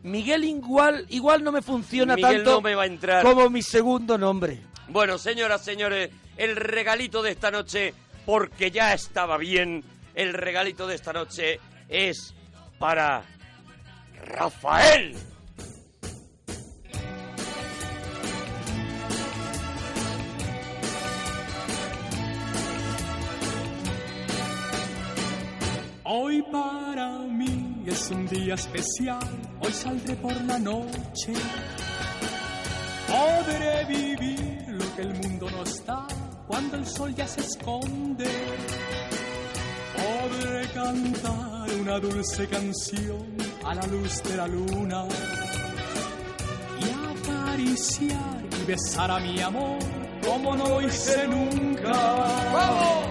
Speaker 21: Miguel igual, igual no me funciona
Speaker 2: Miguel
Speaker 21: tanto
Speaker 2: no me va a entrar.
Speaker 21: como mi segundo nombre.
Speaker 2: Bueno, señoras, señores, el regalito de esta noche, porque ya estaba bien, el regalito de esta noche es para Rafael.
Speaker 3: Hoy para mí es un día especial, hoy saldré por la noche. Podré vivir lo que el mundo no está cuando el sol ya se esconde. Podré cantar una dulce canción a la luz de la luna y acariciar y besar a mi amor como no lo hice nunca. ¡Vamos!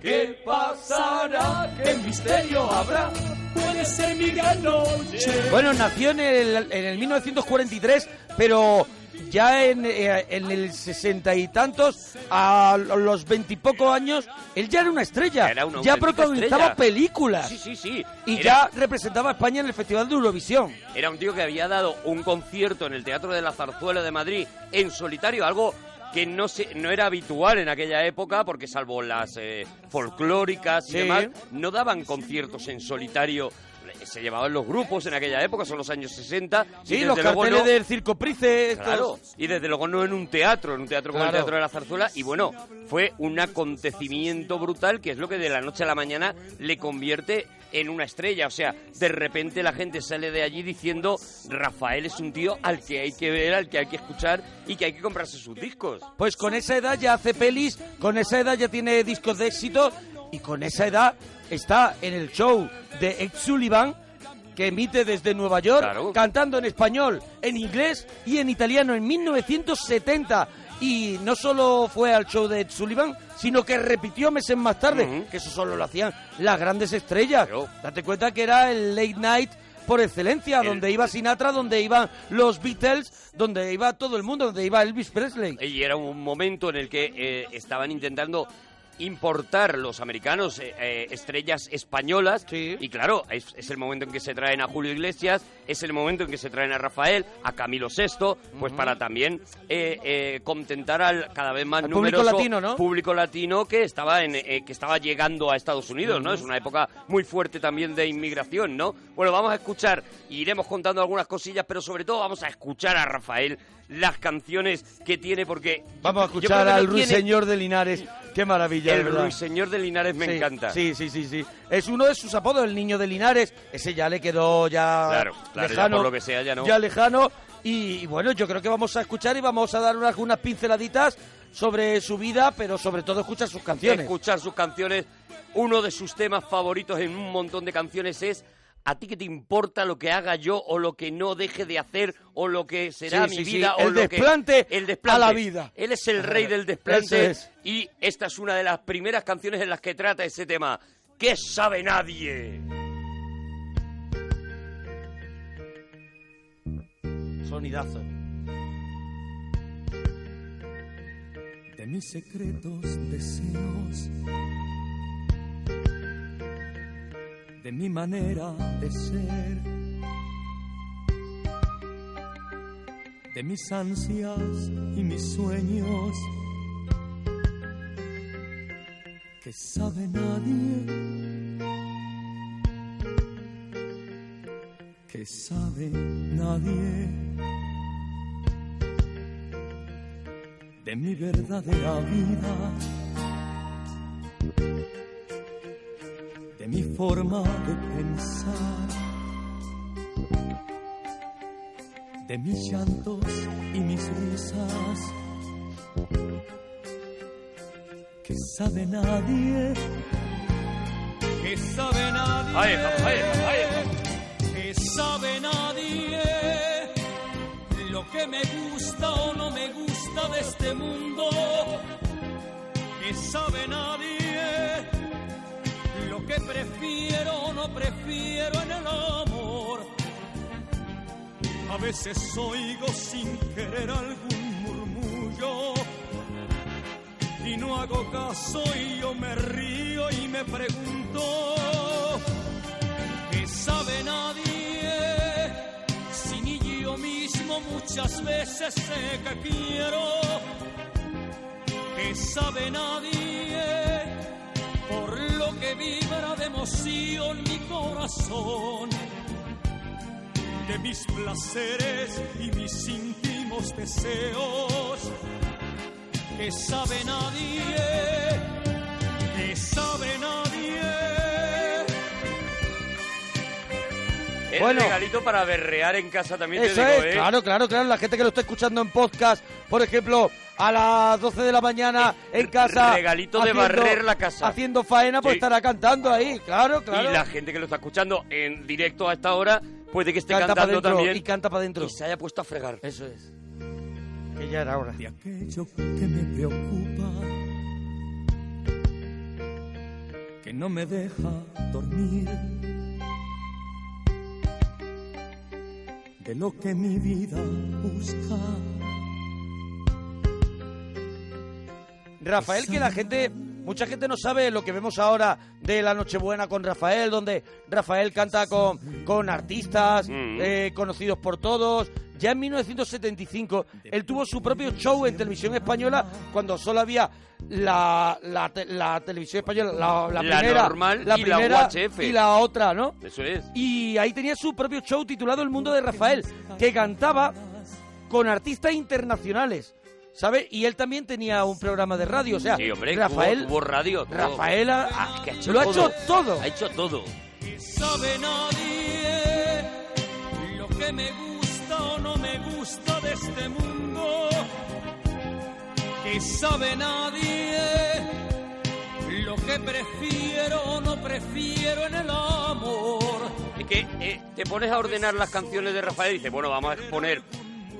Speaker 3: ¿Qué pasará? ¿Qué misterio habrá? Puede ser mi gran noche.
Speaker 21: Bueno, nació en el, en el 1943, pero ya en, eh, en el sesenta y tantos, a los veintipocos años, él ya era una estrella.
Speaker 2: una
Speaker 21: ya
Speaker 2: auténtica
Speaker 21: protagonizaba
Speaker 2: estrella.
Speaker 21: películas.
Speaker 2: Sí, sí, sí.
Speaker 21: Y
Speaker 2: Era-
Speaker 21: ya representaba a España en el Festival de Eurovisión.
Speaker 2: Era un tío que había dado un concierto en el Teatro de la Zarzuela de Madrid en solitario, algo que no se, no era habitual en aquella época, porque salvo las eh, folclóricas y
Speaker 21: Sí.
Speaker 2: demás, no daban conciertos en solitario. Se llevaban los grupos en aquella época, son los años 60. y
Speaker 21: Sí,
Speaker 2: desde
Speaker 21: los
Speaker 2: luego
Speaker 21: carteles
Speaker 2: no-
Speaker 21: del Circo Price. estos.
Speaker 2: Claro, y desde luego no en un teatro, en un teatro como el
Speaker 21: Claro.
Speaker 2: Teatro de la Zarzuela. Y bueno, fue un acontecimiento brutal que es lo que de la noche a la mañana le convierte en una estrella. O sea, de repente la gente sale de allí diciendo, Rafael es un tío al que hay que ver, al que hay que escuchar y que hay que comprarse sus discos.
Speaker 21: Pues con esa edad ya hace pelis, con esa edad ya tiene discos de éxito y con esa edad está en el show de Ed Sullivan que emite desde Nueva York cantando en español, en inglés y en italiano en 1970. Y no solo fue al show de Ed Sullivan, sino que repitió meses más tarde, que eso solo lo hacían las grandes estrellas. Date cuenta que era el late night por excelencia, donde iba Sinatra, donde iban los Beatles, donde iba todo el mundo, donde iba Elvis Presley.
Speaker 2: Y era un momento en el que eh, estaban intentando importar los americanos eh, eh, estrellas españolas y claro, es, es el momento en que se traen a Julio Iglesias, es el momento en que se traen a Rafael, a Camilo VI, pues para también eh, eh, contentar al cada vez más
Speaker 21: Al público
Speaker 2: numeroso
Speaker 21: latino, ¿no?
Speaker 2: público latino que estaba en, eh, que estaba llegando a Estados Unidos, ¿no?
Speaker 21: Ujú.
Speaker 2: Es una época muy fuerte también de inmigración, ¿no? Bueno, vamos a escuchar, iremos contando algunas cosillas, pero sobre todo vamos a escuchar a Rafael las canciones que tiene porque
Speaker 21: Vamos a
Speaker 2: yo
Speaker 21: escuchar
Speaker 2: creo que
Speaker 21: al
Speaker 2: no tiene-
Speaker 21: Ruiseñor de Linares. Qué maravilla, de
Speaker 2: El
Speaker 21: verdad.
Speaker 2: Ruiseñor de Linares me
Speaker 21: Sí,
Speaker 2: encanta.
Speaker 21: Sí, sí, sí, sí. Es uno de sus apodos, el niño de Linares. Ese ya le quedó ya
Speaker 2: Claro, claro, ya
Speaker 21: lejano.
Speaker 2: por lo que sea, ya no.
Speaker 21: lejano. Y, y bueno, yo creo que vamos a escuchar y vamos a dar unas, unas pinceladitas sobre su vida, pero sobre todo escuchar sus canciones.
Speaker 2: Escuchar sus canciones. Uno de sus temas favoritos en un montón de canciones es ¿A ti que te importa lo que haga yo o lo que no deje de hacer o lo que será
Speaker 21: Sí,
Speaker 2: mi
Speaker 21: sí, sí.
Speaker 2: vida? O
Speaker 21: El
Speaker 2: lo que-
Speaker 21: desplante
Speaker 2: el desplante.
Speaker 21: a la vida. Ah,
Speaker 2: Él es el rey del desplante
Speaker 21: Eso es.
Speaker 2: y esta es una de las primeras canciones en las que trata ese tema. ¿Qué sabe nadie?
Speaker 21: Sonidazo.
Speaker 3: de mis secretos deseos, de mi manera de ser, de mis ansias y mis sueños, que sabe nadie, que sabe nadie. de mi verdadera vida, de mi forma de pensar, de mis llantos y mis risas. Que sabe nadie, que sabe nadie,
Speaker 21: Ahí estamos, ahí estamos, ahí
Speaker 3: que sabe nadie lo que me gusta o no me gusta de este mundo. Que sabe nadie lo que prefiero o no prefiero en el amor. A veces oigo sin querer algún murmullo y no hago caso y yo me río y me pregunto que sabe nadie si ni yo mismo muchas veces sé que quiero que sabe nadie por lo que vibra de emoción mi corazón, de mis placeres y mis íntimos deseos, que sabe nadie, que sabe nadie.
Speaker 21: El Bueno. regalito para berrear en casa también Eso te digo, es, ¿eh? claro, claro, claro. La gente que lo está escuchando en podcast, por ejemplo, a las 12 de la mañana en casa.
Speaker 2: Eh, regalito de
Speaker 21: haciendo-
Speaker 2: barrer la casa.
Speaker 21: Haciendo faena, pues
Speaker 2: Sí.
Speaker 21: estará cantando ahí, claro, claro.
Speaker 2: Y la gente que lo está escuchando en directo a esta hora puede que esté
Speaker 21: Canta pa'
Speaker 2: cantando
Speaker 21: dentro,
Speaker 2: también.
Speaker 21: y canta para dentro.
Speaker 2: Y se haya puesto a fregar.
Speaker 21: Eso es. Que ya era hora.
Speaker 3: De aquello que me preocupa, que no me deja dormir, de lo que mi vida busca.
Speaker 21: Rafael, que la gente, mucha gente no sabe lo que vemos ahora de la Nochebuena con Rafael, donde Rafael canta con, con artistas
Speaker 2: Mm.
Speaker 21: eh, conocidos por todos. Ya en 1975, él tuvo su propio show en televisión española cuando solo había la, la, te- la televisión española, la, la
Speaker 2: La
Speaker 21: primera,
Speaker 2: normal y la
Speaker 21: primera
Speaker 2: UHF.
Speaker 21: y la otra, ¿no?
Speaker 2: Eso es.
Speaker 21: Y ahí tenía su propio show titulado El Mundo de Rafael, que cantaba con artistas internacionales, ¿sabes? Y él también tenía un programa de radio, o sea,
Speaker 2: Sí, hombre,
Speaker 21: Rafael,
Speaker 2: tuvo- tuvo radio, tuvo-
Speaker 21: Rafael ha- ha- lo ha hecho todo.
Speaker 2: Ha hecho todo.
Speaker 3: que sabe nadie lo que me gusta o no me gusta de este mundo. Que sabe nadie lo que prefiero o no prefiero en el amor.
Speaker 2: Es que eh, te pones a ordenar las canciones de Rafael y dices, bueno, vamos a poner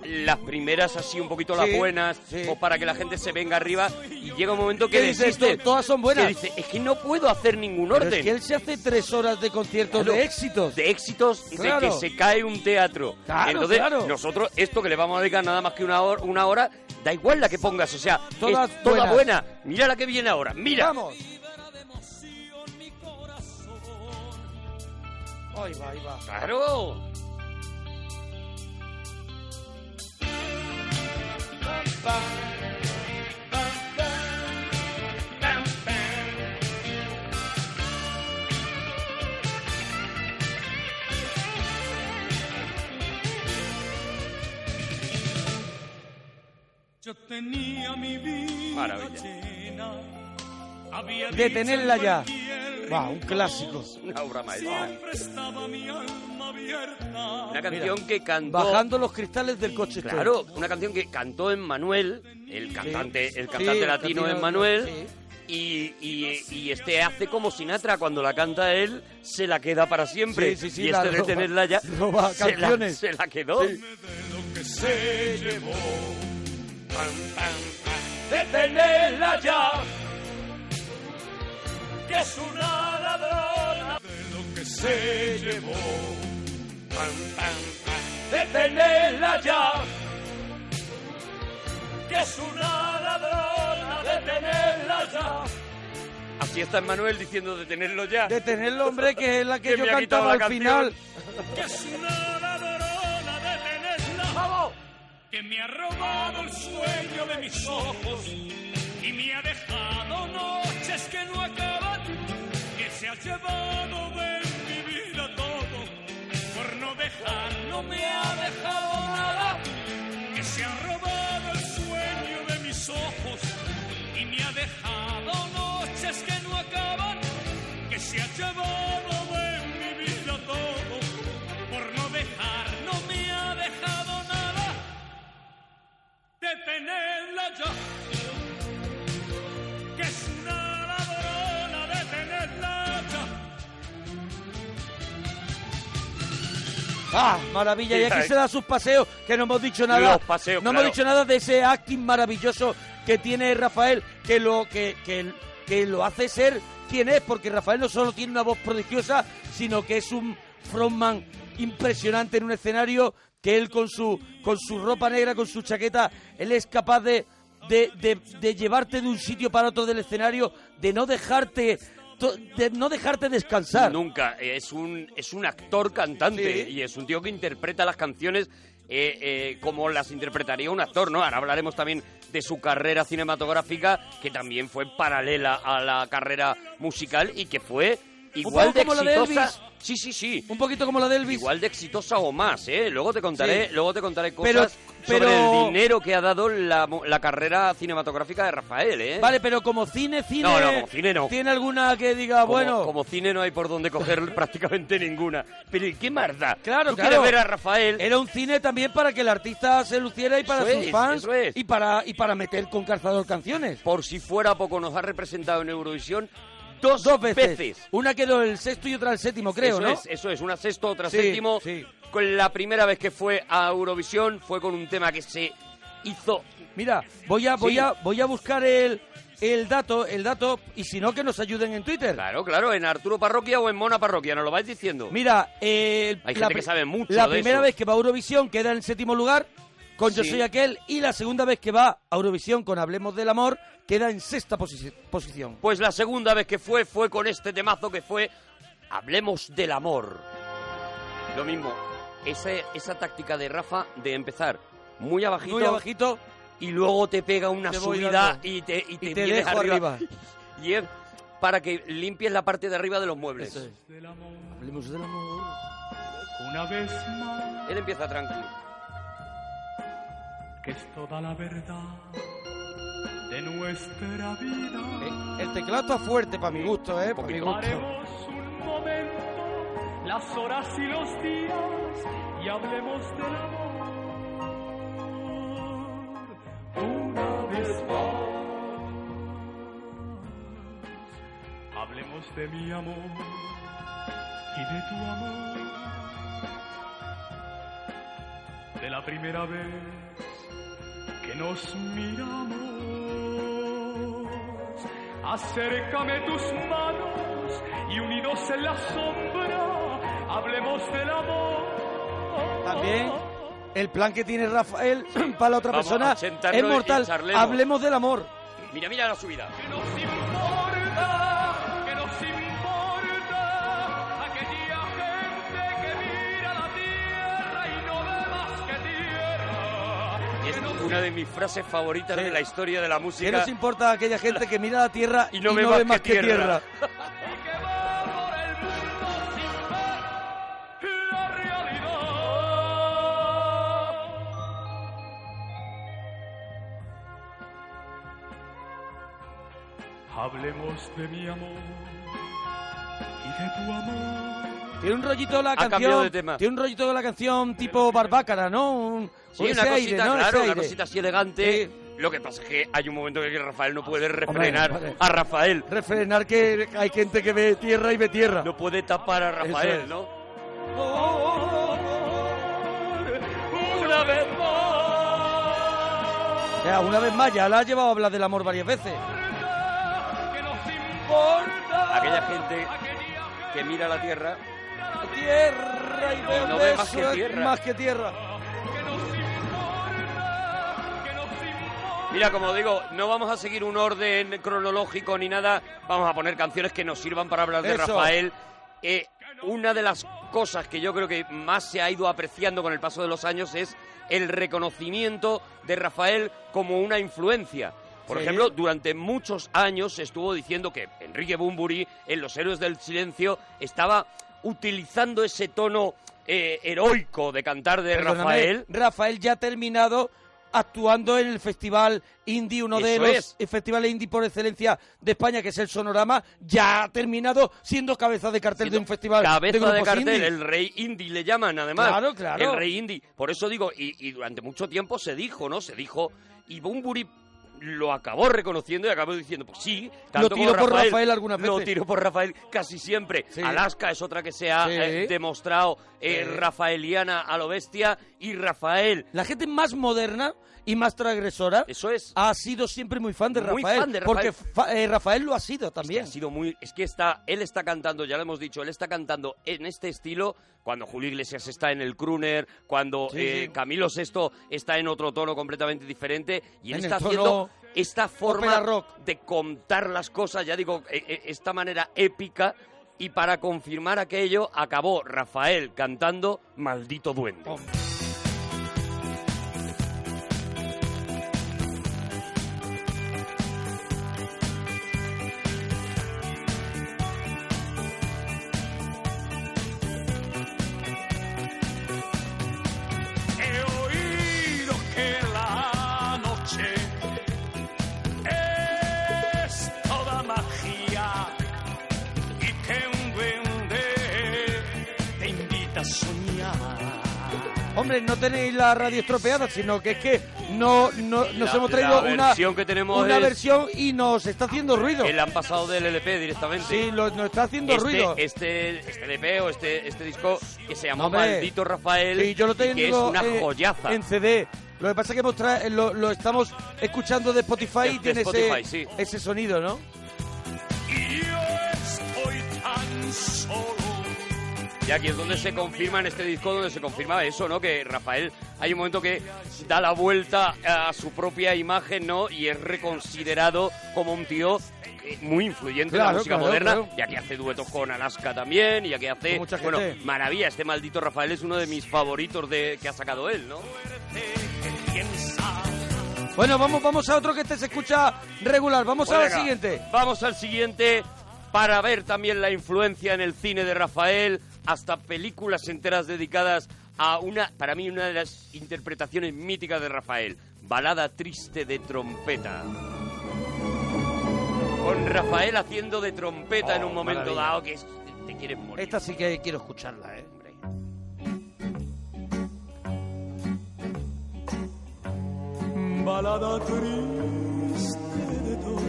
Speaker 2: las primeras así un poquito las
Speaker 21: Sí,
Speaker 2: buenas, o para que la gente se venga arriba y llega un momento que
Speaker 21: ¿Qué dices
Speaker 2: desiste.
Speaker 21: tú? Todas son buenas.
Speaker 2: Que dice, es que no puedo hacer ningún
Speaker 21: Pero
Speaker 2: orden.
Speaker 21: es que él se hace tres horas de conciertos
Speaker 2: Claro,
Speaker 21: de éxitos.
Speaker 2: De éxitos de que se cae un teatro.
Speaker 21: Claro,
Speaker 2: Entonces,
Speaker 21: claro.
Speaker 2: nosotros esto que le vamos a dedicar nada más que una hora, una hora da igual la que pongas, o sea, es
Speaker 21: Todas
Speaker 2: toda
Speaker 21: buenas.
Speaker 2: buena. Mira la que viene ahora, mira.
Speaker 21: Vamos. Ahí va, ahí va.
Speaker 2: Claro.
Speaker 3: Yo tenía mi vida
Speaker 2: Maravilla.
Speaker 3: llena. Había
Speaker 21: Detenerla
Speaker 3: dicho
Speaker 21: ya.
Speaker 3: cualquier
Speaker 21: Va, un clásico.
Speaker 2: Una obra maestra.
Speaker 3: Siempre estaba mi alma abierta.
Speaker 2: Una canción que cantó.
Speaker 21: Bajando los cristales del coche. estoy.
Speaker 2: Claro, una canción que cantó Emmanuel, el cantante, el cantante
Speaker 21: Sí,
Speaker 2: latino
Speaker 21: latino,
Speaker 2: Emmanuel. Y, y- y este hace como Sinatra, cuando la canta él, se la queda para siempre.
Speaker 21: Sí, sí, sí,
Speaker 2: y
Speaker 21: la
Speaker 2: este de
Speaker 21: roba-
Speaker 2: tenerla ya,
Speaker 21: roba
Speaker 2: se, la,
Speaker 21: canciones.
Speaker 2: se la quedó.
Speaker 3: que se llevó. Detenerla ya, que es una ladrona. De lo que se llevó. Detenerla ya, que es una ladrona. Detenerla ya.
Speaker 2: Así está Emmanuel diciendo detenerlo ya.
Speaker 21: Detenerlo, hombre, que es la que,
Speaker 2: Que
Speaker 21: yo
Speaker 2: me ha
Speaker 21: cantaba
Speaker 2: quitado la
Speaker 21: al
Speaker 2: canción.
Speaker 21: final.
Speaker 3: Que es una ladrona de tenerla. Que me ha robado el sueño de mis ojos. Y me ha dejado noches que no acaban. Que se ha llevado de mi vida todo. Por no dejar, no me ha dejado nada. Que se ha robado el sueño de mis ojos. Y me ha dejado noches que no acaban. Que se ha llevado de mi vida todo por no dejar, no me ha dejado nada.
Speaker 21: ¡Ah, maravilla! Y aquí se da sus paseos, que no hemos dicho nada.
Speaker 4: Los paseos,
Speaker 21: no
Speaker 4: claro.
Speaker 21: hemos dicho nada de ese acting maravilloso que tiene Rafael, que lo, que, que, que lo hace ser quien es, porque Rafael no solo tiene una voz prodigiosa, sino que es un frontman impresionante en un escenario, que él con su, con su ropa negra, con su chaqueta, él es capaz de, de, de- de llevarte de un sitio para otro del escenario, de no dejarte... to- De no dejarte descansar.
Speaker 2: Nunca. Eh, Es un, es un actor cantante y es un tío que interpreta las canciones eh, eh, como las interpretaría un actor, ¿no? Ahora hablaremos también de su carrera cinematográfica, que también fue paralela a la carrera musical y que fue igual
Speaker 21: poco
Speaker 2: de
Speaker 21: como la de
Speaker 2: exitosa.
Speaker 21: Elvis.
Speaker 2: sí, sí, sí.
Speaker 21: Un poquito como la de Elvis.
Speaker 2: Igual de exitosa o más, ¿eh? Luego te contaré,
Speaker 21: Sí.
Speaker 2: luego te contaré cosas
Speaker 21: Pero-
Speaker 2: sobre
Speaker 21: pero-
Speaker 2: el dinero que ha dado la, mo- la carrera cinematográfica de Rafael, ¿eh?
Speaker 21: Vale, pero como cine, cine.
Speaker 2: No, no, como cine no.
Speaker 21: ¿Tiene alguna que diga,
Speaker 2: Como-
Speaker 21: Ah, bueno?
Speaker 2: Como cine no hay por
Speaker 21: [laughs]
Speaker 2: dónde coger prácticamente ninguna. Pero ¿y qué más da?
Speaker 21: Claro,
Speaker 2: Tú
Speaker 21: claro.
Speaker 2: quieres ver a Rafael.
Speaker 21: Era un cine también para que el artista se luciera y para
Speaker 2: Eso
Speaker 21: sus
Speaker 2: es,
Speaker 21: fans.
Speaker 2: eso es.
Speaker 21: Y para y para meter con calzador canciones.
Speaker 2: Por si fuera poco, nos ha representado en Eurovisión
Speaker 21: dos, veces.
Speaker 2: veces.
Speaker 21: Una quedó el sexto y otra el séptimo, creo,
Speaker 2: eso
Speaker 21: ¿no?
Speaker 2: Es, eso es, una sexto, otra
Speaker 21: Sí,
Speaker 2: séptimo.
Speaker 21: sí.
Speaker 2: Con la primera vez que fue a Eurovisión fue con un tema que se hizo.
Speaker 21: Mira, voy a voy
Speaker 2: Sí.
Speaker 21: a voy a buscar el el dato, el dato y si no que nos ayuden en Twitter.
Speaker 2: Claro, claro, en Arturo Parroquia o en Mona Parroquia, nos lo vais diciendo.
Speaker 21: Mira, eh,
Speaker 2: Hay
Speaker 21: la
Speaker 2: gente que
Speaker 21: pri-
Speaker 2: sabe mucho
Speaker 21: La
Speaker 2: de
Speaker 21: primera
Speaker 2: eso.
Speaker 21: vez que va a Eurovisión queda en el séptimo lugar con Yo
Speaker 2: Sí.
Speaker 21: soy aquel y la segunda vez que va a Eurovisión con Hablemos del amor queda en sexta posi- posición.
Speaker 2: Pues la segunda vez que fue fue con este temazo que fue Hablemos del amor. Lo mismo, esa, esa táctica de Rafa de empezar muy abajito,
Speaker 21: Muy abajito
Speaker 2: y luego te pega una
Speaker 21: Te voy
Speaker 2: subida
Speaker 21: dando.
Speaker 2: y te, y te,
Speaker 21: Y te
Speaker 2: vienes
Speaker 21: dejo
Speaker 2: arriba.
Speaker 21: arriba.
Speaker 2: [laughs] Y es para que limpies la parte de arriba de los muebles.
Speaker 21: Eso Hablemos del amor.
Speaker 3: Una vez más.
Speaker 2: Él empieza tranquilo.
Speaker 3: Que es toda la verdad de nuestra vida.
Speaker 21: El teclado está fuerte para mi gusto, eh, para mi gusto.
Speaker 3: Paremos un momento, las horas y los días, y hablemos del amor. Una vez más. Hablemos de mi amor y de tu amor. De la primera vez que nos miramos. Acércame tus manos y unidos en la sombra, hablemos del amor.
Speaker 21: También el plan que tiene Rafael [clears throat] para la otra
Speaker 2: Vamos a
Speaker 21: persona
Speaker 2: sentarnos
Speaker 21: es
Speaker 2: y
Speaker 21: mortal.
Speaker 2: charlemos.
Speaker 21: Hablemos del amor.
Speaker 2: Mira, mira la subida.
Speaker 3: que nos importa aquella gente que mira la tierra y no ve más que tierra.
Speaker 2: Es una de mis frases favoritas de la historia de la
Speaker 21: ¿Qué
Speaker 2: música.
Speaker 21: nos importa a aquella gente que mira la
Speaker 2: [laughs]
Speaker 21: tierra y no,
Speaker 2: ve
Speaker 21: ve más que tierra?
Speaker 3: Hablemos de mi amor y de tu amor.
Speaker 21: Tiene un rollito la
Speaker 2: Ha cambiado
Speaker 21: canción.
Speaker 2: de tema.
Speaker 21: Tiene un rollito de la canción tipo Barbácara, ¿no? Un,
Speaker 2: Sí,
Speaker 21: un
Speaker 2: una
Speaker 21: ese
Speaker 2: cosita,
Speaker 21: aire, ¿no? Ese
Speaker 2: claro, una
Speaker 21: aire.
Speaker 2: cosita así elegante. Lo que pasa es que hay un momento que Rafael no puede refrenar
Speaker 21: vale.
Speaker 2: a Rafael.
Speaker 21: Refrenar que hay gente que ve tierra y ve tierra.
Speaker 2: No puede tapar a Rafael,
Speaker 21: es.
Speaker 2: ¿no?
Speaker 3: Una vez más,
Speaker 21: O sea, una vez más, ya la ha llevado a hablar del amor varias veces.
Speaker 3: que nos importa
Speaker 2: Aquella gente que mira la tierra.
Speaker 21: Tierra y ve
Speaker 2: No
Speaker 21: un
Speaker 2: ve más que
Speaker 21: beso,
Speaker 2: tierra.
Speaker 21: Más que tierra.
Speaker 2: Mira, como digo, no vamos a seguir un orden cronológico ni nada. Vamos a poner canciones que nos sirvan para hablar de
Speaker 21: Eso.
Speaker 2: Rafael. Eh, una de las cosas que yo creo que más se ha ido apreciando con el paso de los años es el reconocimiento de Rafael como una influencia. Por
Speaker 21: Sí.
Speaker 2: ejemplo, durante muchos años se estuvo diciendo que Enrique Bumburi en Los Héroes del Silencio estaba utilizando ese tono eh, heroico de cantar de
Speaker 21: Perdóname,
Speaker 2: Rafael.
Speaker 21: Rafael ya ha terminado actuando en el festival indie, uno de
Speaker 2: Eso
Speaker 21: los festivales indie por excelencia de España, que es el Sonorama, ya ha terminado siendo cabeza de cartel de un festival de
Speaker 2: Cabeza de,
Speaker 21: grupos
Speaker 2: cartel,
Speaker 21: indie.
Speaker 2: el rey indie le llaman además.
Speaker 21: Claro, claro.
Speaker 2: El rey indie. Por eso digo, y, y durante mucho tiempo se dijo, ¿no? Se dijo, y Bumburi lo acabó reconociendo y acabó diciendo, pues sí, tanto
Speaker 21: Lo
Speaker 2: como
Speaker 21: tiró por
Speaker 2: Rafael,
Speaker 21: Rafael algunas
Speaker 2: Lo
Speaker 21: veces.
Speaker 2: tiro por Rafael casi siempre.
Speaker 21: Sí.
Speaker 2: Alaska es otra que se ha
Speaker 21: Sí.
Speaker 2: eh, demostrado eh,
Speaker 21: Sí.
Speaker 2: rafaeliana a lo bestia y Rafael.
Speaker 21: La gente más moderna y más transgresora
Speaker 2: Eso es.
Speaker 21: ha sido siempre muy fan de
Speaker 2: Muy
Speaker 21: Rafael.
Speaker 2: fan de
Speaker 21: Porque
Speaker 2: Rafael.
Speaker 21: fa- eh, Rafael lo ha sido también.
Speaker 2: Ha sido muy. Es que está. Él está cantando, ya lo hemos dicho, él está cantando en este estilo cuando Julio Iglesias está en el crooner, cuando
Speaker 21: Sí,
Speaker 2: eh,
Speaker 21: sí.
Speaker 2: Camilo VI está en otro tono completamente diferente y él
Speaker 21: En el
Speaker 2: está
Speaker 21: tono
Speaker 2: haciendo esta forma
Speaker 21: ópera rock.
Speaker 2: de contar las cosas, ya digo, e- e- esta manera épica. Y para confirmar aquello, acabó Rafael cantando Maldito Duende.
Speaker 21: Oh.
Speaker 3: He oído que la noche es toda magia y que un duende te invita a soñar.
Speaker 21: Hombre, no tenéis la radio estropeada, sino que es que no, no- nos
Speaker 2: La-
Speaker 21: hemos traído
Speaker 2: la
Speaker 21: una,
Speaker 2: versión que tenemos
Speaker 21: una
Speaker 2: es-
Speaker 21: versión y nos está haciendo ruido.
Speaker 2: Él han pasado del LP directamente.
Speaker 21: Sí, lo- nos está haciendo
Speaker 2: este,
Speaker 21: ruido.
Speaker 2: Este, este LP o este, este disco que se llamó
Speaker 21: Hombre.
Speaker 2: Maldito Rafael
Speaker 21: Sí, yo lo
Speaker 2: y que es
Speaker 21: tengo,
Speaker 2: una
Speaker 21: eh,
Speaker 2: joyaza.
Speaker 21: En CD. Lo que pasa es que hemos tra- eh, lo, lo estamos escuchando de Spotify y
Speaker 2: de
Speaker 21: tiene
Speaker 2: Spotify,
Speaker 21: ese,
Speaker 2: sí.
Speaker 21: ese sonido, ¿no?
Speaker 3: Yo estoy tan solo.
Speaker 2: Y aquí es donde se confirma en este disco, donde se confirma eso, ¿no? Que Rafael hay un momento que da la vuelta a su propia imagen, ¿no? Y es reconsiderado como un tío eh, muy influyente en
Speaker 21: Claro,
Speaker 2: la música
Speaker 21: claro,
Speaker 2: moderna.
Speaker 21: claro.
Speaker 2: Y aquí hace duetos con Alaska también, y aquí hace...
Speaker 21: Con mucha
Speaker 2: bueno,
Speaker 21: gente.
Speaker 2: maravilla, este maldito Rafael es uno de mis favoritos de, que ha sacado él, ¿no?
Speaker 21: Bueno, vamos, vamos a otro que este se escucha regular. Vamos a la
Speaker 2: Venga,
Speaker 21: siguiente.
Speaker 2: Vamos al siguiente para ver también la influencia en el cine de Rafael, hasta películas enteras dedicadas a una, para mí, una de las interpretaciones míticas de Rafael, Balada Triste de Trompeta. Con Rafael haciendo de trompeta en un momento
Speaker 21: maravilla.
Speaker 2: dado que es- te quieres morir.
Speaker 21: Esta sí que quiero escucharla, ¿eh?
Speaker 3: Balada triste de trompeta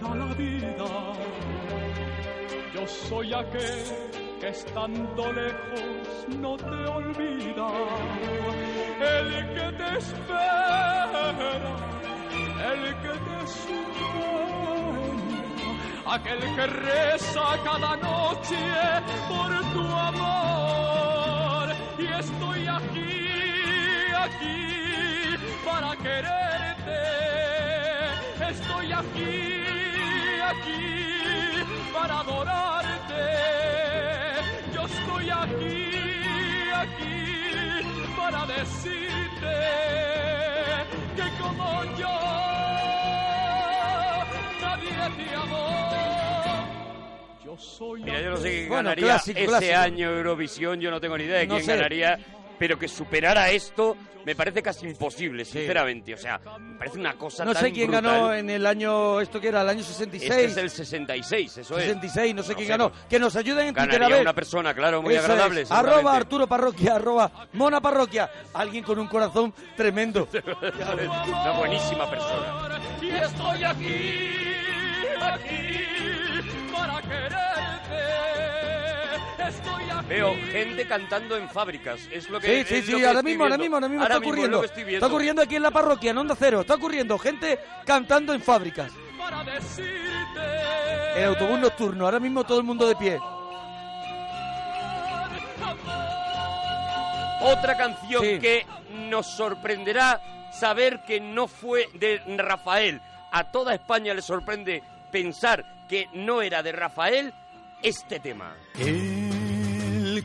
Speaker 6: da la vida. Yo soy aquel que estando lejos no te olvida, el que te espera, el que te sueña, aquel que reza cada noche por tu amor. Y estoy aquí, aquí para quererte, estoy aquí, aquí para adorarte. Yo estoy aquí, aquí para decirte que como yo nadie te amó. Yo soy
Speaker 2: Mira, yo no sé quién
Speaker 6: Bueno,
Speaker 2: ganaría
Speaker 6: clásico,
Speaker 2: ese
Speaker 6: clásico.
Speaker 2: año Eurovisión, yo no tengo ni idea de
Speaker 6: No
Speaker 2: quién
Speaker 6: sé.
Speaker 2: ganaría, pero que superara esto me parece casi imposible, sinceramente. O sea, me parece una cosa
Speaker 21: No
Speaker 2: tan
Speaker 21: sé quién
Speaker 2: brutal.
Speaker 21: ganó en el año, esto que era, el año 66.
Speaker 2: Este es el 66, eso es.
Speaker 21: 66, no sé quién
Speaker 2: sé,
Speaker 21: ganó. Que nos ayuden en Twitter a
Speaker 2: Ganaría
Speaker 21: ver.
Speaker 2: una persona, claro, muy
Speaker 21: Eso es.
Speaker 2: agradable.
Speaker 21: Arroba
Speaker 2: seguramente.
Speaker 21: Arturo Parroquia, arroba Mona Parroquia. Alguien con un corazón
Speaker 2: [laughs]
Speaker 21: tremendo.
Speaker 2: Una buenísima persona.
Speaker 6: y estoy aquí, aquí para quererte. Estoy aquí.
Speaker 2: Veo gente cantando en fábricas. Es lo que
Speaker 21: Sí, sí,
Speaker 2: es
Speaker 21: sí,
Speaker 2: lo que
Speaker 21: ahora
Speaker 2: estoy
Speaker 21: mismo, ahora
Speaker 2: viendo.
Speaker 21: mismo, ahora mismo
Speaker 2: Ahora
Speaker 21: está
Speaker 2: mismo es
Speaker 21: ocurriendo.
Speaker 2: lo que estoy viendo.
Speaker 21: Está ocurriendo aquí en la parroquia, en Onda Cero. Está ocurriendo gente cantando en fábricas.
Speaker 6: Para decirte
Speaker 21: El autobús nocturno, ahora mismo todo el mundo de pie.
Speaker 2: Otra canción que nos sorprenderá saber que no fue de Rafael. A toda España le sorprende pensar que no era de Rafael este tema.
Speaker 6: El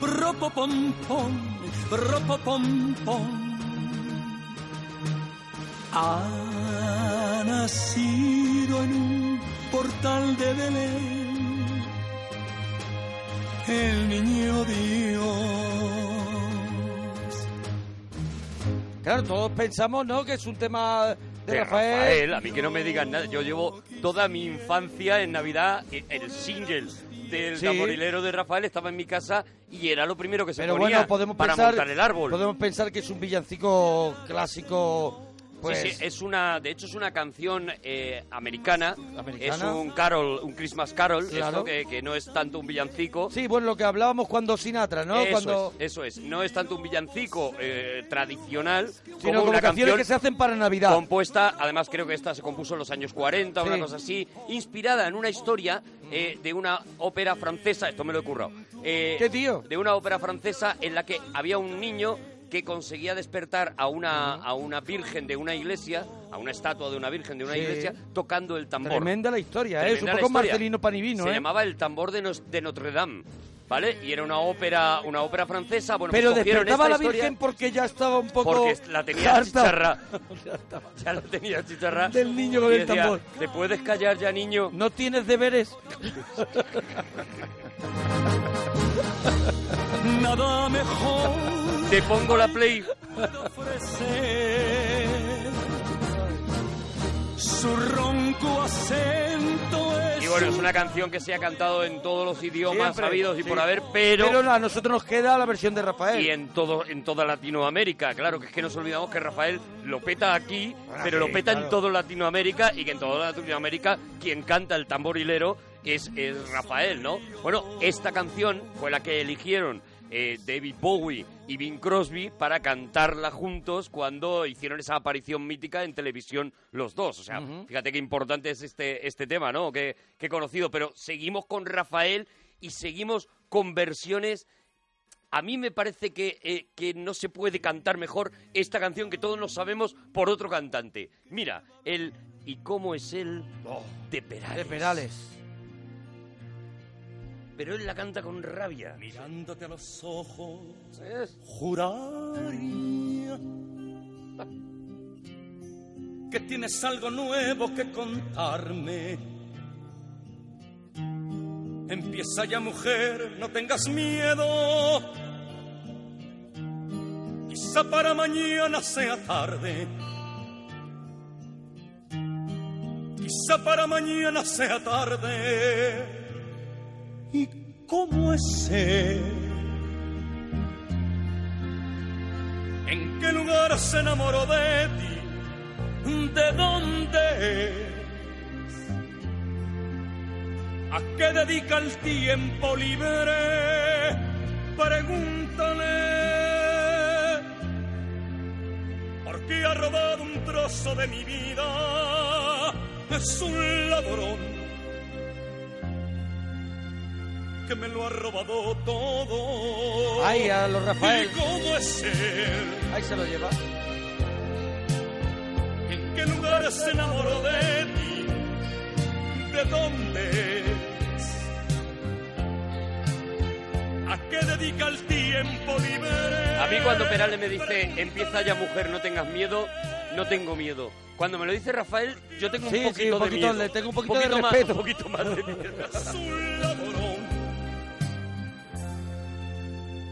Speaker 6: Propopompón, propopompón. Ha nacido en un portal de Belén el niño Dios.
Speaker 21: Claro, todos pensamos, ¿no? Que es un tema de,
Speaker 2: De
Speaker 21: Rafael.
Speaker 2: Rafael, a mí que no me digan nada. Yo llevo toda mi infancia en Navidad eh, el single del
Speaker 21: Sí.
Speaker 2: tamborilero de Rafael estaba en mi casa y era lo primero que se
Speaker 21: Pero
Speaker 2: ponía
Speaker 21: bueno, podemos
Speaker 2: para
Speaker 21: pensar,
Speaker 2: montar el árbol.
Speaker 21: Podemos pensar que es un villancico clásico. Pues,
Speaker 2: Sí, sí, es una, de hecho es una canción eh, americana,
Speaker 21: Americana.
Speaker 2: es un carol, un Christmas carol,
Speaker 21: Claro.
Speaker 2: eso que, que no es tanto un villancico.
Speaker 21: sí, bueno, lo que hablábamos cuando Sinatra, ¿no?
Speaker 2: Eso
Speaker 21: cuando
Speaker 2: es, eso es. No es tanto un villancico eh, tradicional,
Speaker 21: sino
Speaker 2: como
Speaker 21: como
Speaker 2: una
Speaker 21: canciones
Speaker 2: canción
Speaker 21: que se hacen para Navidad.
Speaker 2: compuesta, además creo que esta se compuso en los años 40, una
Speaker 21: Sí.
Speaker 2: cosa así, inspirada en una historia eh, de una ópera francesa, esto me lo he currado, eh,
Speaker 21: ¿Qué tío?
Speaker 2: de una ópera francesa en la que había un niño que conseguía despertar a una, a una virgen de una iglesia, a una estatua de una virgen de una
Speaker 21: Sí.
Speaker 2: iglesia, tocando el tambor.
Speaker 21: Tremenda la historia, ¿eh? Es un
Speaker 2: Tremenda la
Speaker 21: poco
Speaker 2: historia.
Speaker 21: Marcelino Panivino,
Speaker 2: Se
Speaker 21: ¿eh?
Speaker 2: llamaba El tambor de, Nos- de Notre Dame, ¿vale? Y era una ópera, una ópera francesa. Bueno,
Speaker 21: Pero
Speaker 2: pues cogieron
Speaker 21: despertaba a la
Speaker 2: esta
Speaker 21: Virgen
Speaker 2: historia
Speaker 21: porque ya estaba un poco...
Speaker 2: porque la tenía
Speaker 21: harta. [laughs]
Speaker 2: chicharra. Ya la tenía chicharra.
Speaker 21: Del niño con
Speaker 2: Y
Speaker 21: el
Speaker 2: decía,
Speaker 21: tambor.
Speaker 2: ¿Te puedes callar ya, niño?
Speaker 21: No tienes
Speaker 2: [laughs]
Speaker 21: deberes.
Speaker 3: Nada mejor.
Speaker 2: Te pongo la play.
Speaker 3: Su ronco acento es.
Speaker 2: Y bueno, es una canción que se ha cantado en todos los idiomas
Speaker 21: Siempre,
Speaker 2: sabidos y
Speaker 21: sí.
Speaker 2: por haber, pero...
Speaker 21: Pero a nosotros nos queda la versión de Rafael.
Speaker 2: Y en todo en toda Latinoamérica, claro, que es que nos olvidamos que Rafael lo peta aquí, pero lo
Speaker 21: sí,
Speaker 2: peta
Speaker 21: claro.
Speaker 2: en toda Latinoamérica y que en toda Latinoamérica quien canta el tamborilero es, es Rafael, ¿no? Bueno, esta canción fue la que eligieron eh, David Bowie y Bing Crosby para cantarla juntos cuando hicieron esa aparición mítica en televisión los dos. O sea, fíjate qué importante es este, este tema, ¿no? Qué, qué conocido. Pero seguimos con Rafael y seguimos con versiones a mí me parece que, eh, que no se puede cantar mejor esta canción que todos nos sabemos por otro cantante. Mira, el ¿Y cómo es él? de Perales.
Speaker 21: Oh, De Perales.
Speaker 2: Pero él la canta con rabia.
Speaker 3: Mirándote a los ojos, juraría que tienes algo nuevo que contarme. Empieza ya, mujer, no tengas miedo. Quizá para mañana sea tarde. Quizá para mañana sea tarde. ¿Cómo es él? ¿En qué lugar se enamoró de ti? ¿De dónde es? ¿A qué dedica el tiempo libre? Pregúntale. ¿Por qué ha robado un trozo de mi vida? Es un ladrón. que me lo ha robado todo.
Speaker 21: Ay, a lo Rafael.
Speaker 3: ¿Y cómo es él?
Speaker 21: Ahí se lo lleva.
Speaker 3: ¿En qué lugar se enamoró de ti? ¿De dónde es? ¿A qué dedica el tiempo libre?
Speaker 2: A mí cuando Perales me dice, empieza ya mujer, no tengas miedo, no tengo miedo. Cuando me lo dice Rafael, yo tengo
Speaker 21: Sí, sí,
Speaker 2: un poquito,
Speaker 21: un poquito,
Speaker 2: de miedo.
Speaker 21: le tengo un poquito de
Speaker 2: más,
Speaker 21: respeto.
Speaker 2: un poquito más de miedo.
Speaker 3: Es un ladrón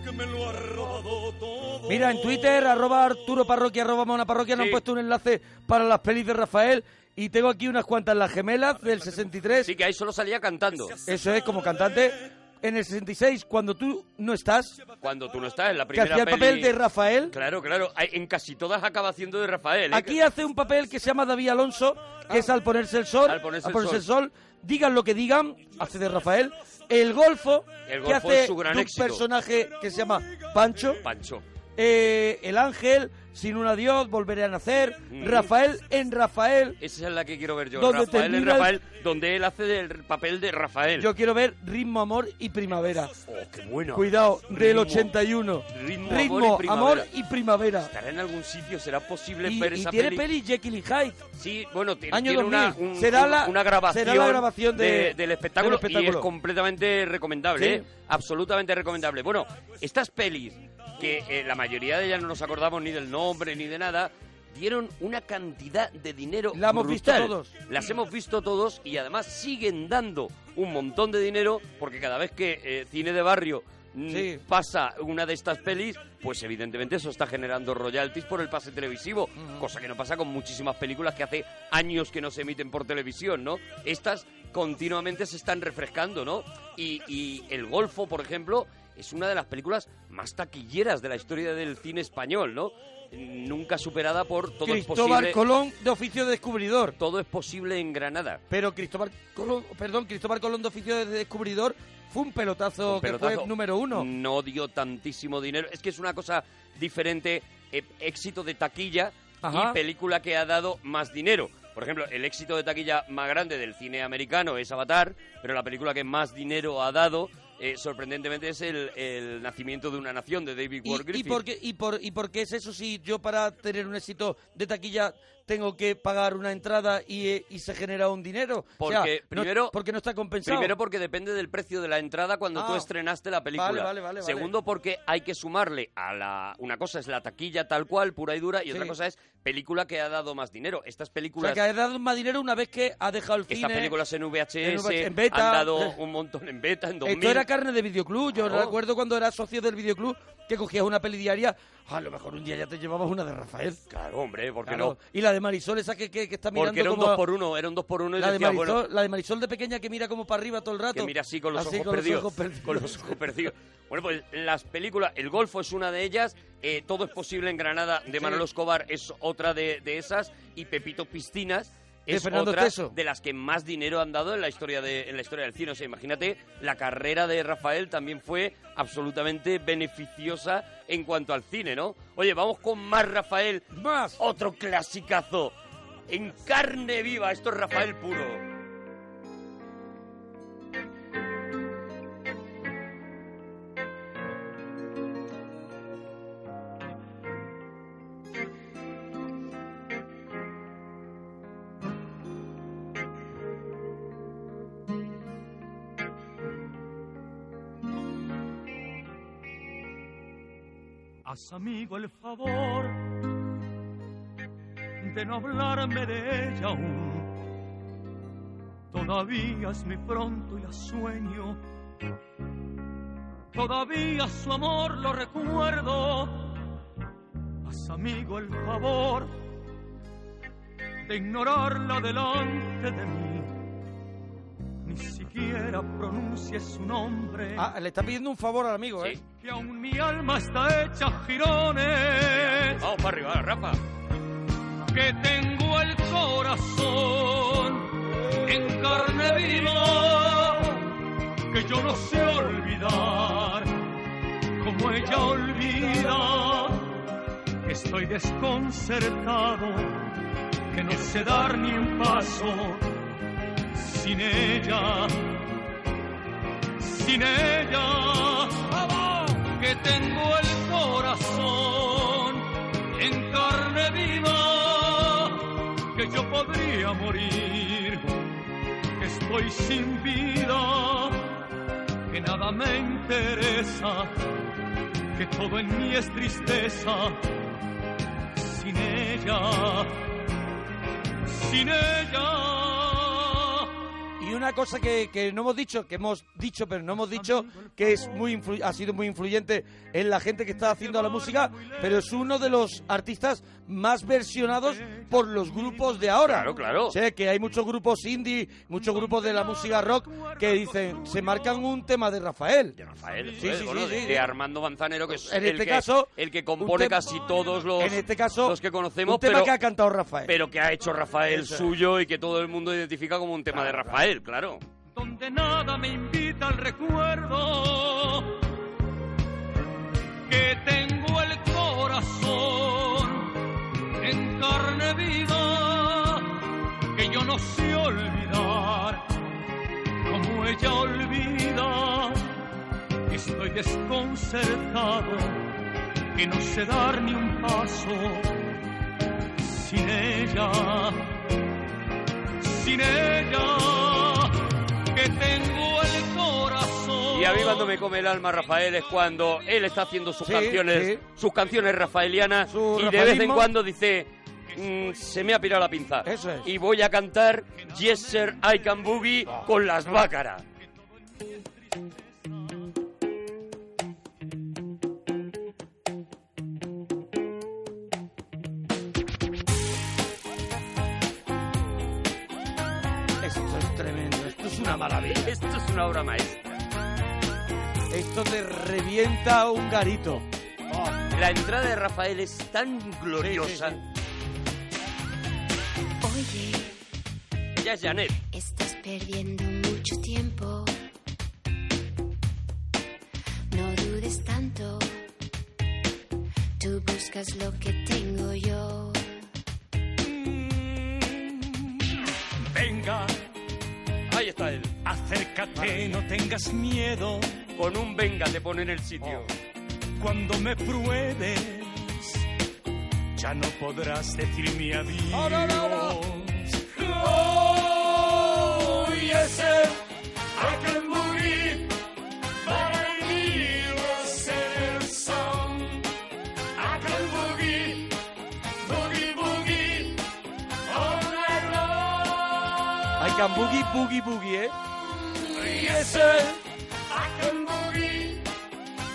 Speaker 3: que me lo ha robado todo.
Speaker 21: Mira, en Twitter, arroba Arturo Parroquia, arroba Mona Parroquia, nos han puesto un enlace para las pelis de Rafael. Y tengo aquí unas cuantas, las gemelas del 63. Sí,
Speaker 2: que ahí solo salía cantando.
Speaker 21: Eso es, como cantante. En el 66, cuando tú no estás,
Speaker 2: Cuando tú no estás en la
Speaker 21: que
Speaker 2: primera
Speaker 21: hacía el
Speaker 2: peli-
Speaker 21: papel de Rafael. Ah,
Speaker 2: Claro, claro. Ay, En casi todas acaba haciendo de Rafael. ¿eh?
Speaker 21: Aquí hace un papel que se llama David Alonso, que es al ponerse el sol.
Speaker 2: Al ponerse el
Speaker 21: sol, Digan lo que digan, hace de Rafael. El Golfo,
Speaker 2: El
Speaker 21: que
Speaker 2: Golfo
Speaker 21: hace
Speaker 2: es su gran
Speaker 21: de un
Speaker 2: éxito.
Speaker 21: personaje que se llama Pancho.
Speaker 2: Pancho.
Speaker 21: Eh, el Ángel, Sin un adiós, Volveré a nacer.
Speaker 2: Mm.
Speaker 21: Rafael en Rafael.
Speaker 2: Esa es la que quiero ver yo.
Speaker 21: ¿Dónde
Speaker 2: Rafael en
Speaker 21: termina el-
Speaker 2: Rafael, donde él hace el papel de Rafael.
Speaker 21: Yo quiero ver Ritmo, Amor y Primavera.
Speaker 2: Oh, qué bueno.
Speaker 21: Cuidado, del
Speaker 2: Ritmo-
Speaker 21: 81.
Speaker 2: Ritmo,
Speaker 21: Ritmo,
Speaker 2: amor y
Speaker 21: Amor
Speaker 2: primavera.
Speaker 21: y Primavera.
Speaker 2: ¿Estará en algún sitio? ¿Será posible
Speaker 21: Y,
Speaker 2: ver
Speaker 21: y
Speaker 2: esa
Speaker 21: tiene
Speaker 2: peli?
Speaker 21: peli Jekyll y Hyde.
Speaker 2: Sí, bueno, ti-
Speaker 21: Año
Speaker 2: tiene
Speaker 21: 2000.
Speaker 2: una, un-
Speaker 21: Será
Speaker 2: un-
Speaker 21: la-
Speaker 2: una grabación,
Speaker 21: será la grabación de-
Speaker 2: del, espectáculo
Speaker 21: del
Speaker 2: y es
Speaker 21: espectáculo.
Speaker 2: completamente recomendable,
Speaker 21: Sí.
Speaker 2: ¿eh? absolutamente recomendable. Bueno, estas pelis, que eh, la mayoría de ellas no nos acordamos ni del nombre ni de nada, dieron una cantidad de dinero
Speaker 21: La hemos visto
Speaker 2: brutal.
Speaker 21: todos.
Speaker 2: Las hemos visto todos y además siguen dando un montón de dinero porque cada vez que eh, Cine de Barrio mm,
Speaker 21: Sí.
Speaker 2: pasa una de estas pelis, pues evidentemente eso está generando royalties por el pase televisivo,
Speaker 21: Mm.
Speaker 2: cosa que no pasa con muchísimas películas que hace años que no se emiten por televisión, ¿no? Estas continuamente se están refrescando, ¿no? Y, y El Golfo, por ejemplo, es una de las películas más taquilleras de la historia del cine español, ¿no? Nunca superada por todo es
Speaker 21: Cristóbal
Speaker 2: posible-
Speaker 21: Colón de oficio de descubridor.
Speaker 2: Todo es posible en Granada.
Speaker 21: Pero Cristóbal Colón, perdón, Cristóbal Colón de oficio de descubridor fue un pelotazo,
Speaker 2: Un pelotazo. Mm.
Speaker 21: que fue número uno.
Speaker 2: No dio tantísimo dinero. Es que es una cosa diferente, eh, éxito de taquilla
Speaker 21: Ajá.
Speaker 2: y película que ha dado más dinero. Por ejemplo, el éxito de taquilla más grande del cine americano es Avatar, pero la película que más dinero ha dado eh, sorprendentemente es el, el nacimiento de una nación de David Ward
Speaker 21: ¿Y
Speaker 2: Griffith.
Speaker 21: por, qué, y, por, ¿Y por qué es eso si yo para tener un éxito de taquilla tengo que pagar una entrada y, eh, y se genera un dinero? O
Speaker 2: Porque
Speaker 21: sea, no-
Speaker 2: primero,
Speaker 21: porque no está compensado.
Speaker 2: Primero porque depende del precio de la entrada cuando
Speaker 21: Ah,
Speaker 2: tú estrenaste la película.
Speaker 21: vale, vale, vale,
Speaker 2: Segundo porque hay que sumarle a la una cosa es la taquilla tal cual pura y dura y
Speaker 21: Sí.
Speaker 2: otra cosa es película que ha dado más dinero. Estas
Speaker 21: o
Speaker 2: películas
Speaker 21: sea, que ha dado más dinero una vez que ha dejado el
Speaker 2: estas
Speaker 21: cine.
Speaker 2: películas en VHS,
Speaker 21: en VHS, en beta.
Speaker 2: han dado un montón en beta en 2000.
Speaker 21: Esto era carne de videoclub. Yo
Speaker 2: Claro.
Speaker 21: recuerdo cuando era socio del videoclub que cogías una peli diaria. A lo mejor un día ya te llevabas una de Rafael.
Speaker 2: Claro, hombre, ¿por qué
Speaker 21: Claro. Y la de Marisol, esa que, que- que está
Speaker 2: no?
Speaker 21: mirando
Speaker 2: Porque era un
Speaker 21: como...
Speaker 2: 2 por 1 era un 2 por 1 y
Speaker 21: la, de
Speaker 2: decía,
Speaker 21: Marisol,
Speaker 2: bueno,
Speaker 21: la de Marisol de pequeña que mira como para arriba todo el rato.
Speaker 2: que mira así con los,
Speaker 21: Así,
Speaker 2: ojos,
Speaker 21: con
Speaker 2: perdidos,
Speaker 21: ojos perdidos.
Speaker 2: Con los ojos perdidos. Bueno, pues las películas, El Golfo es una de ellas, eh, Todo es posible en Granada de
Speaker 21: Sí.
Speaker 2: Manolo Escobar es otra de, de esas y Pepito Piscinas
Speaker 21: De
Speaker 2: es
Speaker 21: Fernando
Speaker 2: otra
Speaker 21: Teso.
Speaker 2: de las que más dinero han dado en la historia de en la historia del cine. O sea, imagínate, la carrera de Rafael también fue absolutamente beneficiosa en cuanto al cine, ¿no? Oye, vamos con más Rafael,
Speaker 21: más
Speaker 2: otro clasicazo en carne viva. Esto es Rafael puro.
Speaker 3: Haz amigo el favor de no hablarme de ella aún. Todavía es mi pronto y la sueño. Todavía su amor lo recuerdo. Haz amigo el favor de ignorarla delante de mí. Ni siquiera pronuncie su nombre.
Speaker 21: Ah, le está pidiendo un favor al amigo, ¿eh?
Speaker 3: Que aún mi alma está hecha girones.
Speaker 2: Vamos para arriba, Rafa.
Speaker 3: Que tengo el corazón en carne viva. Que yo no sé olvidar como ella olvida. Estoy desconcertado, que no sé dar ni un paso sin ella. Sin ella, que tengo el corazón en carne viva, que yo podría morir, que estoy sin vida, que nada me interesa, que todo en mí es tristeza, sin ella, sin ella.
Speaker 21: Y una cosa que, que no hemos dicho, que hemos dicho, pero no hemos dicho, que es muy influ- ha sido muy influyente en la gente que está haciendo la música, pero es uno de los artistas más versionados por los grupos de ahora.
Speaker 2: Claro, claro.
Speaker 21: Sé que hay muchos grupos indie, muchos grupos de la música rock que dicen, se marcan un tema de Rafael.
Speaker 2: Rafael,
Speaker 21: Sí,
Speaker 2: pues,
Speaker 21: sí,
Speaker 2: bueno,
Speaker 21: sí,
Speaker 2: de,
Speaker 21: sí.
Speaker 2: de Armando Manzanero, que es
Speaker 21: En
Speaker 2: el,
Speaker 21: este
Speaker 2: que,
Speaker 21: caso,
Speaker 2: el que compone
Speaker 21: un tem-
Speaker 2: casi todos los,
Speaker 21: en este caso,
Speaker 2: los que conocemos,
Speaker 21: un tema
Speaker 2: pero,
Speaker 21: que ha cantado Rafael.
Speaker 2: pero que ha hecho Rafael
Speaker 3: Eso es.
Speaker 2: suyo y que todo el mundo identifica como un tema de Rafael, claro.
Speaker 3: donde nada me invita al recuerdo que tengo el corazón en carne viva que yo no sé olvidar como ella olvida estoy desconcertado que no sé dar ni un paso sin ella sin ella que tengo el corazón.
Speaker 2: Y a mí cuando me come el alma Rafael es cuando él está haciendo sus
Speaker 3: Sí,
Speaker 2: canciones,
Speaker 3: sí.
Speaker 2: sus canciones rafaelianas y de vez en
Speaker 3: rafaelismo.
Speaker 2: cuando dice "Mm, se me ha pirado la pinza
Speaker 3: Eso es.
Speaker 2: y voy a cantar Yes Sir I Can Boogie con las bácaras.
Speaker 21: Esto es tremendo, esto es una maravilla.
Speaker 2: Esto es una obra maestra.
Speaker 21: Esto te revienta un garito.
Speaker 2: La entrada de Rafael es tan gloriosa.
Speaker 5: Oye,
Speaker 2: Ella es Janet.
Speaker 5: estás perdiendo mucho tiempo. No dudes tanto. Tú buscas lo que tengo yo.
Speaker 3: Venga,
Speaker 2: ahí está él.
Speaker 3: Acércate, no tengas miedo. Oh.
Speaker 2: con un venga te pone en el sitio.
Speaker 3: Cuando me pruebes, ya no podrás decir mi adiós.
Speaker 22: No, no, no, no.
Speaker 3: Oh, yes, sir, I can believe, but I need a sad song. I can boogie, boogie, boogie, all night long.
Speaker 21: Hay can boogie, boogie, boogie, ¿eh?
Speaker 3: Yes, sir, I can boogie.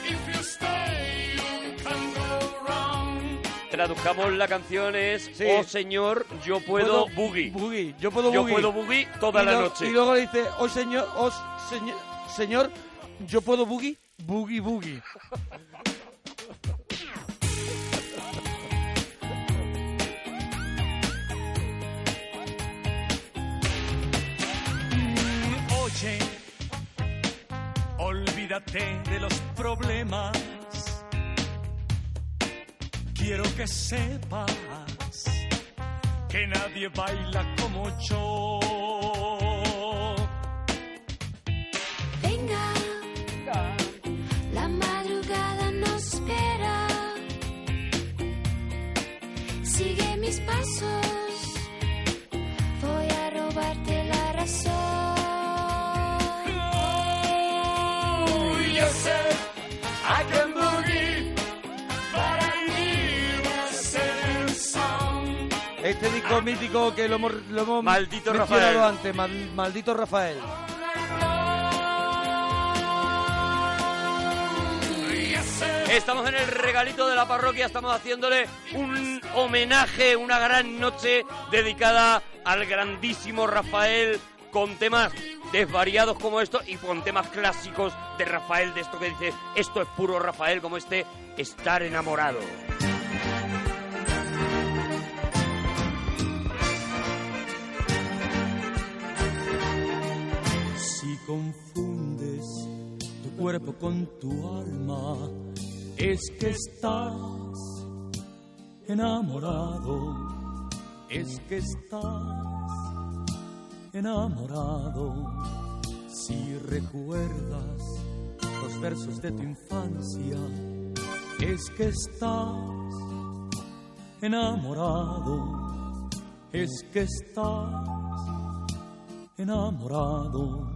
Speaker 3: If you stay, you can go wrong.
Speaker 2: Traduzcamos la canción es
Speaker 21: Sí.
Speaker 2: Oh señor, yo puedo, boogie.
Speaker 21: Yo puedo
Speaker 2: Yo
Speaker 21: boogie.
Speaker 2: puedo boogie toda
Speaker 21: Y
Speaker 2: la
Speaker 21: lo-
Speaker 2: noche.
Speaker 21: Y luego le dice, oh señor, oh señor, señor, yo puedo boogie, boogie, boogie.
Speaker 3: Oye, olvídate de los problemas. Quiero que sepas que nadie baila como yo.
Speaker 5: Venga, la madrugada nos espera. Sigue mis pasos, voy a robarte la razón.
Speaker 3: Oh, yes, sir, I can boogie, but I need a sad song.
Speaker 21: Este disco mítico que lo hemos, lo hemos
Speaker 2: Maldito
Speaker 21: mencionado
Speaker 2: Rafael.
Speaker 21: antes, mal- maldito Rafael.
Speaker 2: Estamos en el regalito de la parroquia, estamos haciéndole un homenaje, una gran noche dedicada al grandísimo Rafael con temas desvariados como esto y con temas clásicos de Rafael, de esto que dice, esto es puro Rafael como este, estar enamorado.
Speaker 3: Si confundes tu cuerpo con tu alma, es que estás enamorado, es que estás enamorado. Si recuerdas los versos de tu infancia, es que estás enamorado, es que estás enamorado.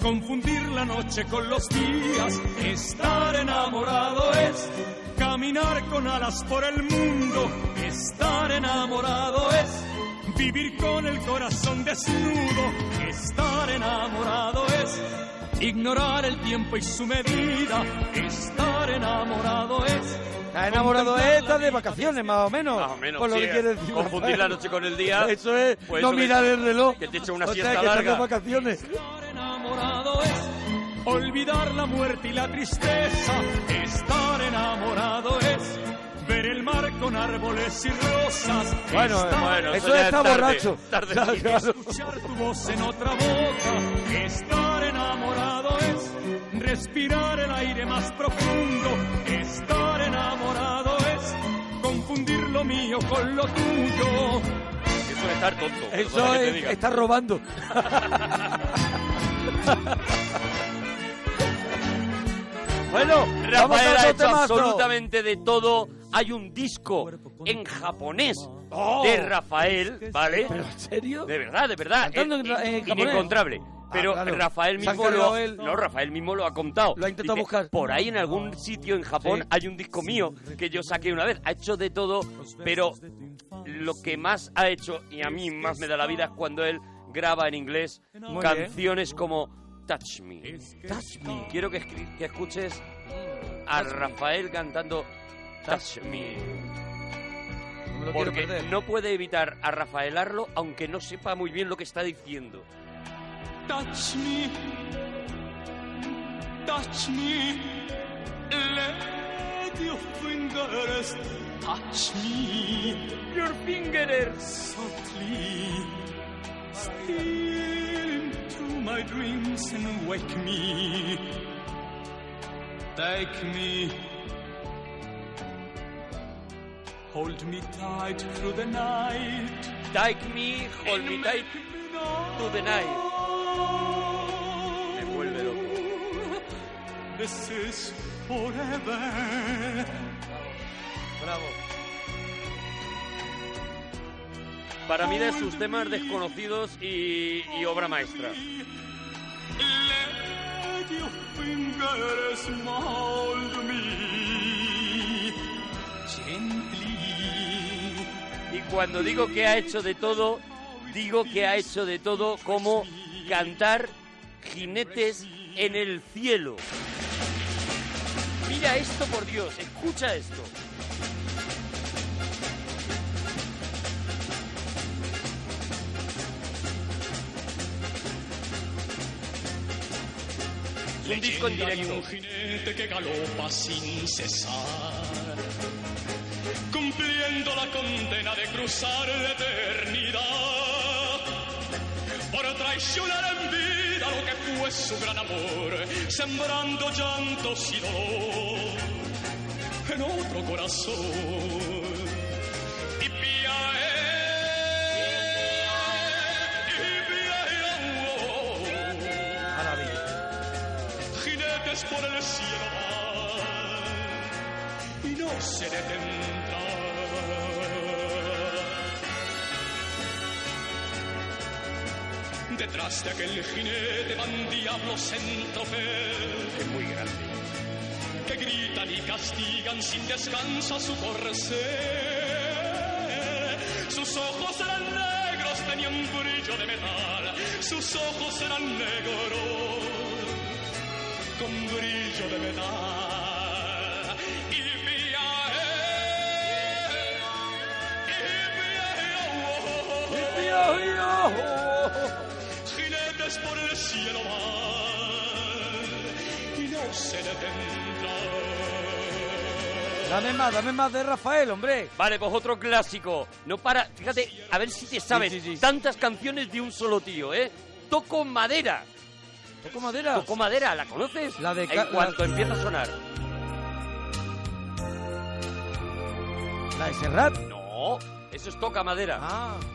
Speaker 3: confundir la noche con los días. Estar enamorado es caminar con alas por el mundo. Estar enamorado es vivir con el corazón desnudo. Estar enamorado es ignorar el tiempo y su medida. Estar enamorado es
Speaker 21: Está enamorado de esta de vacaciones, más o menos. Más o
Speaker 2: menos,
Speaker 21: Por Pues lo
Speaker 2: sí,
Speaker 21: que quiere decir.
Speaker 2: confundir la noche con el día.
Speaker 21: Eso es.
Speaker 2: Pues
Speaker 21: no
Speaker 2: eso que-
Speaker 21: mirar el reloj.
Speaker 2: que te echa una
Speaker 21: o sea,
Speaker 2: siesta
Speaker 21: que estás de
Speaker 2: larga.
Speaker 21: vacaciones.
Speaker 3: enamorado es olvidar la muerte y la tristeza. Estar enamorado es ver el mar con árboles y rosas.
Speaker 21: Bueno,
Speaker 3: Estar-
Speaker 21: bueno, eso eso ya está es tarde, borracho. tarde, Ya, sí. claro.
Speaker 3: Escuchar tu voz en otra boca. Estar enamorado es respirar el aire más profundo. Estar enamorado es confundir lo mío con lo tuyo.
Speaker 2: Eso es estar tonto.
Speaker 21: Eso es, está robando. bueno, vamos a otro
Speaker 2: Rafael ha hecho
Speaker 21: temazo.
Speaker 2: absolutamente de todo. Hay un disco en japonés de Rafael, ¿vale?
Speaker 21: Oh. ¿Pero en serio?
Speaker 2: De verdad, de verdad.
Speaker 21: ¿Cantando
Speaker 2: Es
Speaker 21: en ra- en
Speaker 2: in-
Speaker 21: japonés?
Speaker 2: Inencontrable. Pero
Speaker 21: Ah, claro.
Speaker 2: Rafael
Speaker 21: Se ha
Speaker 2: mismo lo,
Speaker 21: encargado él.
Speaker 2: no, Rafael mismo lo ha contado. Lo ha
Speaker 21: intentado buscar.
Speaker 2: Por ahí en algún sitio en Japón
Speaker 21: Sí.
Speaker 2: hay un disco mío que yo saqué una vez. Ha hecho de todo, pero lo que más ha hecho y a mí más me da la vida es cuando él graba en inglés
Speaker 21: Muy
Speaker 2: canciones como Touch Me.
Speaker 21: Touch me.
Speaker 2: Quiero que, escri- que escuches a Rafael cantando Touch Me.
Speaker 21: lo quiero
Speaker 2: Porque
Speaker 21: perder.
Speaker 2: no puede evitar a Rafaelarlo aunque no sepa muy bien lo que está diciendo.
Speaker 3: Touch me.
Speaker 23: touch me. Let your fingers touch me. Your fingers softly. Steal into my dreams and wake me. Take me. Hold me tight through the night. Take me, hold me tight through the night. Me vuelve loco. This is forever.
Speaker 2: Bravo. Para mí de sus temas desconocidos y, y obra maestra.
Speaker 23: Let your fingers mold me gently.
Speaker 2: Y cuando digo que ha hecho de todo, digo que ha hecho de todo como cantar jinetes en el cielo. Mira esto por Dios, escucha esto. Es un disco en
Speaker 23: Leyenda de
Speaker 2: directo.
Speaker 23: un jinete que galopa sin cesar, cumpliendo la condena de cruzar la eternidad. Por traicionar en vida lo que fue su gran amor, sembrando llantos y dolor en otro corazón. Y pía él, y pía él, oh, oh, oh jinetes por el cielo van y no se detendrán. Detrás de aquel jinete van diablos en tropel. Es muy grande. Que gritan y castigan sin descanso a su corcel. Sus ojos eran negros, tenían brillo de metal. Sus ojos eran negros con brillo de metal. Y vi a él, oh, y vi a él, oh, oh, oh. jinetes por el cielo van y no se detendrán.
Speaker 21: [laughs] Dame más, dame más de Rafael, hombre.
Speaker 2: Vale, pues otro clásico. No para, fíjate, a ver si te sabes tantas canciones de un solo tío, ¿eh? Toco madera.
Speaker 21: ¿Toco madera?
Speaker 2: ¿Toco madera? ¿La conoces?
Speaker 21: La de ca-
Speaker 2: En cuanto empieza a sonar.
Speaker 21: ¿La de Serrat?
Speaker 2: No, Oh, eso es Toca Madera.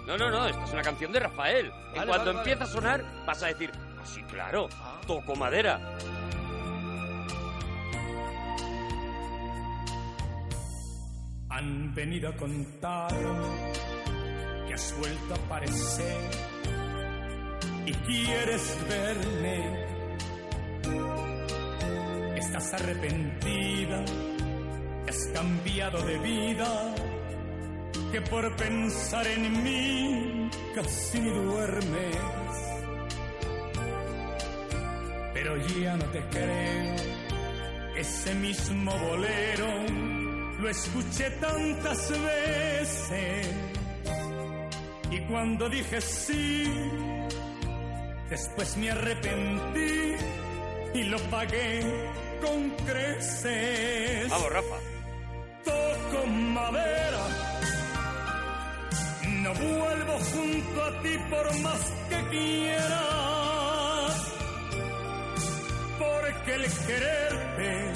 Speaker 2: No, no, no, esta es una canción de Rafael. en
Speaker 21: Ah. Vale,
Speaker 2: cuanto
Speaker 21: vale, Ah.
Speaker 2: empieza a sonar, vas a decir, así claro, Toco Madera.
Speaker 23: Han venido a contarme que has vuelto a aparecer y quieres verme. Estás arrepentida, que has cambiado de vida, que por pensar en mí casi ni duermes. Pero ya no te creo, ese mismo bolero lo escuché tantas veces y cuando dije sí, después me arrepentí y lo pagué con creces.
Speaker 2: Vamos, Rafa.
Speaker 23: Toco madera, no vuelvo junto a ti por más que quieras, porque el quererte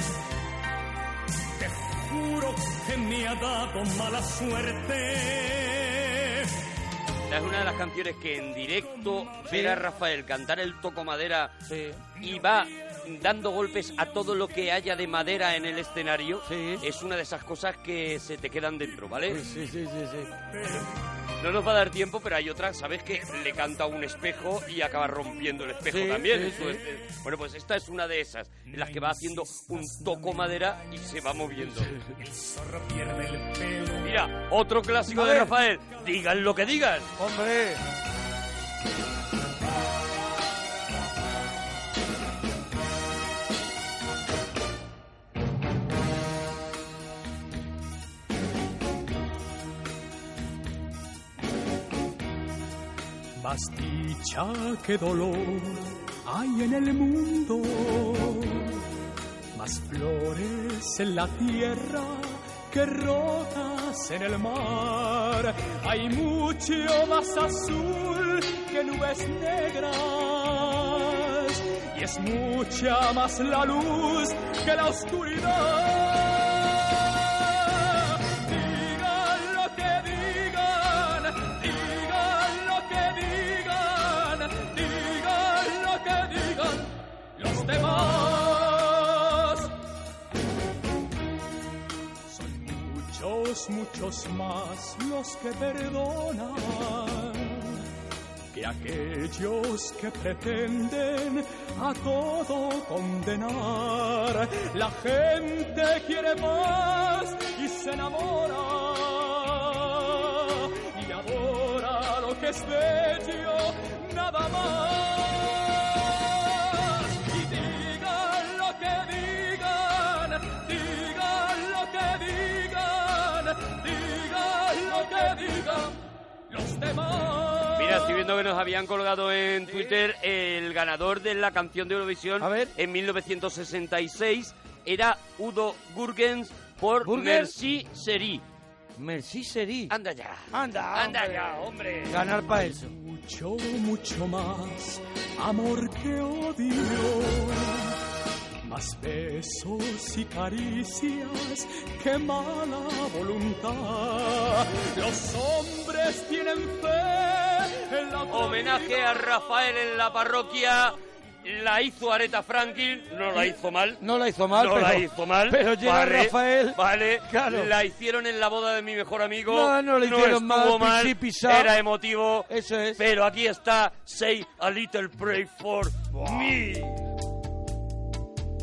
Speaker 23: te juro que me ha dado mala suerte.
Speaker 2: Esta es una de las canciones que en directo ver a Rafael cantar el Toco Madera y va dando golpes a todo lo que haya de madera en el escenario, es una de esas cosas que se te quedan dentro, ¿vale?
Speaker 21: Sí, sí, sí, sí.
Speaker 2: No nos va a dar tiempo, pero hay otra, ¿sabes? Que le canta a un espejo y acaba rompiendo el espejo
Speaker 21: Sí,
Speaker 2: también.
Speaker 21: sí,
Speaker 2: Eso
Speaker 21: sí.
Speaker 2: es, eh, Bueno, pues esta es una de esas, en las que va haciendo un toco madera y se va moviendo. Mira, otro clásico
Speaker 21: A
Speaker 2: de
Speaker 21: ver.
Speaker 2: Rafael. Digan lo que digan.
Speaker 21: Hombre.
Speaker 23: Más dicha que dolor hay en el mundo.
Speaker 3: más flores en la tierra que rotas en el mar. Hay mucho más azul que nubes negras y es mucha más la luz que la oscuridad. Digan lo que digan, digan lo que digan, digan lo que digan los demás. Son muchos, muchos más los que perdonan que aquellos que pretenden a todo condenar. La gente quiere más y se enamora y adora lo que es bello, nada más. Y digan lo que digan, digan lo que digan, digan lo que digan los demás.
Speaker 2: Mira, estoy viendo que nos habían colgado en Twitter el ganador de la canción de Eurovisión en 1966 era Udo Gurgens por
Speaker 21: ¿Burger?
Speaker 2: Merci Seri.
Speaker 21: Merci Seri.
Speaker 2: Anda ya.
Speaker 21: Anda,
Speaker 2: Anda ya, hombre.
Speaker 21: Ganar para eso.
Speaker 3: Mucho, mucho más amor que odio. Más besos y caricias que mala voluntad. Los hombres tienen fe en la
Speaker 2: Homenaje a Rafael en la parroquia. La hizo Areta Franklin, no la hizo mal.
Speaker 21: No la hizo mal,
Speaker 2: No
Speaker 21: pero,
Speaker 2: la hizo mal.
Speaker 21: Pero llega
Speaker 2: Vale,
Speaker 21: Rafael.
Speaker 2: Vale,
Speaker 21: Claro.
Speaker 2: la hicieron en la boda de mi mejor amigo.
Speaker 21: No, no la hicieron mal,
Speaker 2: estuvo mal.
Speaker 21: pichi, pisá.
Speaker 2: Era emotivo.
Speaker 21: Eso es.
Speaker 2: Pero aquí está, say a little pray for me.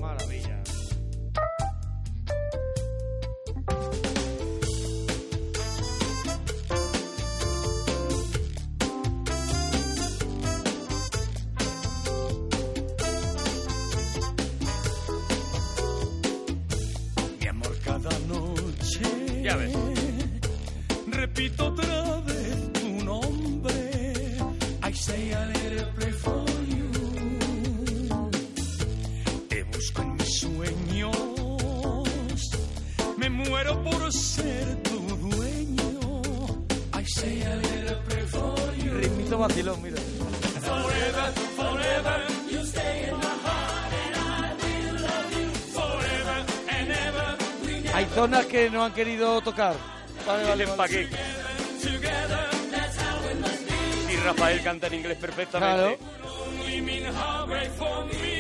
Speaker 21: Maravilla.
Speaker 3: Mi amor cada noche.
Speaker 2: Ya ves.
Speaker 3: Repito otra vez tu nombre. I say a little play for you. Te busco en mis sueños. Me muero por ser tu dueño. I say a little play for you.
Speaker 21: Ritmito vacilón, mira.
Speaker 3: Forever, forever, you stay in my heart and I will love you forever and ever. We
Speaker 21: Hay zonas que no han querido tocar. Vale, vale, vale.
Speaker 3: together, that's how it must be.
Speaker 2: Y Rafael canta en inglés perfectamente.
Speaker 3: Only mean how great for me.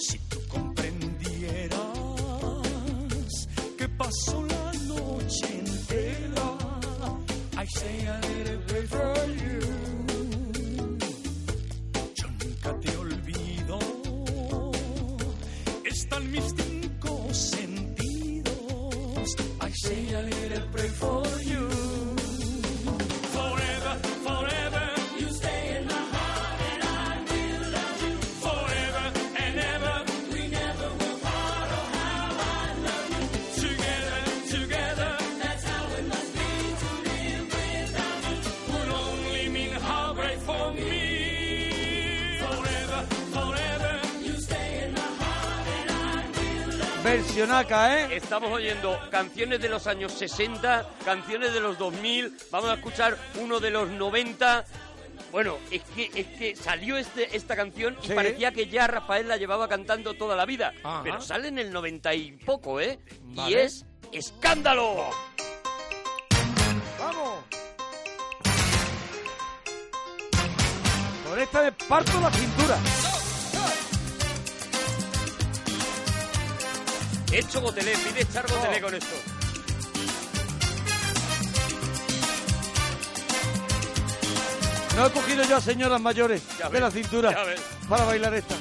Speaker 3: Si tú comprendieras que paso la noche entera, I say a little prayer for you. Yo nunca te olvido, están mis cinco sentidos. I say a little prayer for you. Forever, forever, you stay in my heart and I will love you. Forever and ever, we never will part. Oh, how I love you. Together, together, that's how it must be to live without you. Would only mean how great for me. Forever, forever, you stay in my heart and I will love you.
Speaker 21: Versionaca, ¿eh?
Speaker 2: Estamos oyendo canciones de los años 60, canciones de los 2000, vamos a escuchar uno de los 90. Bueno, es que, es que salió este, esta canción y
Speaker 21: Sí.
Speaker 2: parecía que ya Rafael la llevaba cantando toda la vida.
Speaker 21: Ajá.
Speaker 2: Pero sale en el 90 y poco, ¿eh? Y
Speaker 21: Vale.
Speaker 2: es Escándalo.
Speaker 21: ¡Vamos! Con esta me parto la cintura.
Speaker 2: Hecho gotelé, pide echar gotelé con esto.
Speaker 21: No he cogido yo a señoras mayores de la cintura
Speaker 2: ya ves.
Speaker 21: para bailar esta.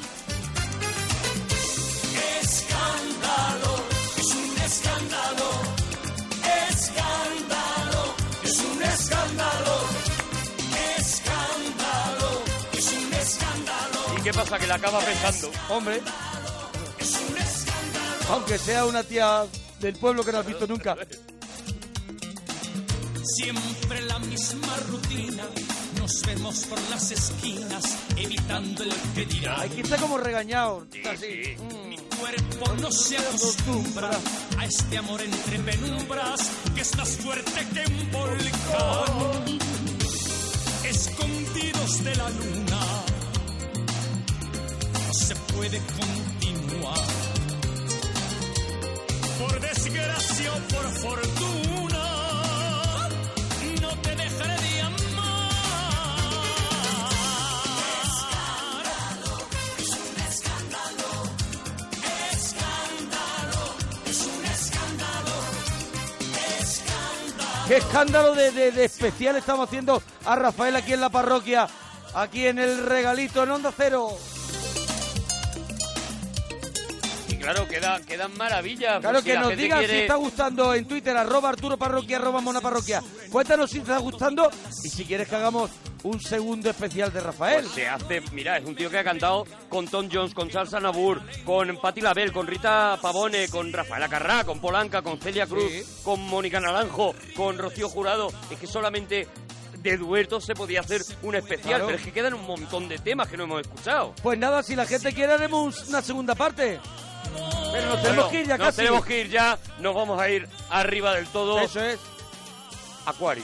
Speaker 3: Escándalo, es un escándalo. Escándalo, es un escándalo. Escándalo, es un escándalo.
Speaker 2: ¿Y qué pasa? Que la acaba pensando.
Speaker 21: Hombre.
Speaker 2: [laughs]
Speaker 21: Aunque sea una tía del pueblo que no has visto nunca.
Speaker 3: Siempre la misma rutina. Nos vemos por las esquinas, evitando el que dirá.
Speaker 21: Aquí está como regañado. Está así. Mm.
Speaker 3: Mi cuerpo no se acostumbra a este amor entre penumbras que es más fuerte que un volcán. Escondidos de la luna, no se puede continuar. Por desgracia o por fortuna, no te dejaré de amar. Es un escándalo, escándalo, es un escándalo, escándalo.
Speaker 21: ¡Qué escándalo de, de- de especial estamos haciendo a Rafael aquí en la parroquia! Aquí en el regalito en Onda Cero.
Speaker 2: Pues Y claro, quedan, quedan maravillas.
Speaker 21: Claro,
Speaker 2: Pues si
Speaker 21: que
Speaker 2: la
Speaker 21: nos
Speaker 2: gente
Speaker 21: digan
Speaker 2: quiere-
Speaker 21: si está gustando en Twitter, arroba Arturo Parroquia, arroba Mona Parroquia. Cuéntanos si te está gustando y si quieres que hagamos un segundo especial de Rafael.
Speaker 2: Pues se hace, mira, es un tío que ha cantado con Tom Jones, con Salsa Nabur, con Patti Label, con Rita Pavone, con Rafaela Carrá, con Polanca, con Celia Cruz, con Mónica Naranjo, con Rocío Jurado. Es que solamente de duetos se podía hacer un especial,
Speaker 21: Claro.
Speaker 2: pero es que quedan un montón de temas que no hemos escuchado.
Speaker 21: Pues nada, si la gente quiere haremos una segunda parte.
Speaker 2: Pero nos
Speaker 21: tenemos que ir ya
Speaker 2: nos
Speaker 21: casi.
Speaker 2: tenemos que ir ya, nos vamos a ir arriba del todo. Eso
Speaker 21: es.
Speaker 2: Acuario.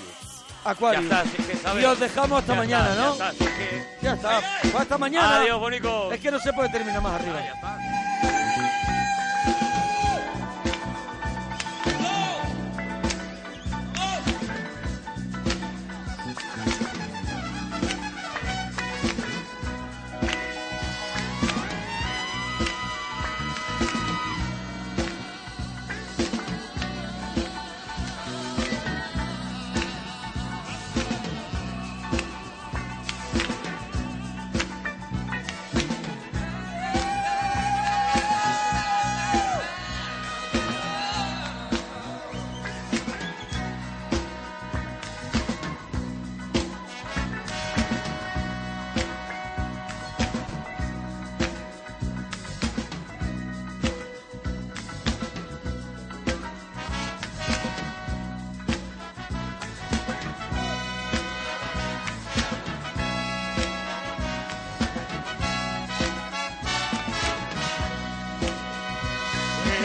Speaker 21: Acuario.
Speaker 2: Ya está, si es que sabes.
Speaker 21: y os dejamos hasta
Speaker 2: Ya
Speaker 21: mañana,
Speaker 2: está,
Speaker 21: ¿no?
Speaker 2: ya está, si es que-
Speaker 21: Ya está. Pues hasta mañana.
Speaker 2: Adiós, Ah, bonico.
Speaker 21: Es que no se puede terminar más arriba.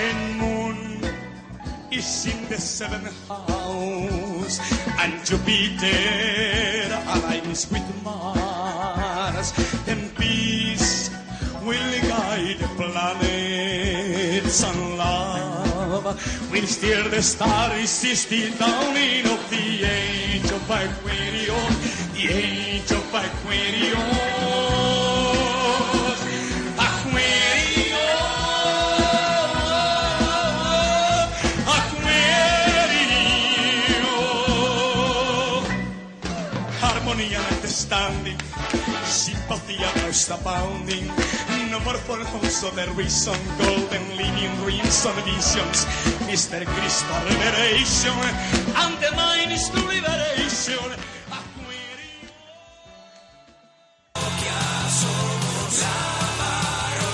Speaker 3: in moon is in the seventh house, and Jupiter aligns with Mars, and peace will guide the planets, and love will steer the stars, is the dawning of the age of Aquarius, the age of Aquarius. Aquarius, Aquarius. Harmony and understanding, sympathy and most abounding. No more for homes of the reason, golden living dreams and visions. Mr. Crystal liberation, and the mind is to liberation.